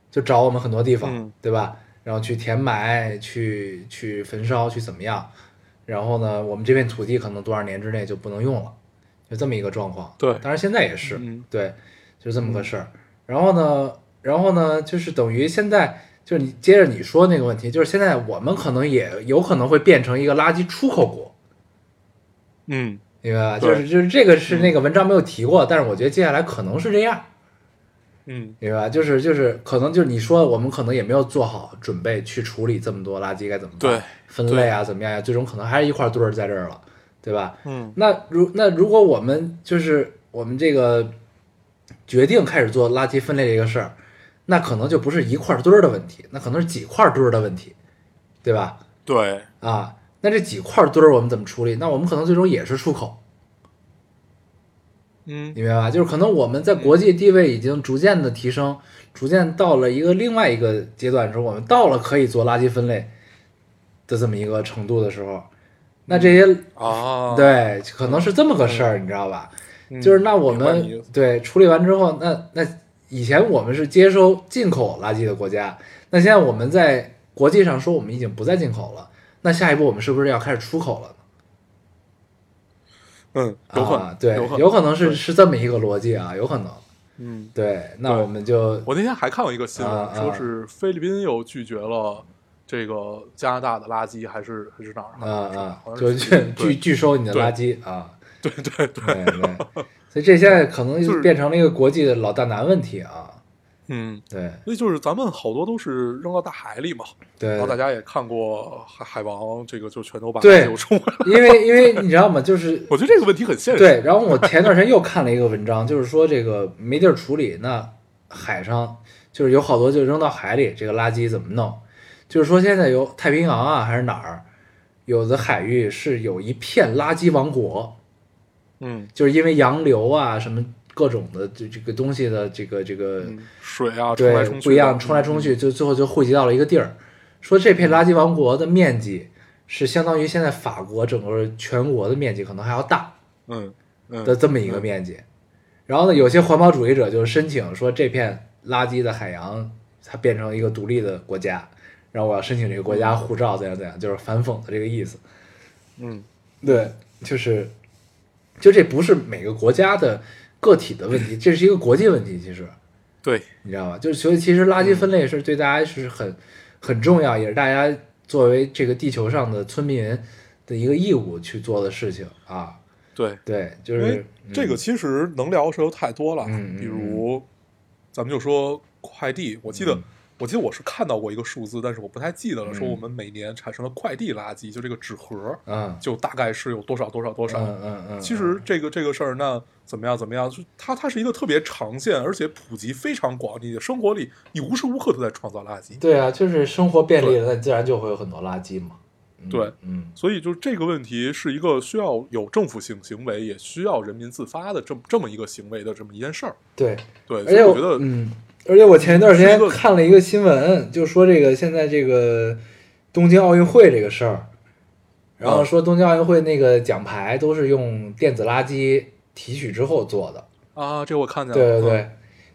A: 就找我们很多地方，
B: 嗯
A: 对吧？然后去填埋、去去焚烧、去怎么样？然后呢，我们这片土地可能多少年之内就不能用了，就这么一个状况。
B: 对
A: 当然现在也是，
B: 嗯
A: 对，就这么个事儿。然后呢，然后呢，就是等于现在就是你接着你说那个问题，就是现在我们可能也有可能会变成一个垃圾出口国，
B: 嗯，
A: 明白吧？
B: 对
A: 就是就是这个是那个文章没有提过，但是我觉得接下来可能是这样，
B: 嗯，
A: 明白吧？就是就是可能就是你说我们可能也没有做好准备去处理这么多垃圾该怎么办
B: 对，
A: 分类啊怎么样呀、最终可能还是一块堆儿在这儿了，对吧？
B: 嗯，
A: 那如那如果我们就是我们这个决定开始做垃圾分类这个事儿，那可能就不是一块堆儿的问题，那可能是几块堆儿的问题，对吧？
B: 对，
A: 啊，那这几块堆儿我们怎么处理？那我们可能最终也是出口，
B: 嗯，
A: 你明白吧？就是可能我们在国际地位已经逐渐的提升，逐渐到了一个另外一个阶段的时候，我们到了可以做垃圾分类的这么一个程度的时候，那这些
B: 啊，，
A: 对，可能是这么个事儿，你知道吧？
B: 嗯
A: 就是那我
B: 明白你
A: 们
B: 意思
A: 对处理完之后，那那以前我们是接收进口垃圾的国家，那现在我们在国际上说我们已经不再进口了，那下一步我们是不是要开始出口了呢？
B: 嗯，有可
A: 啊
B: 能，、
A: 对
B: 有可，能，
A: 有可能是是这么一个逻辑啊，有可能。
B: 嗯。
A: 对，那
B: 对
A: 我们就
B: 我那天还看过一个新闻，
A: 啊啊
B: 说是菲律宾又拒绝了这个加拿大的垃圾，还是还是哪儿？
A: 啊啊
B: 好，像
A: 就是
B: 菲律
A: 拒
B: 宾
A: 拒拒收你的
B: 对
A: 垃圾啊，哎
B: 对对对对，
A: 对对，所以这现在可能
B: 就
A: 就是变成了一个国际的老大难问题啊。
B: 嗯，
A: 对
B: 所以就是咱们好多都是扔到大海里嘛，
A: 对
B: 然后，大家也看过海海王这个，就全都把
A: 对
B: 有冲过来。 <laughs>
A: 因为因为你知道吗？就是
B: 我觉得这个问题很现实。
A: 对，然后我前段时间又看了一个文章，就是说这个没地儿处理，那海上就是有好多就扔到海里，这个垃圾怎么弄？就是说现在有太平洋啊还是哪儿，有的海域是有一片垃圾王国，
B: 嗯，
A: 就是因为洋流啊什么各种的这这个东西的这个这个
B: 嗯，水啊，冲
A: 对
B: 来冲去，嗯
A: 不一样，冲来冲去，就最后就汇集到了一个地儿。说这片垃圾王国的面积是相当于现在法国整个全国的面积可能还要大。
B: 嗯嗯，
A: 的这么一个面积。然后呢，有些环保主义者就申请说，这片垃圾的海洋它变成一个独立的国家，然后我要申请这个国家护照，怎样怎样，就是反讽的这个意思。
B: 嗯，
A: 对，就是，就这不是每个国家的个体的问题，这是一个国际问题，其实
B: 对，
A: 你知道吧？就是所以其实垃圾分类是对大家是很很重要，也是大家作为这个地球上的村民的一个义务去做的事情啊。
B: 对，
A: 对，就
B: 因
A: 是
B: 为这个
A: 嗯
B: 其实能聊的事儿又太多了，
A: 嗯嗯
B: 比如咱们就说快递，我记得、
A: 嗯
B: 我记得我是看到过一个数字，但是我不太记得了，说我们每年产生的快递垃圾，就这个纸盒，
A: 嗯，
B: 就大概是有多少多少多少。
A: 嗯嗯嗯，
B: 其实这个这个事儿，那怎么样怎么样，就它它是一个特别常见，而且普及非常广。你的生活里，你无时无刻都在创造垃圾。
A: 对啊，就是生活便利了，那自然就会有很多垃圾嘛。嗯
B: 对，
A: 嗯，
B: 所以就是这个问题是一个需要有政府性行为，也需要人民自发的这么这么一个行为的这么一件事儿。
A: 对，
B: 对，
A: 而
B: 所以
A: 且
B: 我觉得，
A: 嗯，而且我前一段时间
B: 是一个
A: 看了一个新闻，就说这个现在这个东京奥运会这个事儿，然后
B: 嗯
A: 说东京奥运会那个奖牌都是用电子垃圾提取之后做的，
B: 啊，这我看见
A: 对
B: 了，
A: 对对，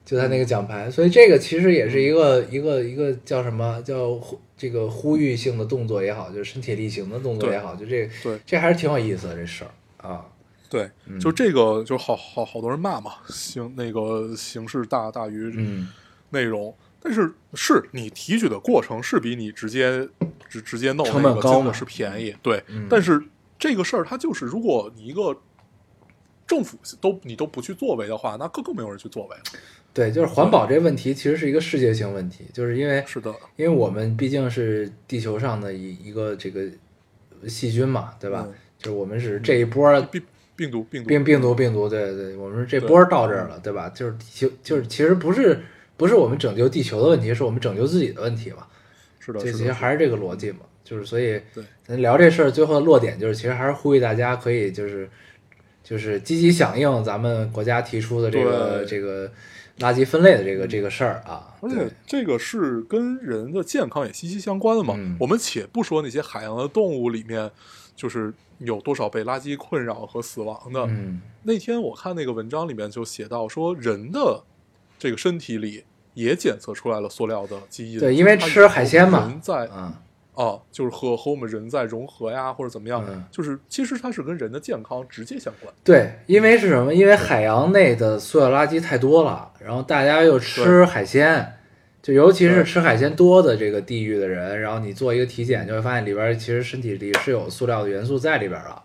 A: 就他那个奖牌，所以这个其实也是一个
B: 嗯
A: 一个一个叫什么叫呼这个呼吁性的动作也好，就是身体力行的动作也好，就这个
B: 对
A: 这还是挺有意思的这事儿啊。
B: 对对，就这个就好好好多人骂嘛，形那个形式大大于
A: 嗯，
B: 内容，但是是你提取的过程是比你直接直直接弄
A: 成
B: 那
A: 本
B: 个
A: 高
B: 真
A: 嘛
B: 的是便宜，对
A: 嗯，
B: 但是这个事儿它就是如果你一个。政府都你都不去作为的话，那更更没有人去作为了。
A: 对，就是环保这问题其实是一个世界性问题，就是因为
B: 是的，
A: 因为我们毕竟是地球上的一一个这个细菌嘛，对吧？
B: 嗯
A: 就是我们只是这一波儿
B: 病病毒病毒
A: 病病毒病毒，对对，我们这波儿到这儿了，对吧？就是地球，就是其实不是不是我们拯救地球的问题，是我们拯救自己的问题嘛。
B: 是的，
A: 这
B: 是的
A: 其实还是这个逻辑嘛，就是所以
B: 对
A: 咱聊这事儿最后的落点就是，其实还是呼吁大家可以就是就是积极响应咱们国家提出的这个
B: 对
A: 这个垃圾分类的这个这个事儿啊，
B: 而
A: 对
B: 且这个是跟人的健康也息息相关的嘛。
A: 嗯
B: 我们且不说那些海洋的动物里面，就是有多少被垃圾困扰和死亡的。
A: 嗯
B: 那天我看那个文章里面就写到说，人的这个身体里也检测出来了塑料的基因。
A: 对因为
B: 它
A: 吃
B: 有
A: 海鲜嘛
B: 人在
A: 啊
B: 啊，就是和和我们人在融合呀，或者怎么样，
A: 嗯
B: 就是其实它是跟人的健康直接相关。
A: 对，因为是什么？因为海洋内的塑料垃圾太多了，然后大家又吃海鲜，就尤其是
B: 对
A: 吃海鲜多的这个地域的人，然后你做一个体检，就会发现里边儿其实身体里是有塑料的元素在里边儿了。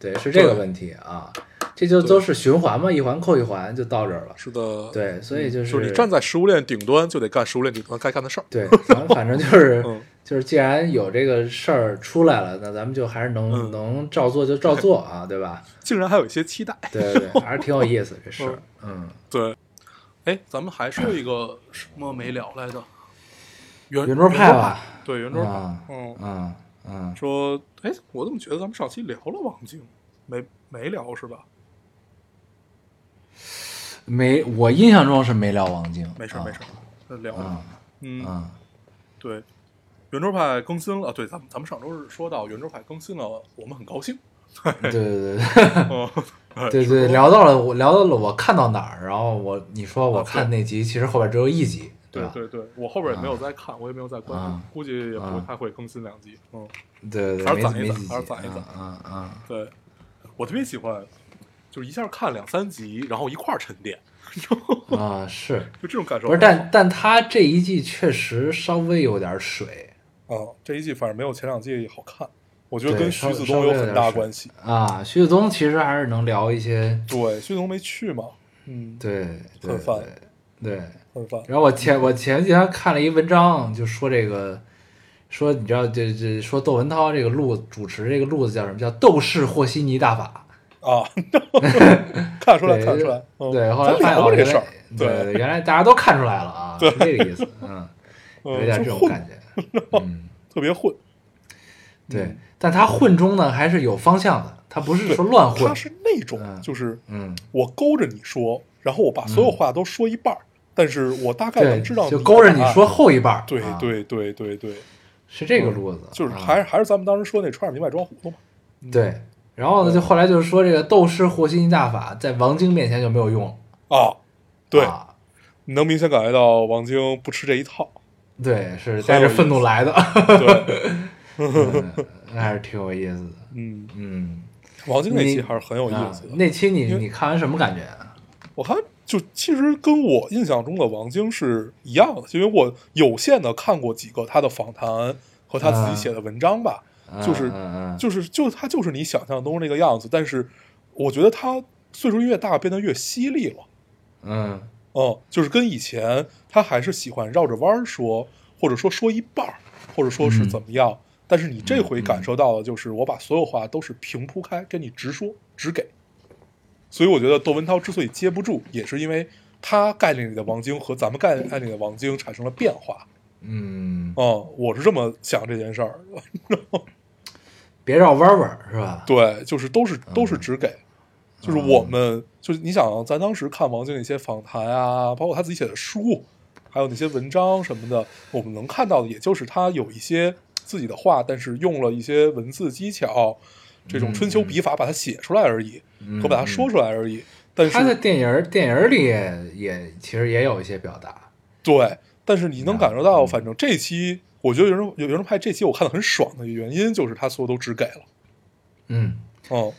A: 对，是这个
B: 对
A: 问题啊，这就都是循环嘛，一环扣一环，就到这儿了。
B: 是的，，
A: 对，所以就是
B: 嗯就是你站在食物链顶端，就得干食物链顶端该干的事儿。
A: 对，反正反正就是、
B: <laughs> 嗯
A: 就是，既然有这个事儿出来了，那咱们就还是能、
B: 嗯
A: 能照做就照做啊，对吧？
B: 竟然还有一些期待。
A: 对对对，还是挺有意思这事儿，嗯。
B: 对，哎，咱们还说一个什么没聊来着？圆
A: 圆桌派吧，
B: 对，圆桌派。
A: 啊
B: 嗯，
A: 啊啊！
B: 说，哎，我怎么觉得咱们上期聊了王晶，没没聊是吧？
A: 没，我印象中是没聊王晶，
B: 没事儿没事儿，那聊
A: 啊
B: 了。嗯，
A: 啊
B: 对，圆桌派更新了。对，咱们咱们上周是说到圆桌派更新了，我们很高兴。
A: 啊！对对 <laughs> 对
B: 嗯，
A: 对对，聊到了我聊到了我看到哪儿，然后我你说我
B: 啊对
A: 看那集，其实后边只有一集，
B: <laughs> 对
A: 吧？
B: 对对，我后边也没有再看，我也没有再关注
A: 啊，
B: 估计也不
A: 啊
B: 太会更新两集。嗯，
A: 对对
B: 还
A: 对，
B: 是
A: 没
B: 攒一
A: 没
B: 攒
A: 几集，
B: 还是攒一攒
A: 啊啊啊！
B: 对，我特别喜欢，就是一下看两三集，然后一块儿沉淀，
A: 啊，是
B: 就这种感受
A: 不
B: 很
A: 是？
B: 好。<laughs>
A: 但但他这一季确实稍微有点水
B: 啊，这一季反正没有前两季好看，我觉得
A: 对
B: 跟
A: 稍
B: 徐子
A: 稍
B: 东
A: 微有
B: 很
A: 点
B: 大
A: 水
B: 关系。
A: 啊。徐子东其实还是能聊一些，
B: 对，徐子东没去嘛，嗯，
A: 对对
B: 很烦
A: 对对，
B: 吃饭。
A: 然后我前我前几天看了一文章，就说这个，说你知道这这说窦文涛这个路主持这个路子叫什么叫窦氏和稀泥大法。
B: 啊， <laughs> 看出来，
A: 对
B: 看出来，嗯
A: 对，后来
B: 咱
A: 发现
B: 聊
A: 哦
B: 过这
A: 原
B: 个事儿
A: 来，对对，原来大家都看出来了
B: <laughs>
A: 啊，是这个意思，嗯，有
B: 嗯，
A: 点
B: 就
A: 这种
B: 混
A: 感觉，嗯。
B: 特别混，
A: 对，但他混中呢还是有方向的，他不是说乱啊混
B: 他。是那种
A: 嗯
B: 就是
A: 嗯，
B: 我勾着你说，然后我把所有话都说一半儿，但是我大概能知道
A: 就
B: 的
A: 勾着你
B: 答案
A: 说，后一半儿，
B: 对
A: 啊，
B: 对对对对，
A: 是这个路子，
B: 就是
A: 啊
B: 还是还是咱们当时说那川尔明白装糊涂嘛，
A: 对。然后呢，就后来就是说这个斗士和稀泥大法在王晶面前就没有用了，
B: 啊，对，
A: 啊
B: 你能明显感觉到王晶不吃这一套，
A: 对，是带着愤怒来
B: <laughs>
A: 的， <laughs>
B: 对，
A: 嗯那还是挺有意思的，
B: 嗯，
A: 嗯，
B: 王晶那期
A: 你
B: 还是很有意思
A: 啊
B: 的。
A: 那期你
B: 因为
A: 你看完什么感觉啊？
B: 我看就其实跟我印象中的王晶是一样的，因为我有限的看过几个他的访谈和他自己写的文章吧，
A: 嗯
B: 就是
A: 嗯嗯
B: 就是就他就是你想象中那个样子，但是我觉得他岁数越大变得越犀利了，
A: 嗯
B: 嗯，就是跟以前他还是喜欢绕着弯儿说，或者说说一半儿，或者说是怎么样，但是你这回感受到的就是我把所有话都是平铺开，跟你直说直给，所以我觉得窦文涛之所以接不住，也是因为他概念里的王晶和咱们概念里的王晶产生了变化，
A: 嗯，
B: 嗯，我是这么想这件事儿，
A: 别绕弯儿弯儿是吧？
B: 对，就是都是都
A: 嗯
B: 是只给，就是我们就是你想，咱当时看王晶那些访谈啊，包括他自己写的书，还有那些文章什么的，我们能看到的也就是他有一些自己的话，但是用了一些文字技巧，这种春秋笔法把它写出来而已，
A: 嗯
B: 和把它说出来而已。但
A: 他在
B: 是
A: 电影儿电影儿里也也其实也有一些表达，
B: 对，但是你能
A: 嗯
B: 感受到，反正这期我觉得有人有人拍这期我看的很爽的原因就是他所有都只给了，
A: 嗯，
B: 嗯。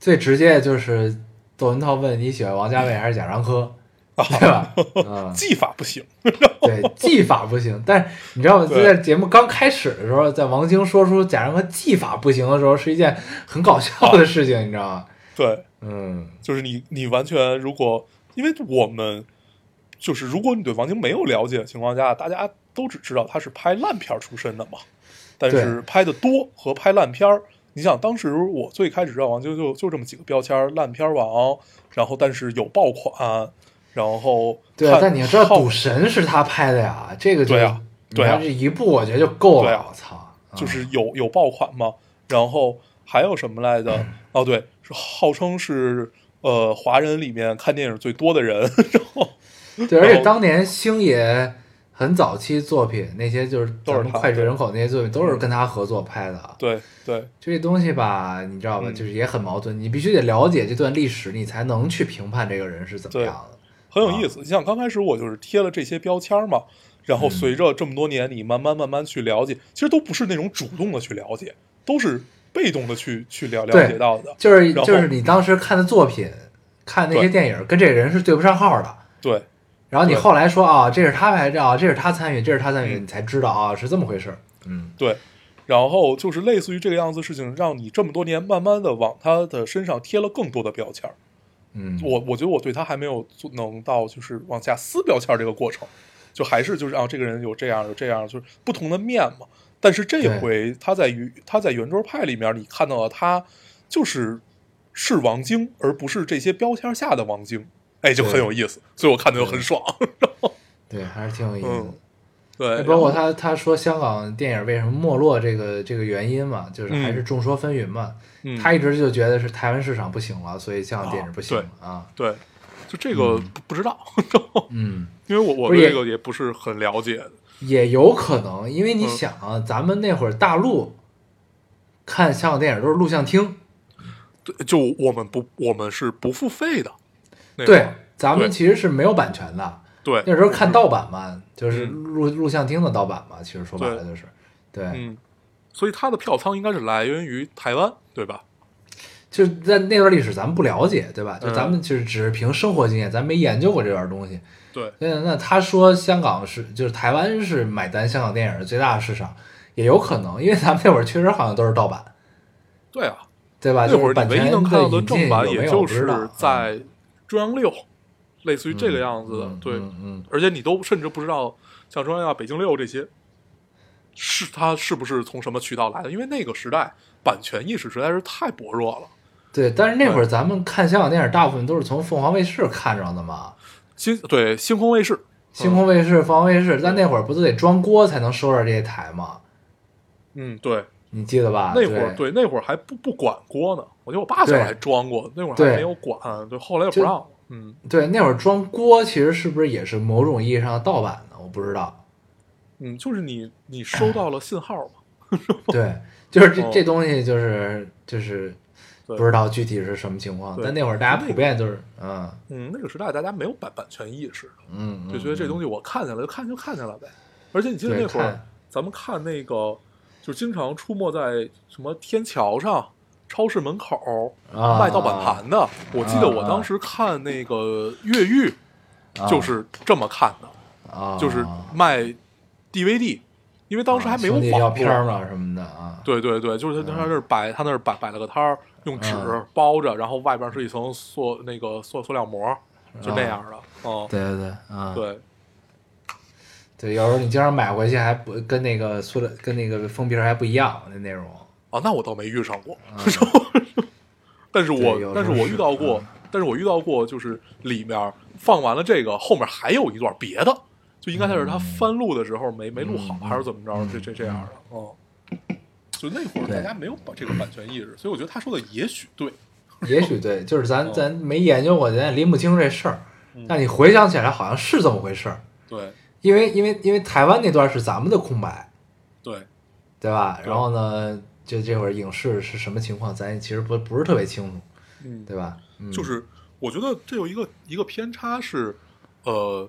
A: 最直接就是窦文涛问你喜欢王家卫还是贾樟
B: <laughs>
A: 柯，对吧？嗯，
B: 技法不行，
A: <laughs> 对，技法不行，但是你知道吗？就
B: 对
A: 在节目刚开始的时候，在王晶说出贾樟柯技法不行的时候，是一件很搞笑的事情，你知道吗？
B: 对，
A: 嗯
B: 就是你你完全如果因为我们就是如果你对王晶没有了解的情况下，大家都只知道他是拍烂片儿出身的嘛，但是
A: 对
B: 拍的多和拍烂片儿，你想当时我最开始知道王晶就就这么几个标签儿，烂片儿王，然后但是有爆款，然后
A: 对啊
B: 看，
A: 但你要知道，
B: 好
A: 赌神是他拍的呀，这个就
B: 对啊
A: 你
B: 对啊
A: 看这一部我觉得就够
B: 对
A: 了
B: 啊，
A: 我操，嗯
B: 就是有有爆款嘛，然后还有什么来着？
A: 嗯
B: 哦，对，是号称是呃华人里面看电影最多的人， <laughs> 然后
A: 对，而
B: 然
A: 且
B: 后
A: 当年星爷很早期作品，那些就是
B: 都是
A: 咱们
B: 他
A: 脍炙
B: 对
A: 人口那些作品，都是跟他合作拍的啊。
B: 对对
A: 就这东西吧，你知道吧，
B: 嗯
A: 就是也很矛盾，你必须得了解这段历史，你才能去评判这个人是怎么
B: 对
A: 样的。
B: 很有意思。你像刚开始我就是贴了这些标签儿嘛，然后随着这么多年，你慢慢慢慢去了解，其实都不是那种主动的去了解，都是被动的去去了了
A: 对
B: 解到的。
A: 就是
B: 然后
A: 就是你当时看的作品，看那些
B: 对
A: 电影，跟这个人是对不上号的。
B: 对
A: 然后你
B: 对
A: 后来说啊，这是他拍照，这是他参与，这是他参与，
B: 嗯
A: 你才知道啊是这么回事儿。嗯，
B: 对，然后就是类似于这个样子事情，让你这么多年慢慢的往他的身上贴了更多的标签儿。
A: 嗯，
B: 我我觉得我对他还没有做能到就是往下撕标签儿这个过程，就还是就是啊，这个人有这样有这样，就是不同的面嘛。但是这
A: 对
B: 回他在于他在圆桌派里面，你看到了他就是是王晶，而不是这些标签下的王晶，哎，就很
A: 对
B: 有意思，所以我看的就很爽。 <laughs>
A: 对，还是挺有意思的
B: 嗯。对，
A: 包括他他说香港电影为什么没落这个这个原因嘛，就是还是
B: 嗯
A: 众说纷纭嘛。
B: 嗯
A: 他一直就觉得是台湾市场不行了，所以香港电影不行了啊。
B: 对，就这个不不知道，
A: 嗯，
B: 因为我我
A: 不是
B: 对
A: 也
B: 这个也不是很了解。
A: 也有可能，因
B: 嗯
A: 为你想啊，咱们那会儿大陆看香港电影都是录像厅，
B: 对，就我们不我们是不付费的。那会
A: 对
B: 儿，
A: 咱们
B: 对
A: 其实是没有版权的。
B: 对，
A: 那时候看盗版嘛，就是
B: 嗯
A: 录录像厅的盗版嘛，其实说白了就是，对，
B: 嗯，所以它的票仓应该是来源于台湾，对吧？
A: 就是在那段历史咱们不了解，对吧？就
B: 嗯
A: 咱们就是只是凭生活经验，咱没研究过这段东西。
B: 对，
A: 那那他说香港是就是台湾是买单香港电影的最大的市场，也有可能，因为咱们那会儿确实好像都是盗版，
B: 对啊，
A: 对吧？
B: 那
A: 就
B: 会儿
A: 是
B: 你
A: 版
B: 唯一
A: 权
B: 能看到
A: 引
B: 正
A: 进
B: 版，
A: 有啊
B: 也
A: 没有
B: 就
A: 不知道
B: 是在中央六类似于这个样子的，
A: 嗯
B: 对，
A: 嗯嗯，
B: 而且你都甚至不知道像中央啊亚、北京六这些是它是不是从什么渠道来的，因为那个时代版权意识实在是太薄弱了。
A: 对。但是那会儿咱们看香港电影，大部分都是从凤凰卫视看着的嘛，
B: 星对星空卫视，
A: 星空卫视、凤凰卫视。但那会儿不都得装锅才能收着这些台吗？
B: 嗯，对，
A: 你记得吧？
B: 那会儿
A: 啊对，
B: 对那会儿还不不管锅呢，我记得我爸小时候还
A: 对
B: 装过，那会儿
A: 对
B: 还没有管，对，后来也不
A: 就
B: 让了，嗯
A: 对那会儿装锅其实是不是也是某种意义上的盗版呢？我不知道。
B: <laughs> 嗯，就是你你收到了信号嘛，
A: 对，就是这、
B: 哦
A: 这东西就是就是
B: 对
A: 不知道具体是什么情况，
B: 对
A: 但那会儿大家普遍就是嗯
B: 嗯，那个时代大家没有版版权意识，
A: 嗯，
B: 就觉得这东西我看见了就看就看见了呗。而且你记得
A: 对
B: 那会儿
A: 看
B: 咱们看那个，就是经常出没在什么天桥上、超市门口
A: 西啊
B: 卖盗版盘的。我记得我
A: 啊
B: 当时看那个《越狱》，
A: 啊
B: 就是这么看的，
A: 啊，啊
B: 就是卖 DVD，因为当时还没有
A: 兄弟要
B: 网
A: 片儿
B: 络。
A: 嘛什么的啊，
B: 对对对，就是他他那儿摆他那儿摆摆了个摊儿，用纸
A: 嗯
B: 包着，然后外边是一层塑那个塑塑料膜，就那
A: 啊
B: 样的。哦，
A: 对对对啊，
B: 对，
A: 对，有时候你经常买回去还不跟那个塑料跟那个封皮儿还不一样那内容，
B: <laughs> 啊，那我倒没遇上过，
A: 嗯
B: 但是
A: 对有
B: 我
A: 时
B: 但是
A: 候
B: 我
A: 是
B: 遇到过
A: 嗯，
B: 但是我遇到过，就是里面放完了这个，后面还有一段别的，就应该是
A: 嗯
B: 他翻录的时候没没录好，还是怎么着，这这这样的，嗯，就那会儿
A: 对
B: 大家没有把这个版权意识，所以我觉得他说的也许对，
A: 也许对，就是咱
B: 哦嗯
A: 咱没研究过，咱也拎不清这事儿，但你回想起来好像是这么回事儿，
B: 对
A: 因为因为因为台湾那段是咱们的空白。
B: 对，
A: 对吧？
B: 对
A: 然后呢，就这会儿影视是什么情况，咱也其实不不是特别清楚，
B: 嗯，
A: 对吧？嗯、
B: 就是我觉得这有一个一个偏差是，呃，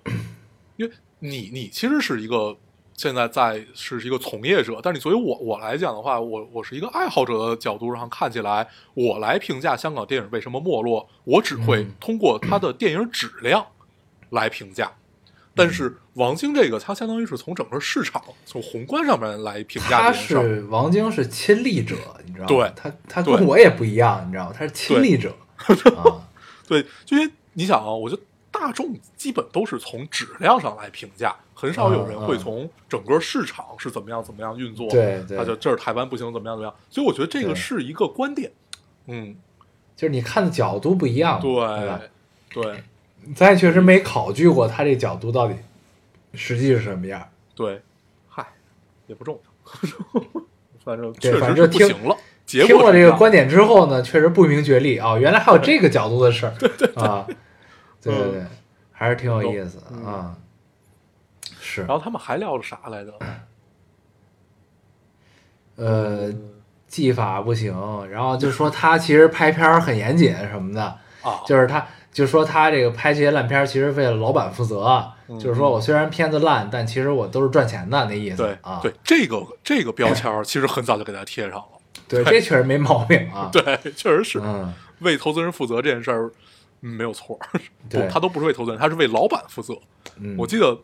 B: 因为你你其实是一个现在在是一个从业者，但是你作为我我来讲的话，我我是一个爱好者的角度上看起来，我来评价香港电影为什么没落，我只会
A: 嗯
B: 通过它的电影质量来评价。但是王晶这个，它相当于是从整个市场、从宏观上面来评价
A: 他
B: 这件事儿。
A: 是王晶是亲历者，你知道吗？
B: 对
A: 他他
B: 对
A: 跟我也不一样，你知道吗？他是亲历者
B: <laughs>
A: 啊，
B: 对，就因为你想啊，我觉得大众基本都是从质量上来评价，很少有人会从整个市场是怎么样怎么样运作，
A: 嗯对对
B: 他就这儿台湾不行怎么样怎么样，所以我觉得这个
A: 对
B: 是一个观点，嗯，
A: 就是你看的角度不一样嘛，对吧
B: 对？对
A: 咱也确实没考据过他这角度到底实际是什么样。
B: 对，嗨，也不重要，反正
A: 对
B: 确实
A: 反
B: 是
A: 正
B: 不
A: 听
B: 行了，结
A: 听
B: 果
A: 我
B: 是
A: 这
B: 这
A: 个
B: 样
A: 观点之后呢，确实不明觉厉啊、哦，原来还有这个角度的
B: <laughs>
A: 事儿啊，对对对，还是挺有意思
B: 嗯
A: 啊，是。
B: 然后他们还聊了啥来着？
A: 呃，技法不行，然后就说他其实拍片儿很严谨什么
B: <laughs>
A: 的，
B: 啊，
A: 就是他就说他这个拍这些烂片儿，其实为了老板负责，
B: 嗯
A: 就是说我虽然片子烂，但其实我都是赚钱的那意思
B: 对
A: 啊。
B: 对，这个这个标签儿其实很早就给他贴上了，
A: 对这确实没毛病啊。
B: <laughs> 对，确实是，
A: 嗯，
B: 为投资人负责这件事儿、嗯没有错儿， <laughs> 不
A: 对，
B: 他都不是为投资人，他是为老板负责。
A: 嗯
B: 我记得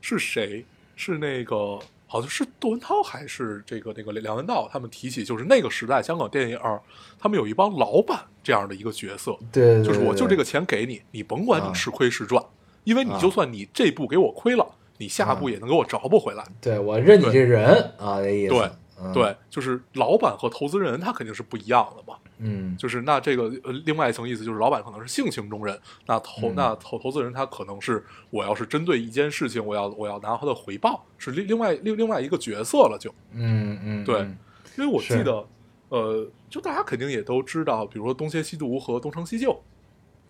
B: 是谁？是那个好像是窦文涛还是这个那个梁文道他们提起，就是那个时代香港电影儿，他们有一帮老板这样的一个角色，
A: 对对对，
B: 就是我就这
A: 对
B: 个钱给你，你甭管
A: 啊
B: 你吃亏是赚，因为你
A: 啊
B: 就算你这步给我亏了，你下步也能给我着补回来。
A: 对我认你
B: 对
A: 这人啊，那意思。
B: 对
A: 嗯，
B: 对，就是老板和投资人他肯定是不一样的嘛。
A: 嗯，
B: 就是那这个呃，另外一层意思就是，老板可能是性情中人，那投、
A: 嗯
B: 那投投资人他可能是我要是针对一件事情，我要我要拿到他的回报，是另另外另另外一个角色了就，
A: 嗯嗯，
B: 对
A: 嗯
B: 因为我记
A: 是
B: 得，呃，就大家肯定也都知道，比如说东邪西毒和东成西就，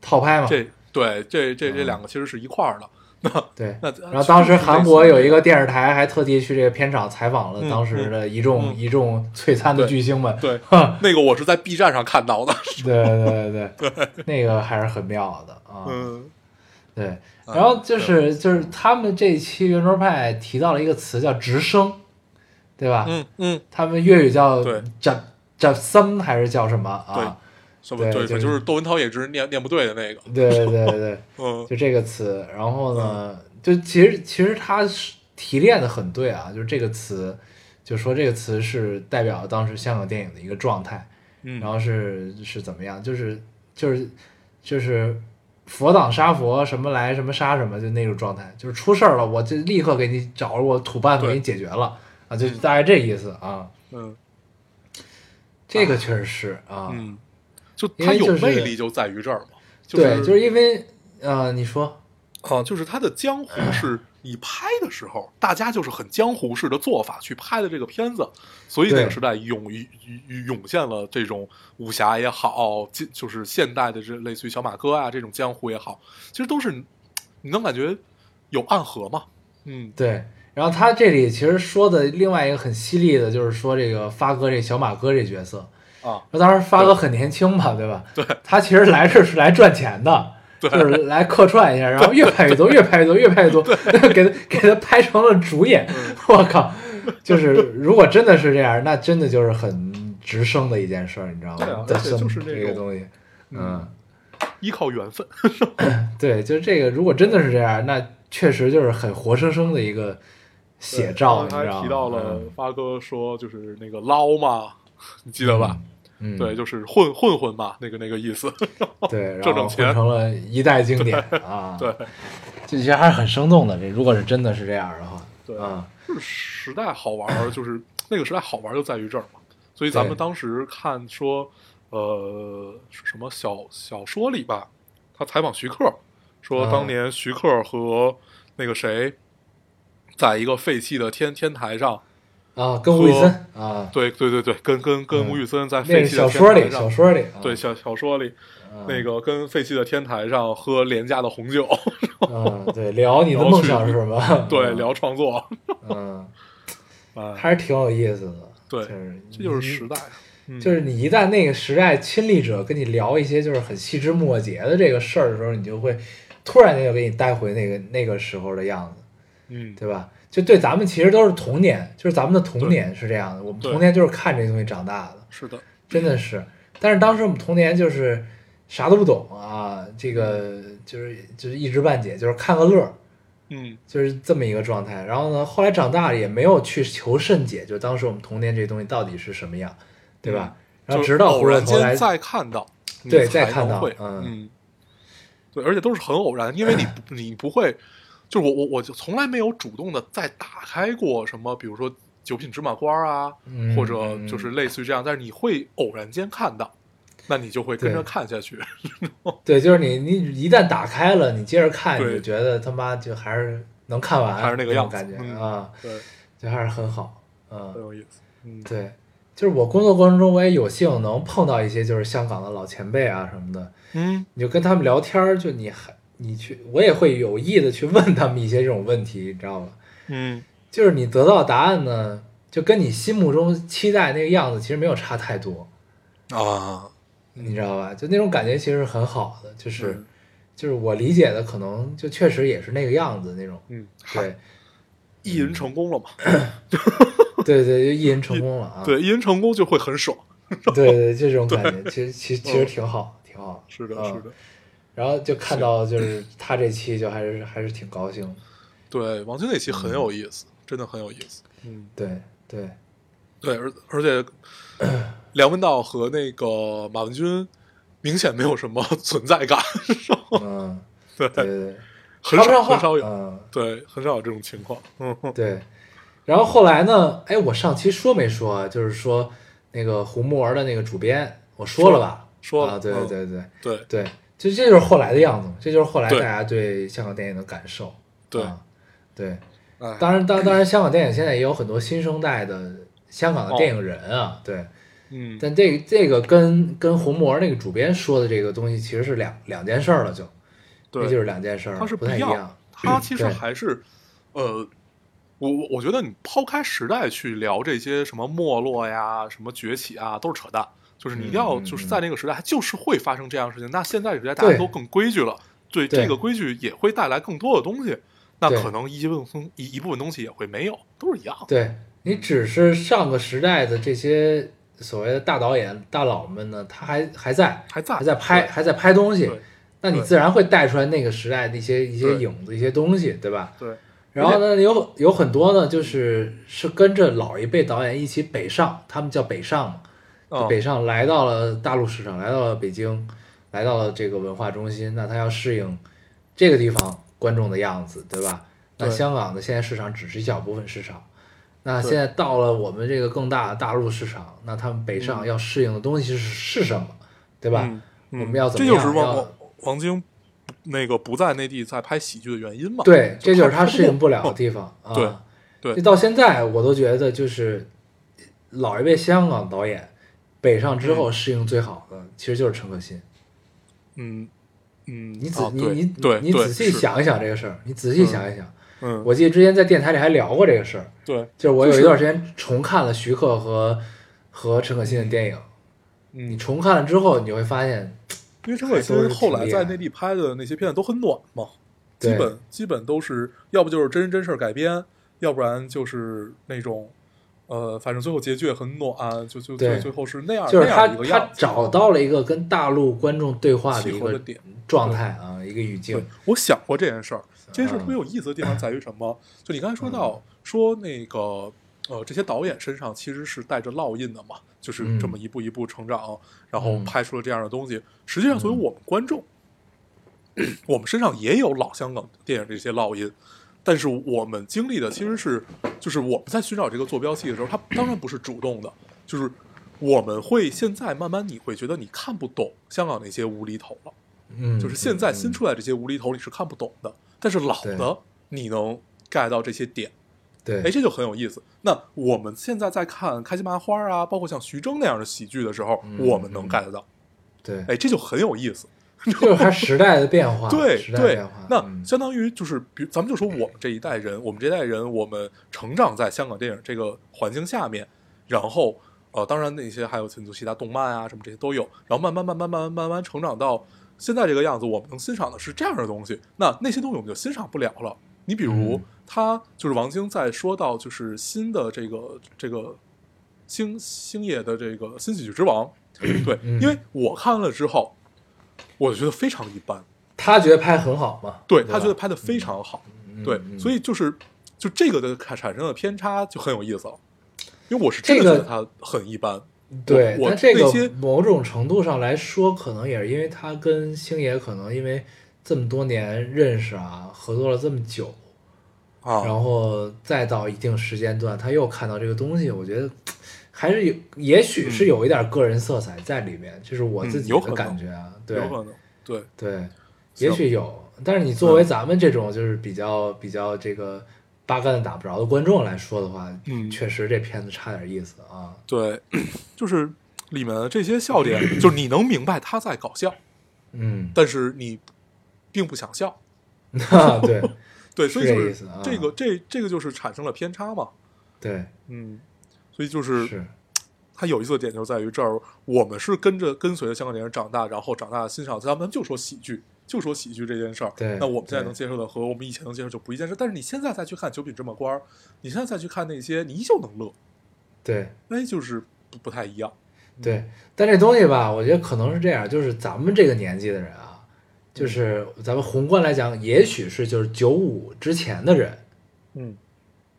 A: 套拍嘛，
B: 这对这这这两个其实是一块儿的。
A: 对。
B: 那
A: 啊然后当时韩国有一
B: 个
A: 个电视台还特地去这个片场采访了
B: 嗯
A: 当时的一众、
B: 嗯
A: 一众璀璨的
B: 对
A: 巨星们，
B: 对
A: 对
B: 那个我是在 B 站上看到的，
A: <laughs> 对对对 <laughs> 那个还是很妙的啊。
B: 嗯，
A: 对，
B: 啊
A: 然后就是就是他们这一期圆桌派提到了一个词叫直升，对吧？
B: 嗯嗯，
A: 他们粤语叫
B: 对
A: 叫叫森还是叫什么啊？
B: 什么
A: 对
B: 对
A: 就
B: 对，
A: 是
B: 就是窦文涛也是念念不对的那个，
A: 对对对对，
B: 嗯
A: 就这个词。然后呢，就其实其实他是提炼的很对啊，就是这个词，就说这个词是代表当时香港电影的一个状态。
B: 嗯，
A: 然后是是怎么样？就是就是就是佛挡杀佛，什么来什么杀什么，就那种状态，就是出事儿了，我就立刻给你找着我土办法给你解决了啊，就大概这意思啊。
B: 嗯
A: 这个确实是啊，
B: 嗯，就
A: 因
B: 它
A: 为
B: 有
A: 就是
B: 魅力就在于这儿嘛，就
A: 对，就是是因为呃，你说
B: 啊，就是它的江湖是你拍的时候，大家就是很江湖式的做法去拍的这个片子，所以那
A: 对
B: 个时代涌涌涌现了这种武侠也好，就就是现代的这类似于小马哥啊这种江湖也好，其实都是你能感觉有暗合嘛，嗯，
A: 对，然后他这里其实说的另外一个很犀利的，就是说这个发哥这小马哥这角色，
B: 啊，
A: 那当时发哥很年轻嘛，对吧？
B: 对，
A: 他其实来这是来赚钱
B: <laughs>
A: 的，就是来客串一下，然后越拍越多，越拍越多，越拍越多，给他给他拍成了主演。
B: 嗯
A: 我靠，就是如果真的是这样，那真的就是很直生的一件事儿，你知道吗
B: 对啊？
A: 对
B: 而且就是那
A: 这个
B: 种
A: 东西，嗯，
B: 依靠缘分，
A: 对，就是这个，如果真的是这样，那确实就是很活生生的一个写照，
B: 对
A: 你
B: 刚
A: 知
B: 才
A: 道吗？
B: 提到了
A: 嗯
B: 发哥说就是那个捞嘛，你记得吧？
A: 嗯，
B: 对，就是混混混嘛，那个那个意思。 <laughs>
A: 对，然
B: 挣
A: 后
B: 挣钱
A: 混成了一代经典啊，
B: <laughs> 对，
A: 这其实还是很生动的。这如果是真的是这样的话，
B: 对
A: 啊，
B: 就是时代好玩儿，就是 <coughs> 那个时代好玩儿就在于这儿嘛。所以咱们
A: 对
B: 当时看说，呃，是什么小小说里吧，他采访徐克，说
A: 嗯
B: 当年徐克和那个谁，在一个废弃的天天台上，
A: 啊，跟吴宇森啊，
B: 对对对对，跟跟跟
A: 嗯
B: 吴宇森在
A: 那
B: 废
A: 是
B: 弃的
A: 小
B: 天
A: 说
B: 台
A: 里，
B: 上，
A: 小说嗯里，啊啊
B: 对，小小说里，那个跟废弃的天台上喝廉价的红酒，
A: 嗯，对，聊你的梦想是什么？
B: <laughs> 对，
A: 嗯，
B: 聊创作，
A: 嗯，
B: 哎，
A: 还是挺有意思的。
B: 对
A: 就是
B: 这就是时
A: 你
B: 代，嗯
A: 就是你一旦那个时代亲历者跟你聊一些就是很细枝末节的这个事儿的时候，你就会突然间就给你带回那个那个时候的样子，
B: 嗯，
A: 对吧？就对咱们其实都是童年，就是咱们的童年是这样的，我们
B: 对嗯
A: 童年就是看这东西长大的。
B: 是的，
A: 真的是。但是当时我们童年就是啥都不懂啊，这个就是就是一知半解，就是看个乐儿，
B: 嗯
A: 就是这么一个状态。然后呢，后来长大了也没有去求甚解，就当时我们童年这东西到底是什么样，对吧？然后
B: 嗯就是
A: 直到
B: 偶
A: 回过
B: 然
A: 头来
B: 间，再看到，你
A: 对
B: 才
A: 再看到
B: 能会
A: 嗯
B: 嗯，对，而且都是很偶然，因为你不你不会，就是我我我就从来没有主动的再打开过什么，比如说九品芝麻官啊，
A: 嗯
B: 或者就是类似于这样，但是你会偶然间看到，那你就会跟
A: 对
B: 着看
A: <laughs>
B: 下去，
A: 嗯对，就是你你一旦打开了，你接着看，
B: 对
A: 你就觉得他妈就还是能看完，
B: 还是那个样子
A: 感觉、
B: 嗯
A: 啊，
B: 对，
A: 就还是很好，嗯
B: 很，有意思，嗯，
A: 对，就是我工作过程中，我也有幸能碰到一些就是香港的老前辈啊什么的，
B: 嗯，
A: 你就跟他们聊天儿，就你还你去，我也会有意的去问他们一些这种问题，你知道吗？
B: 嗯，
A: 就是你得到答案呢，就跟你心目中期待那个样子其实没有差太多，
B: 啊，
A: 你知道吧？就那种感觉其实是很好的，就是、
B: 嗯
A: 就是我理解的可能就确实也是那个样子那种，
B: 嗯，嗨，
A: 对嗯
B: 意淫成功了嘛？
A: 对对，就一人成功了啊，
B: <laughs> 对，意淫成功就会很爽，
A: 对对，这种感觉其实其实其实挺好，挺好，
B: 嗯是的，
A: 嗯
B: 是的。
A: 然后就看到就是他这期就还是还是挺高兴的，
B: 对，王晶那期很
A: 嗯
B: 有意思，真的很有意思。嗯，
A: 对对，
B: 对，而而且梁文道和那个马文军明显没有什么 <laughs> 存在感，
A: 嗯，
B: <laughs> 对，
A: 对对对，
B: <laughs> 很
A: 插不上
B: 少
A: 话
B: 很少有，
A: 嗯，
B: 对，很少有这种情况。嗯
A: 对。然后后来呢？哎，我上期说没说啊？就是说那个胡木儿的那个主编，我说了吧？
B: 说了
A: 啊，对
B: 嗯
A: 对对
B: 对
A: 对，就这就是后来的样子，这就是后来大
B: 对
A: 家对香港电影的感受。
B: 对，
A: 啊、对，
B: 哎，
A: 当然，当当然，香港电影现在也有很多新生代的香港的电
B: 哦
A: 影人啊，对，
B: 嗯，
A: 但这个、这个跟跟红魔那个主编说的这个东西其实是两两件事儿了就，那就
B: 对，
A: 是两件事儿，
B: 它是
A: 不
B: 不
A: 太
B: 一
A: 一
B: 样，它其
A: 嗯
B: 实
A: 对
B: 还是，呃。我我我觉得你抛开时代去聊这些什么没落呀、什么崛起啊，都是扯淡。就是你一定要
A: 嗯嗯
B: 就是
A: 嗯
B: 在那个时代，就是会发生这样的事情。那现在时代大家
A: 对
B: 都更规矩了，对
A: 对
B: 这个规矩也会带来更多的东西。那
A: 对
B: 可能一部分一一部分东西也会没有，都是一样的。
A: 对你只是上个时代的这些所谓的大导演大佬们呢，他还还在
B: 还在
A: 还在拍
B: 对
A: 还在拍东西
B: 对，
A: 那你
B: 对
A: 自然会带出来那个时代的一些一些
B: 对
A: 影子一些东西，对吧？
B: 对，
A: 然后呢，有有很多呢，就是是跟着老一辈导演一起北上，他们叫北上嘛，就
B: 嗯
A: 北上来到了大陆市场，来到了北京，来到了这个文化中心，那他要适应这个地方观众的样子，对吧？那
B: 对
A: 香港的现在市场只是一小部分市场，那
B: 对
A: 现在到了我们这个更大的大陆市场，那他们北上要适应的东西是是什么，对吧？
B: 嗯，嗯
A: 我们要怎
B: 这
A: 么
B: 就
A: 样
B: 是
A: 要
B: 王王王晶那个不在内地在拍喜剧的原因嘛。
A: 对，这就是
B: 看
A: 他
B: 不
A: 适应不
B: 懂
A: 了的地方啊。
B: 哦对对
A: 就到现在我都觉得就是老一辈香港导演北上之后适应最好的，其实就是陈可辛。
B: 嗯嗯，
A: 你仔、
B: 啊
A: 你
B: 对
A: 你
B: 对
A: 你
B: 对
A: 仔细
B: 是
A: 想一想这个事儿，你仔细
B: 嗯
A: 想一想。
B: 嗯，
A: 我记得之前在电台里还聊过这个事儿，
B: 对，
A: 就是我有
B: 就
A: 一
B: 是
A: 段时间重看了徐克和和陈可辛的电影。你
B: 嗯，
A: 重看了之后，你会发现，
B: 因为陈可
A: 还都
B: 辛
A: 是
B: 后来
A: 挺厉害
B: 在内地拍的那些片子都很暖嘛，
A: 对
B: 基本基本都是要不就是真人真事儿改编，要不然就是那种呃，反正最后结局也很暖，就就
A: 对
B: 最最后是那样，
A: 就是
B: 啊那
A: 他
B: 样一个
A: 他
B: 样子
A: 找到了一个跟大陆观众对话的
B: 契
A: 一
B: 合
A: 个
B: 的点。
A: 状态啊，一个语境
B: 对。，我想过这件事儿。这件事儿特别有意思的地方在于什么？就你刚才说到说那个呃，这些导演身上其实是带着烙印的嘛，就是这么一步一步成长，然后
A: 嗯
B: 拍出了这样的东西。实际上，作为我们观众，我们身上也有老香港电影这些烙印。但是我们经历的其实是，就是我们在寻找这个坐标系的时候，它当然不是主动的，就是我们会现在慢慢你会觉得你看不懂香港那些无厘头了，
A: 嗯，
B: 就是现在
A: 嗯
B: 新出来这些无厘头你是看不懂的，但是老
A: 对
B: 的你能 get 到这些点，
A: 对，
B: 哎，这就很有意思。那我们现在在看开心麻花啊，包括像徐峥那样的喜剧的时候，
A: 嗯
B: 我们能 get 到，
A: 对，
B: 哎，这就很有意思。 <laughs>
A: 就是它时代的变化，
B: 对
A: 时代的
B: 对
A: 变化，，
B: 那
A: 嗯
B: 相当于就是，比如咱们就说我们这一代人，我们这一代人，我们成长在香港电影这个环境下面，然后呃，当然那些还有很多其他动漫啊什么这些都有，然后慢慢慢慢慢慢慢慢成长到现在这个样子，我们能欣赏的是这样的东西，那那些东西我们就欣赏不了了。你比如
A: 嗯
B: 他就是王晶在说到就是新的这个这个星星爷的这个新喜剧之王，
A: <clears throat>
B: 对，
A: 嗯
B: 因为我看了之后，我觉得非常一般。
A: 他觉得拍很好嘛，
B: 对
A: 吧
B: 他觉得拍的非常好，
A: 嗯
B: 对，
A: 嗯
B: 所以就是就这个的产产生的偏差就很有意思了，因为我是
A: 这
B: 真的觉得
A: 个
B: 他很一般，
A: 嗯对，
B: 我
A: 那这
B: 那
A: 个
B: 些
A: 某种程度上来说，可能也是因为他跟星爷可能因为这么多年认识啊，合作了这么久，然
B: 啊，
A: 后再到一定时间段，他又看到这个东西，我觉得还是有，也许是有一点个人色彩在里面，这是我自
B: 嗯
A: 己
B: 有可
A: 的
B: 能
A: 感觉啊，对
B: 有可能，对，
A: 对，
B: 行
A: 也许有，但是你作为咱们这种就是比较比较这个八竿子打不着的观众来说的话，
B: 嗯
A: 确实这片子差点意思啊，
B: 对，就是里面的这些笑点，就是你能明白他在搞笑，
A: 嗯， <laughs>
B: 但是你并不想笑，
A: 对
B: 对，所以
A: 是
B: 就
A: 这意
B: 是
A: 思啊
B: 这个这这个就是产生了偏差嘛，
A: 对
B: 嗯，所以就是
A: 是，
B: 它有意思的点就在于这儿，我们是跟着跟随着香港电影长大，然后长大欣赏，咱们就说喜剧，就说喜剧这件事儿。
A: 对
B: 那我们现在
A: 对
B: 能接受的和我们以前能接受就不一件事。但是你现在再去看《九品芝麻官》，你现在再去看那些，你依旧能乐，
A: 对
B: 哎，就是不不太一样。
A: 对，但这东西吧，我觉得可能是这样，就是咱们这个年纪的人啊，就是咱们宏观来讲，也许是就是九五之前的人，
B: 嗯，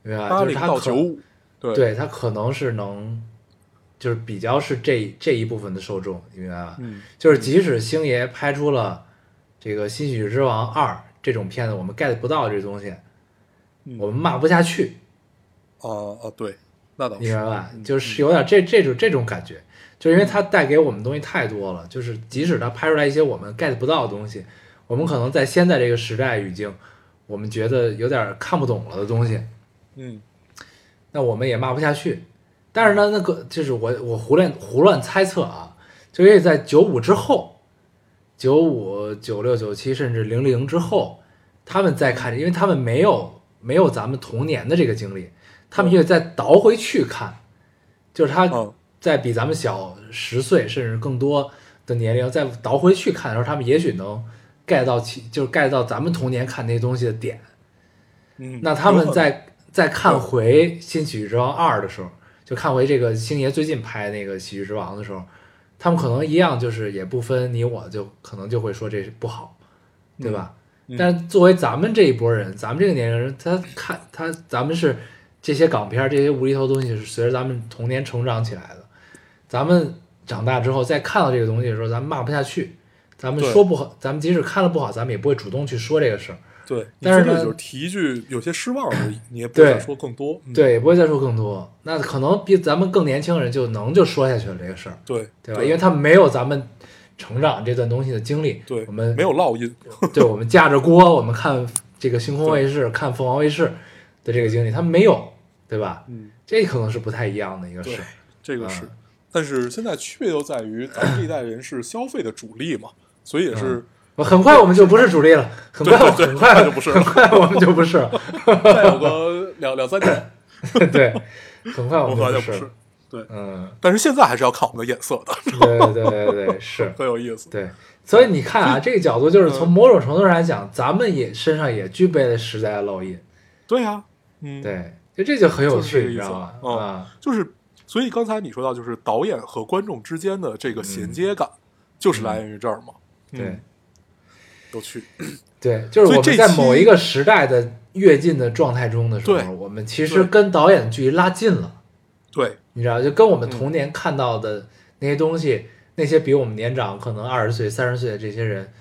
A: 明白吧？
B: 八
A: 就是
B: 零
A: 他
B: 到
A: 可
B: 九五，对
A: 对他可能是能，就是比较是这这一部分的受众，你明白吧？
B: 嗯
A: 就是即使星爷拍出了这个《新喜剧之王二》这种片子，我们 get 不到这东西，
B: 嗯
A: 我们骂不下去，
B: 啊啊，对，那倒
A: 你明
B: 是
A: 白吧？就是有点这这种这种感觉，就是因为它带给我们东西太多了，就是即使它拍出来一些我们 get 不到的东西，我们可能在现在这个时代语境，我们觉得有点看不懂了的东西，
B: 嗯
A: 那我们也骂不下去。但是呢，那个就是我我胡乱胡乱猜测啊，就因为在九五之后，九五、九六、九七甚至零零之后，他们再看，因为他们没有没有咱们童年的这个经历，他们就再倒回去看，就是他
B: 嗯
A: 在比咱们小十岁甚至更多的年龄再倒回去看的时候，他们也许能 get 到其就是 get 到咱们童年看那些东西的点。
B: 嗯，
A: 那他
B: 有
A: 们
B: 可能
A: 在在看回《新喜剧之王二》的时候，就看回这个星爷最近拍那个《喜剧之王》的时候，他们可能一样，就是也不分你我就，可能就会说这不好，对吧？
B: 嗯
A: 但作为咱们这一波人，咱们这个年龄人，他看他咱们是这些港片儿这些无厘头东西是随着咱们童年成长起来的，咱们长大之后再看到这个东西的时候，咱们骂不下去，咱们
B: 对
A: 说不好，咱们即使看了不好，咱们也不会主动去说这个事儿，
B: 对，你
A: 但是
B: 真的
A: 呢
B: 就是提一句有些失望而已，你也不想
A: 对
B: 说更多。嗯
A: 对，也不会再说更多。那可能比咱们更年轻人就能就说下去了这个事儿，
B: 对
A: 对吧？因为他们没有咱们成长这段东西的经历，
B: 对
A: 我们
B: 没有烙印，
A: 对我们架着锅，我们看这个星空卫视、看凤凰卫视的这个经历，他们没有，对吧？
B: 嗯，
A: 这可能是不太一样的一个事
B: 对。这个
A: 嗯
B: 是。但是现在区别就在于咱们这一代人是消费的主力嘛，所以也是
A: 我很快我们就不是主力了，很快
B: 对对对
A: 很快
B: 很快就不是了
A: 很快我们就不是了， <laughs>
B: 再有个两两三年，
A: 对，很快
B: 我
A: 我
B: 好
A: 们
B: 像
A: 不
B: 不
A: 哦是
B: 是
A: 了，。嗯，
B: 但是现在还是要看我们的眼色的，
A: 对对对对对，是，
B: 很有意思。
A: 对，所以你看
B: 嗯
A: 啊，这个角度就是从某种程度上来讲，咱们也身上也具备了时代的烙印，
B: 对呀，嗯，，
A: 对，就这就很有
B: 就是
A: 趣，
B: 这个
A: 你
B: 意
A: 知
B: 思
A: 道吗？
B: 嗯
A: 啊，
B: 就是所以刚才你说到，就是导演和观众之间的这个衔接感，就是来源于这儿嘛。嗯
A: 嗯对，
B: 有趣，
A: 对，就是
B: 所以
A: 我
B: 这
A: 们在
B: 期
A: 某一个时代的跃进的状态中的时
B: 对
A: 候，我们其实
B: 对
A: 跟导演的距离拉近了，
B: 对，
A: 你知道，就跟我们童年看到的那些东西，那些比我们年长可能二十岁、三十岁的这些人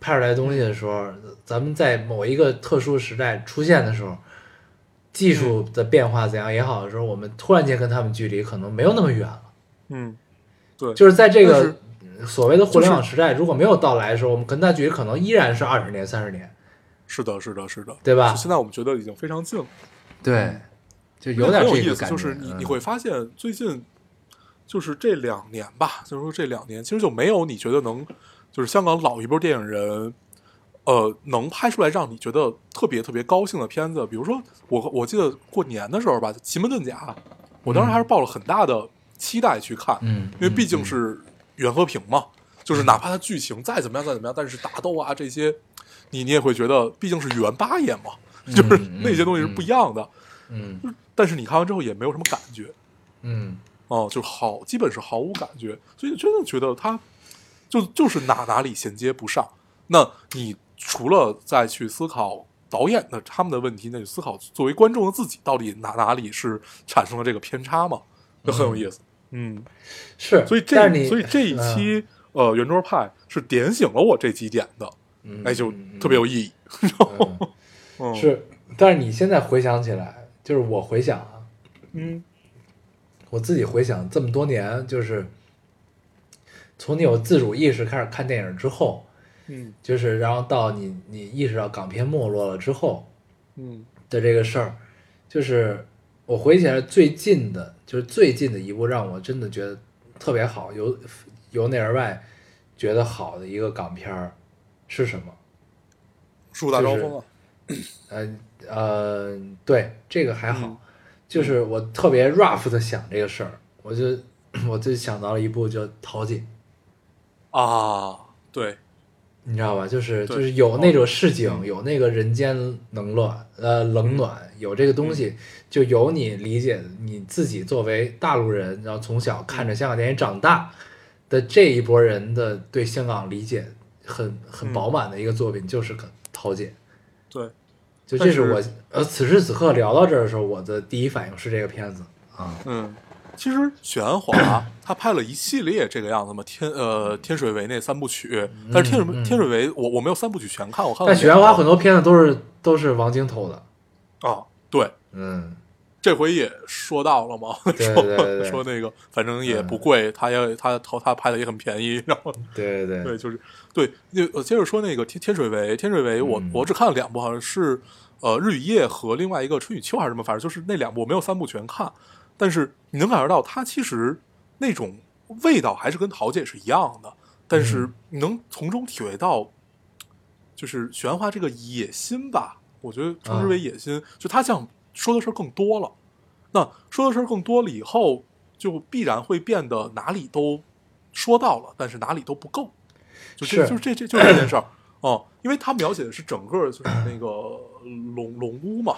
A: 拍出来的东西的时候，
B: 嗯
A: 咱们在某一个特殊时代出现的时候，技术
B: 嗯
A: 的变化怎样也好的时候，我们突然间跟他们距离可能没有那么远了。
B: 嗯，
A: 就是在这
B: 但
A: 个
B: 是
A: 所谓的互联网时代，如果没有到来的时候，我们跟他距离可能依然是二十年、三十年，
B: 是的，是的，是的。
A: 对吧？
B: 现在我们觉得已经非常近了，
C: 对，
A: 就
B: 有
A: 有点
B: 很
A: 这
B: 有意
A: 个
B: 思，
A: 感觉，
B: 就是你
C: 嗯
B: 你会发现最近就是这两年吧，就是说这两年其实就没有你觉得能就是香港老一波电影人。呃，能拍出来让你觉得特别特别高兴的片子，比如说我我记得过年的时候吧，《奇门遁甲》，我当时还是抱了很大的期待去看，
A: 嗯，
B: 因为毕竟是袁和平嘛，就是哪怕它剧情再怎么样再怎么样，但是打斗啊这些，你你也会觉得毕竟是袁八演嘛， <laughs> 就是那些东西是不一样的。
A: 嗯
B: 但是你看完之后也没有什么感觉
A: 嗯
B: 哦、就好，基本是毫无感觉，所以真的觉得他就就是哪哪里衔接不上。那你除了再去思考导演的他们的问题，那就思考作为观众的自己到底哪哪里是产生了这个偏差嘛，就很有意思。嗯
A: 是，
B: 所以这
A: 但是你
B: 所以这一
A: 嗯
B: 期、呃圆桌派是点醒了我这几点的，
A: 嗯
B: 哎，就特别有意义。嗯
A: 是，但是你现在回想起来，就是我回想啊，
B: 嗯
A: 我自己回想这么多年，就是从你有自主意识开始看电影之后，
B: 嗯
A: 就是然后到你你意识到港片没落了之后
B: 嗯
A: 的这个事儿，就是我回忆起来最近的，就是最近的一部让我真的觉得特别好，由由内而外觉得好的一个港片儿是什么？
B: 树大招
A: 就
B: 风
A: 是
B: 啊，
A: 呃呃，对，这个还好，就是我特别 rough 的想这个事儿，我就 <coughs> 我就想到了一部叫《桃姐》，
B: 啊，对，
A: 你知道吧？就是
B: 对
A: 就是有那种市井，有那个人间冷暖，呃，冷暖，有这个东西，就有你理解你自己作为大陆人，然后从小看着香港电影长大的这一波人的对香港理解很很饱满的一个作品，就是《个《桃姐》。
B: 对，
A: 就这
B: 但
A: 是
B: 是
A: 我呃，此时此刻聊到这儿的时候，我的第一反应是这个片子啊，
B: 嗯，其实许鞍华他拍了一系列这个样子嘛，天呃天水围那三部曲，但是天水、天水围我我没有三部曲全看，我看
A: 嗯
B: 了
A: 但许
B: 两
A: 鞍
B: 部
A: 华很多片子都是都是王晶投的，
B: 啊，对，
A: 嗯，
B: 这回也说到了嘛，
A: 对
B: 说
A: 对嗯对对
B: <laughs> 说那个反正也不贵，他也他投他拍的也很便宜，然后
A: 对对
B: 对，就是对。那我接着说那个天天水围，天水围我、我只看了两部，好像是呃日与夜和另外一个春与秋还是什么，反正就是那两部我没有三部全看，但是你能感觉到它其实那种味道还是跟桃姐是一样的，但是你能从中体会到就是许鞍华这个野心吧，我觉得称之为野心，就他想说的事儿更多了。那说的事儿更多了以后，就必然会变得哪里都说到了，但是哪里都不够。就这
A: 是
B: 就是这这就是这件事儿哦、因为他描写的是整个就是那个龙龙屋嘛，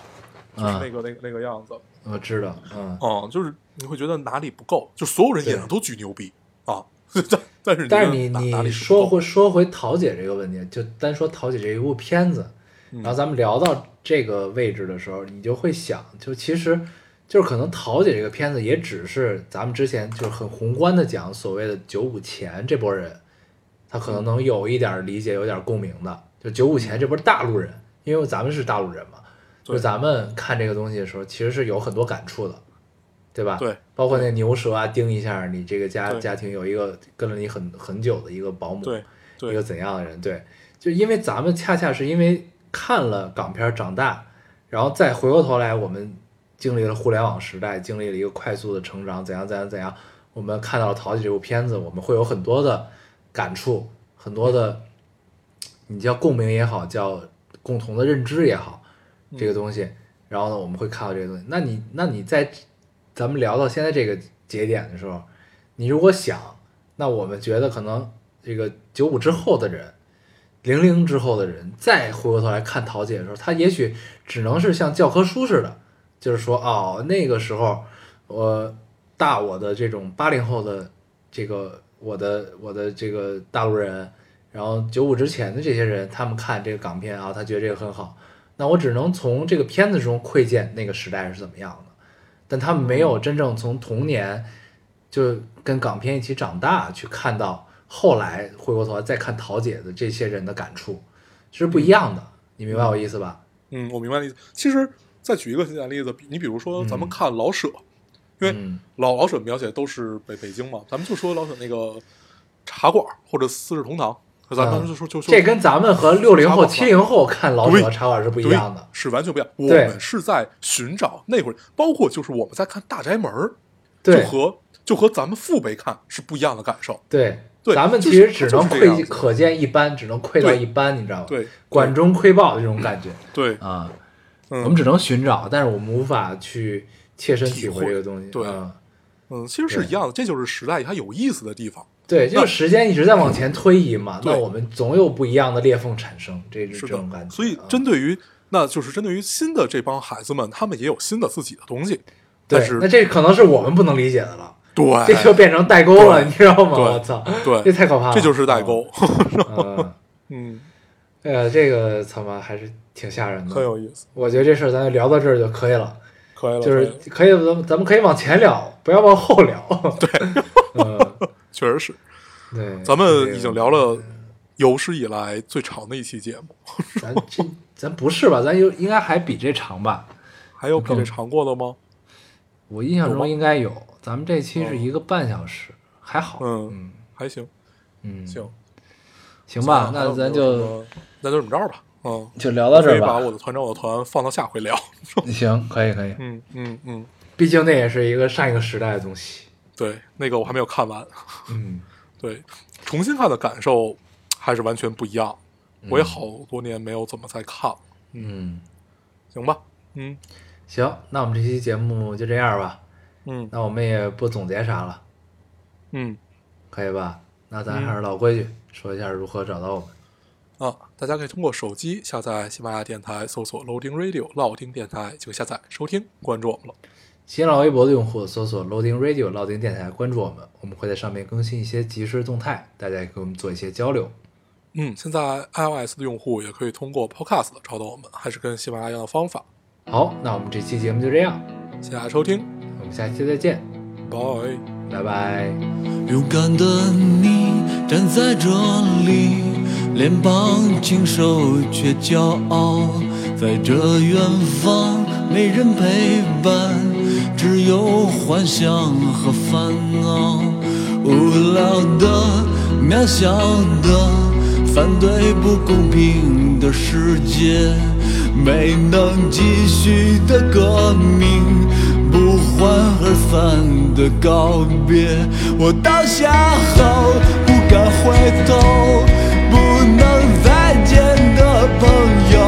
B: 就是
A: 嗯
B: 那个、那个那个样子。
A: 啊我知道，嗯，
B: 嗯，就是你会觉得哪里不够，就所有人演的都巨牛逼啊， <laughs> 但但是
A: 但是你
B: 你觉得哪哪里
A: 你
B: 是不
A: 说
B: 够
A: 回说回桃姐这个问题，就单说桃姐这一部片子，
B: 嗯
A: 然后咱们聊到这个位置的时候，你就会想，就其实就是可能桃姐这个片子也只是咱们之前就是很宏观的讲所谓的九五前这波人，他可能能有一点理解，有点共鸣的。就九五前这波大陆人，因为咱们是大陆人嘛，就
B: 对
A: 是咱们看这个东西的时候，其实是有很多感触的，对吧？
B: 对，
A: 包括那牛舌啊，叮一下你这个家
B: 对
A: 家庭有一个跟了你很很久的一个保姆，
B: 对
A: 一个
B: 对
A: 怎样的人？对，就因为咱们恰恰是因为看了港片儿长大，然后再回过头来，我们经历了互联网时代，经历了一个快速的成长，怎样怎样怎样，我们看到了《淘气》这部片子，我们会有很多的感触，很多的，你叫共鸣也好，叫共同的认知也好，这个东西，然后呢，我们会看到这个东西。那你，那你在咱们聊到现在这个节点的时候，你如果想，那我们觉得可能这个九五之后的人，零零之后的人，再回过头来看桃姐的时候，他也许只能是像教科书似的，就是说，哦，那个时候我大我的这种八零后的这个我的我的这个大陆人，然后九五之前的这些人，他们看这个港片啊，他觉得这个很好。那我只能从这个片子中窥见那个时代是怎么样的，但他们没有真正从童年就跟港片一起长大，去看到后来回过头来再看桃姐的这些人的感触是不一样的，你明白我意思吧？
B: 嗯，我明白你。其实再举一个简单例子，比你比如说咱们
A: 嗯
B: 看老舍，因为
A: 嗯
B: 老老舍描写都是北北京嘛，咱们就说老舍那个茶馆儿或者四世同堂，咱们当时就说就就
A: 嗯这跟咱们和六零后、七
B: 茶
A: 零
B: 馆
A: 后看老舍
B: 对
A: 茶馆是不一
B: 对
A: 样的。
B: 是完全不一样。我
A: 对
B: 们是在寻找那会儿，包括就是我们在看《大宅门》儿，就
A: 对
B: 和就和咱们父辈看是不一样的感受。
A: 对
B: 对
A: 咱们其
B: 就
A: 实
B: 是
A: 只
B: 就
A: 能
B: 是这样
A: 窥
B: 子
A: 可见一斑，只能窥到
B: 对
A: 一斑，你知道吗？
B: 对
A: 管中窥豹这种感觉
B: 对，
A: 啊，我们
B: 嗯
A: 只能寻找，但是我们无法去切身体会这个东西。
B: 体会对
A: 嗯
B: 嗯，其实是一样的，这就是时代它有意思的地方。
A: 对，就是时间一直在往前推移嘛，
B: 对
A: 那我们总有不一样的裂缝产生，这是
B: 是
A: 这
B: 的
A: 种感，觉。
B: 所以
A: 啊
B: 针对于那就是针对于新的这帮孩子们，他们也有新的自己的东西。但
A: 对
B: 是，
A: 那这可能是我们不能理解的了，
B: 对，
A: 这就变成代沟了，
B: 对
A: 你知道吗？
B: 对
A: 我操，
B: 对
A: 这太可怕了，
B: 这就是代沟。
A: 嗯。嗯，
B: 嗯，
A: 哎呀，这个他妈还是挺吓人
B: <laughs> 很
A: 的。
B: 有意思，
A: 我觉得这事儿咱就聊到这儿就可以了，
B: 可以了，
A: 就
B: 可以
A: 是
B: 了
A: 可以，咱们咱们可以往前聊， <laughs> 不要往后聊。对，嗯，
B: 确实是，
A: 对，这
B: 咱们
A: 个
B: 已经聊了有史以来最长的一期节目，
A: 咱这咱不是吧？咱有应该还比这长吧？
B: 还有比
A: 更
B: 这长过的吗？
A: 我印象
B: 有吗
A: 中应该有，咱们这期是
B: 哦
A: 一个半小时，还好。
B: 嗯，还行，
A: 嗯，
B: 行，
A: 行吧，
B: 还
A: 那
B: 有
A: 咱
B: 没有什
A: 就
B: 么那就这么着吧，嗯，
A: 就聊到这
B: 可以
A: 儿
B: 把
A: 吧。
B: 我的团长我的团放到下回聊，
A: 行，可以可
B: <laughs>
A: 以，
B: 嗯嗯嗯，
A: 毕竟那也是一个上一个时代的东西。
B: 对，那个我还没有看完，
A: 嗯，
B: 对，重新看的感受还是完全不一样，我也好多年没有怎么再看了，
A: 嗯，
B: 行吧，嗯
A: 行，那我们这期节目就这样吧。
B: 嗯
A: 那我们也不总结啥了，
B: 嗯
A: 可以吧？那咱还是老规矩，说一下如何找到我们。
B: 啊，大家可以通过手机下载喜马拉雅电台，搜索 Loading Radio 老丁电台就可以下载收听，关注我们了。
A: 新浪微博的用户搜索 Loading Radio 老丁电台，关注我们，我们会在上面更新一些即时动态，大家也跟我们做一些交流。
B: 嗯，现在 iOS 的用户也可以通过 Podcast 找到我们，还是跟喜马拉雅一样的方法。
A: 好，那我们这期节目就这样，
B: 谢谢大家收听，
A: 我们下期再见，
B: 拜。
A: 拜拜。
D: 勇敢的你站在这里，脸庞清瘦却骄傲，在这远方没人陪伴，只有幻想和烦恼，无聊的、渺小的，反对不公平的世界，没能继续的革命。不欢而散的告别。我倒下后不敢回头，不能再见的朋友，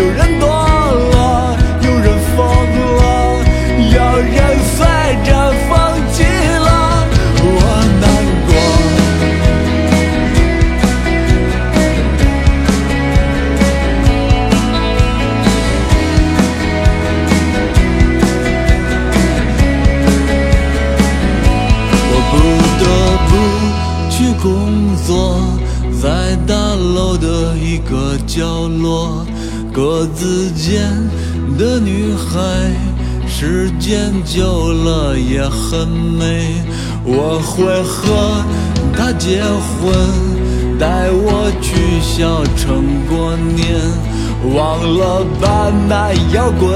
D: 有人堕落，有人疯了，有人随着风起了。我难过。我不得不去工作，在大楼的一个角落，格子间的女孩，时间久了也很美。我会和她结婚，带我去小城过年，忘了把那摇滚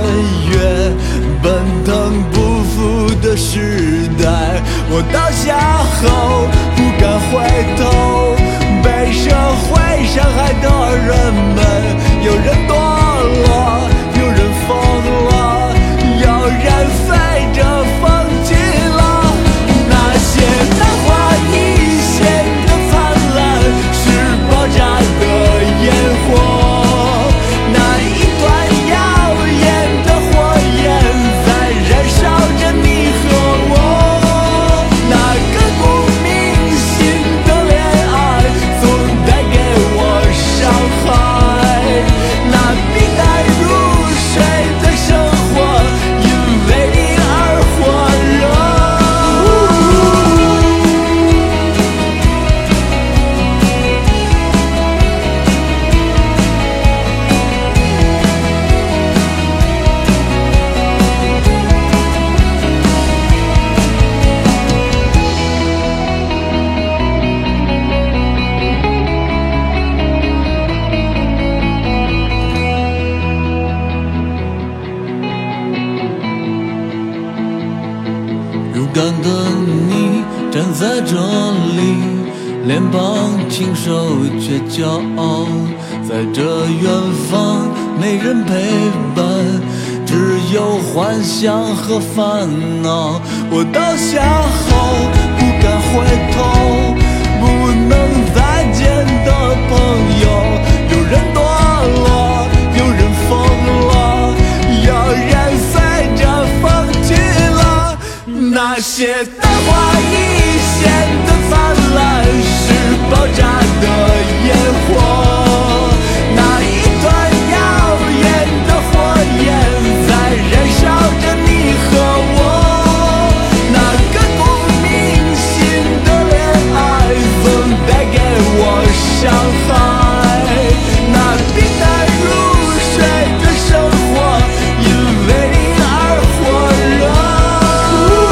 D: 乐奔腾不复的时代。我倒下后不敢回头，被社会伤害的人们，有人堕落，有人疯了，有人随着风去了。那些昙花一现的灿烂，是爆炸的烟火。那一团耀眼的火焰，在燃烧着你和我。那刻骨铭心的恋爱，总带给我伤害。那冰淡如水的生活，因为你而火热。勇敢的你站在这里，脸庞清瘦却骄傲，在这远方没人陪伴，只有幻想和烦恼。我倒下后不敢回头，不能再见的朋友，有人堕落，有人疯了，有人随着风去了。那些昙花一现的灿烂，是爆炸的烟火。那一团耀眼的火焰，在燃烧着你和我。那刻骨铭心的恋爱，总带给我伤害。那平淡如水的生活，因为你而火热。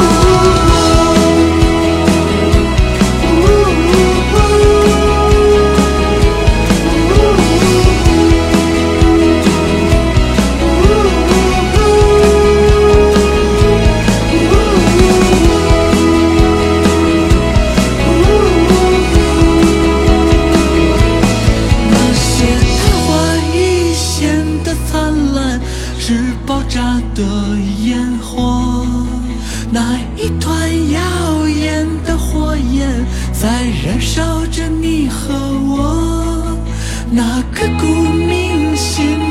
D: 那些昙花一现的灿烂，是爆炸的烟火。那一团耀眼的火焰，在燃烧着你和我。那刻骨铭心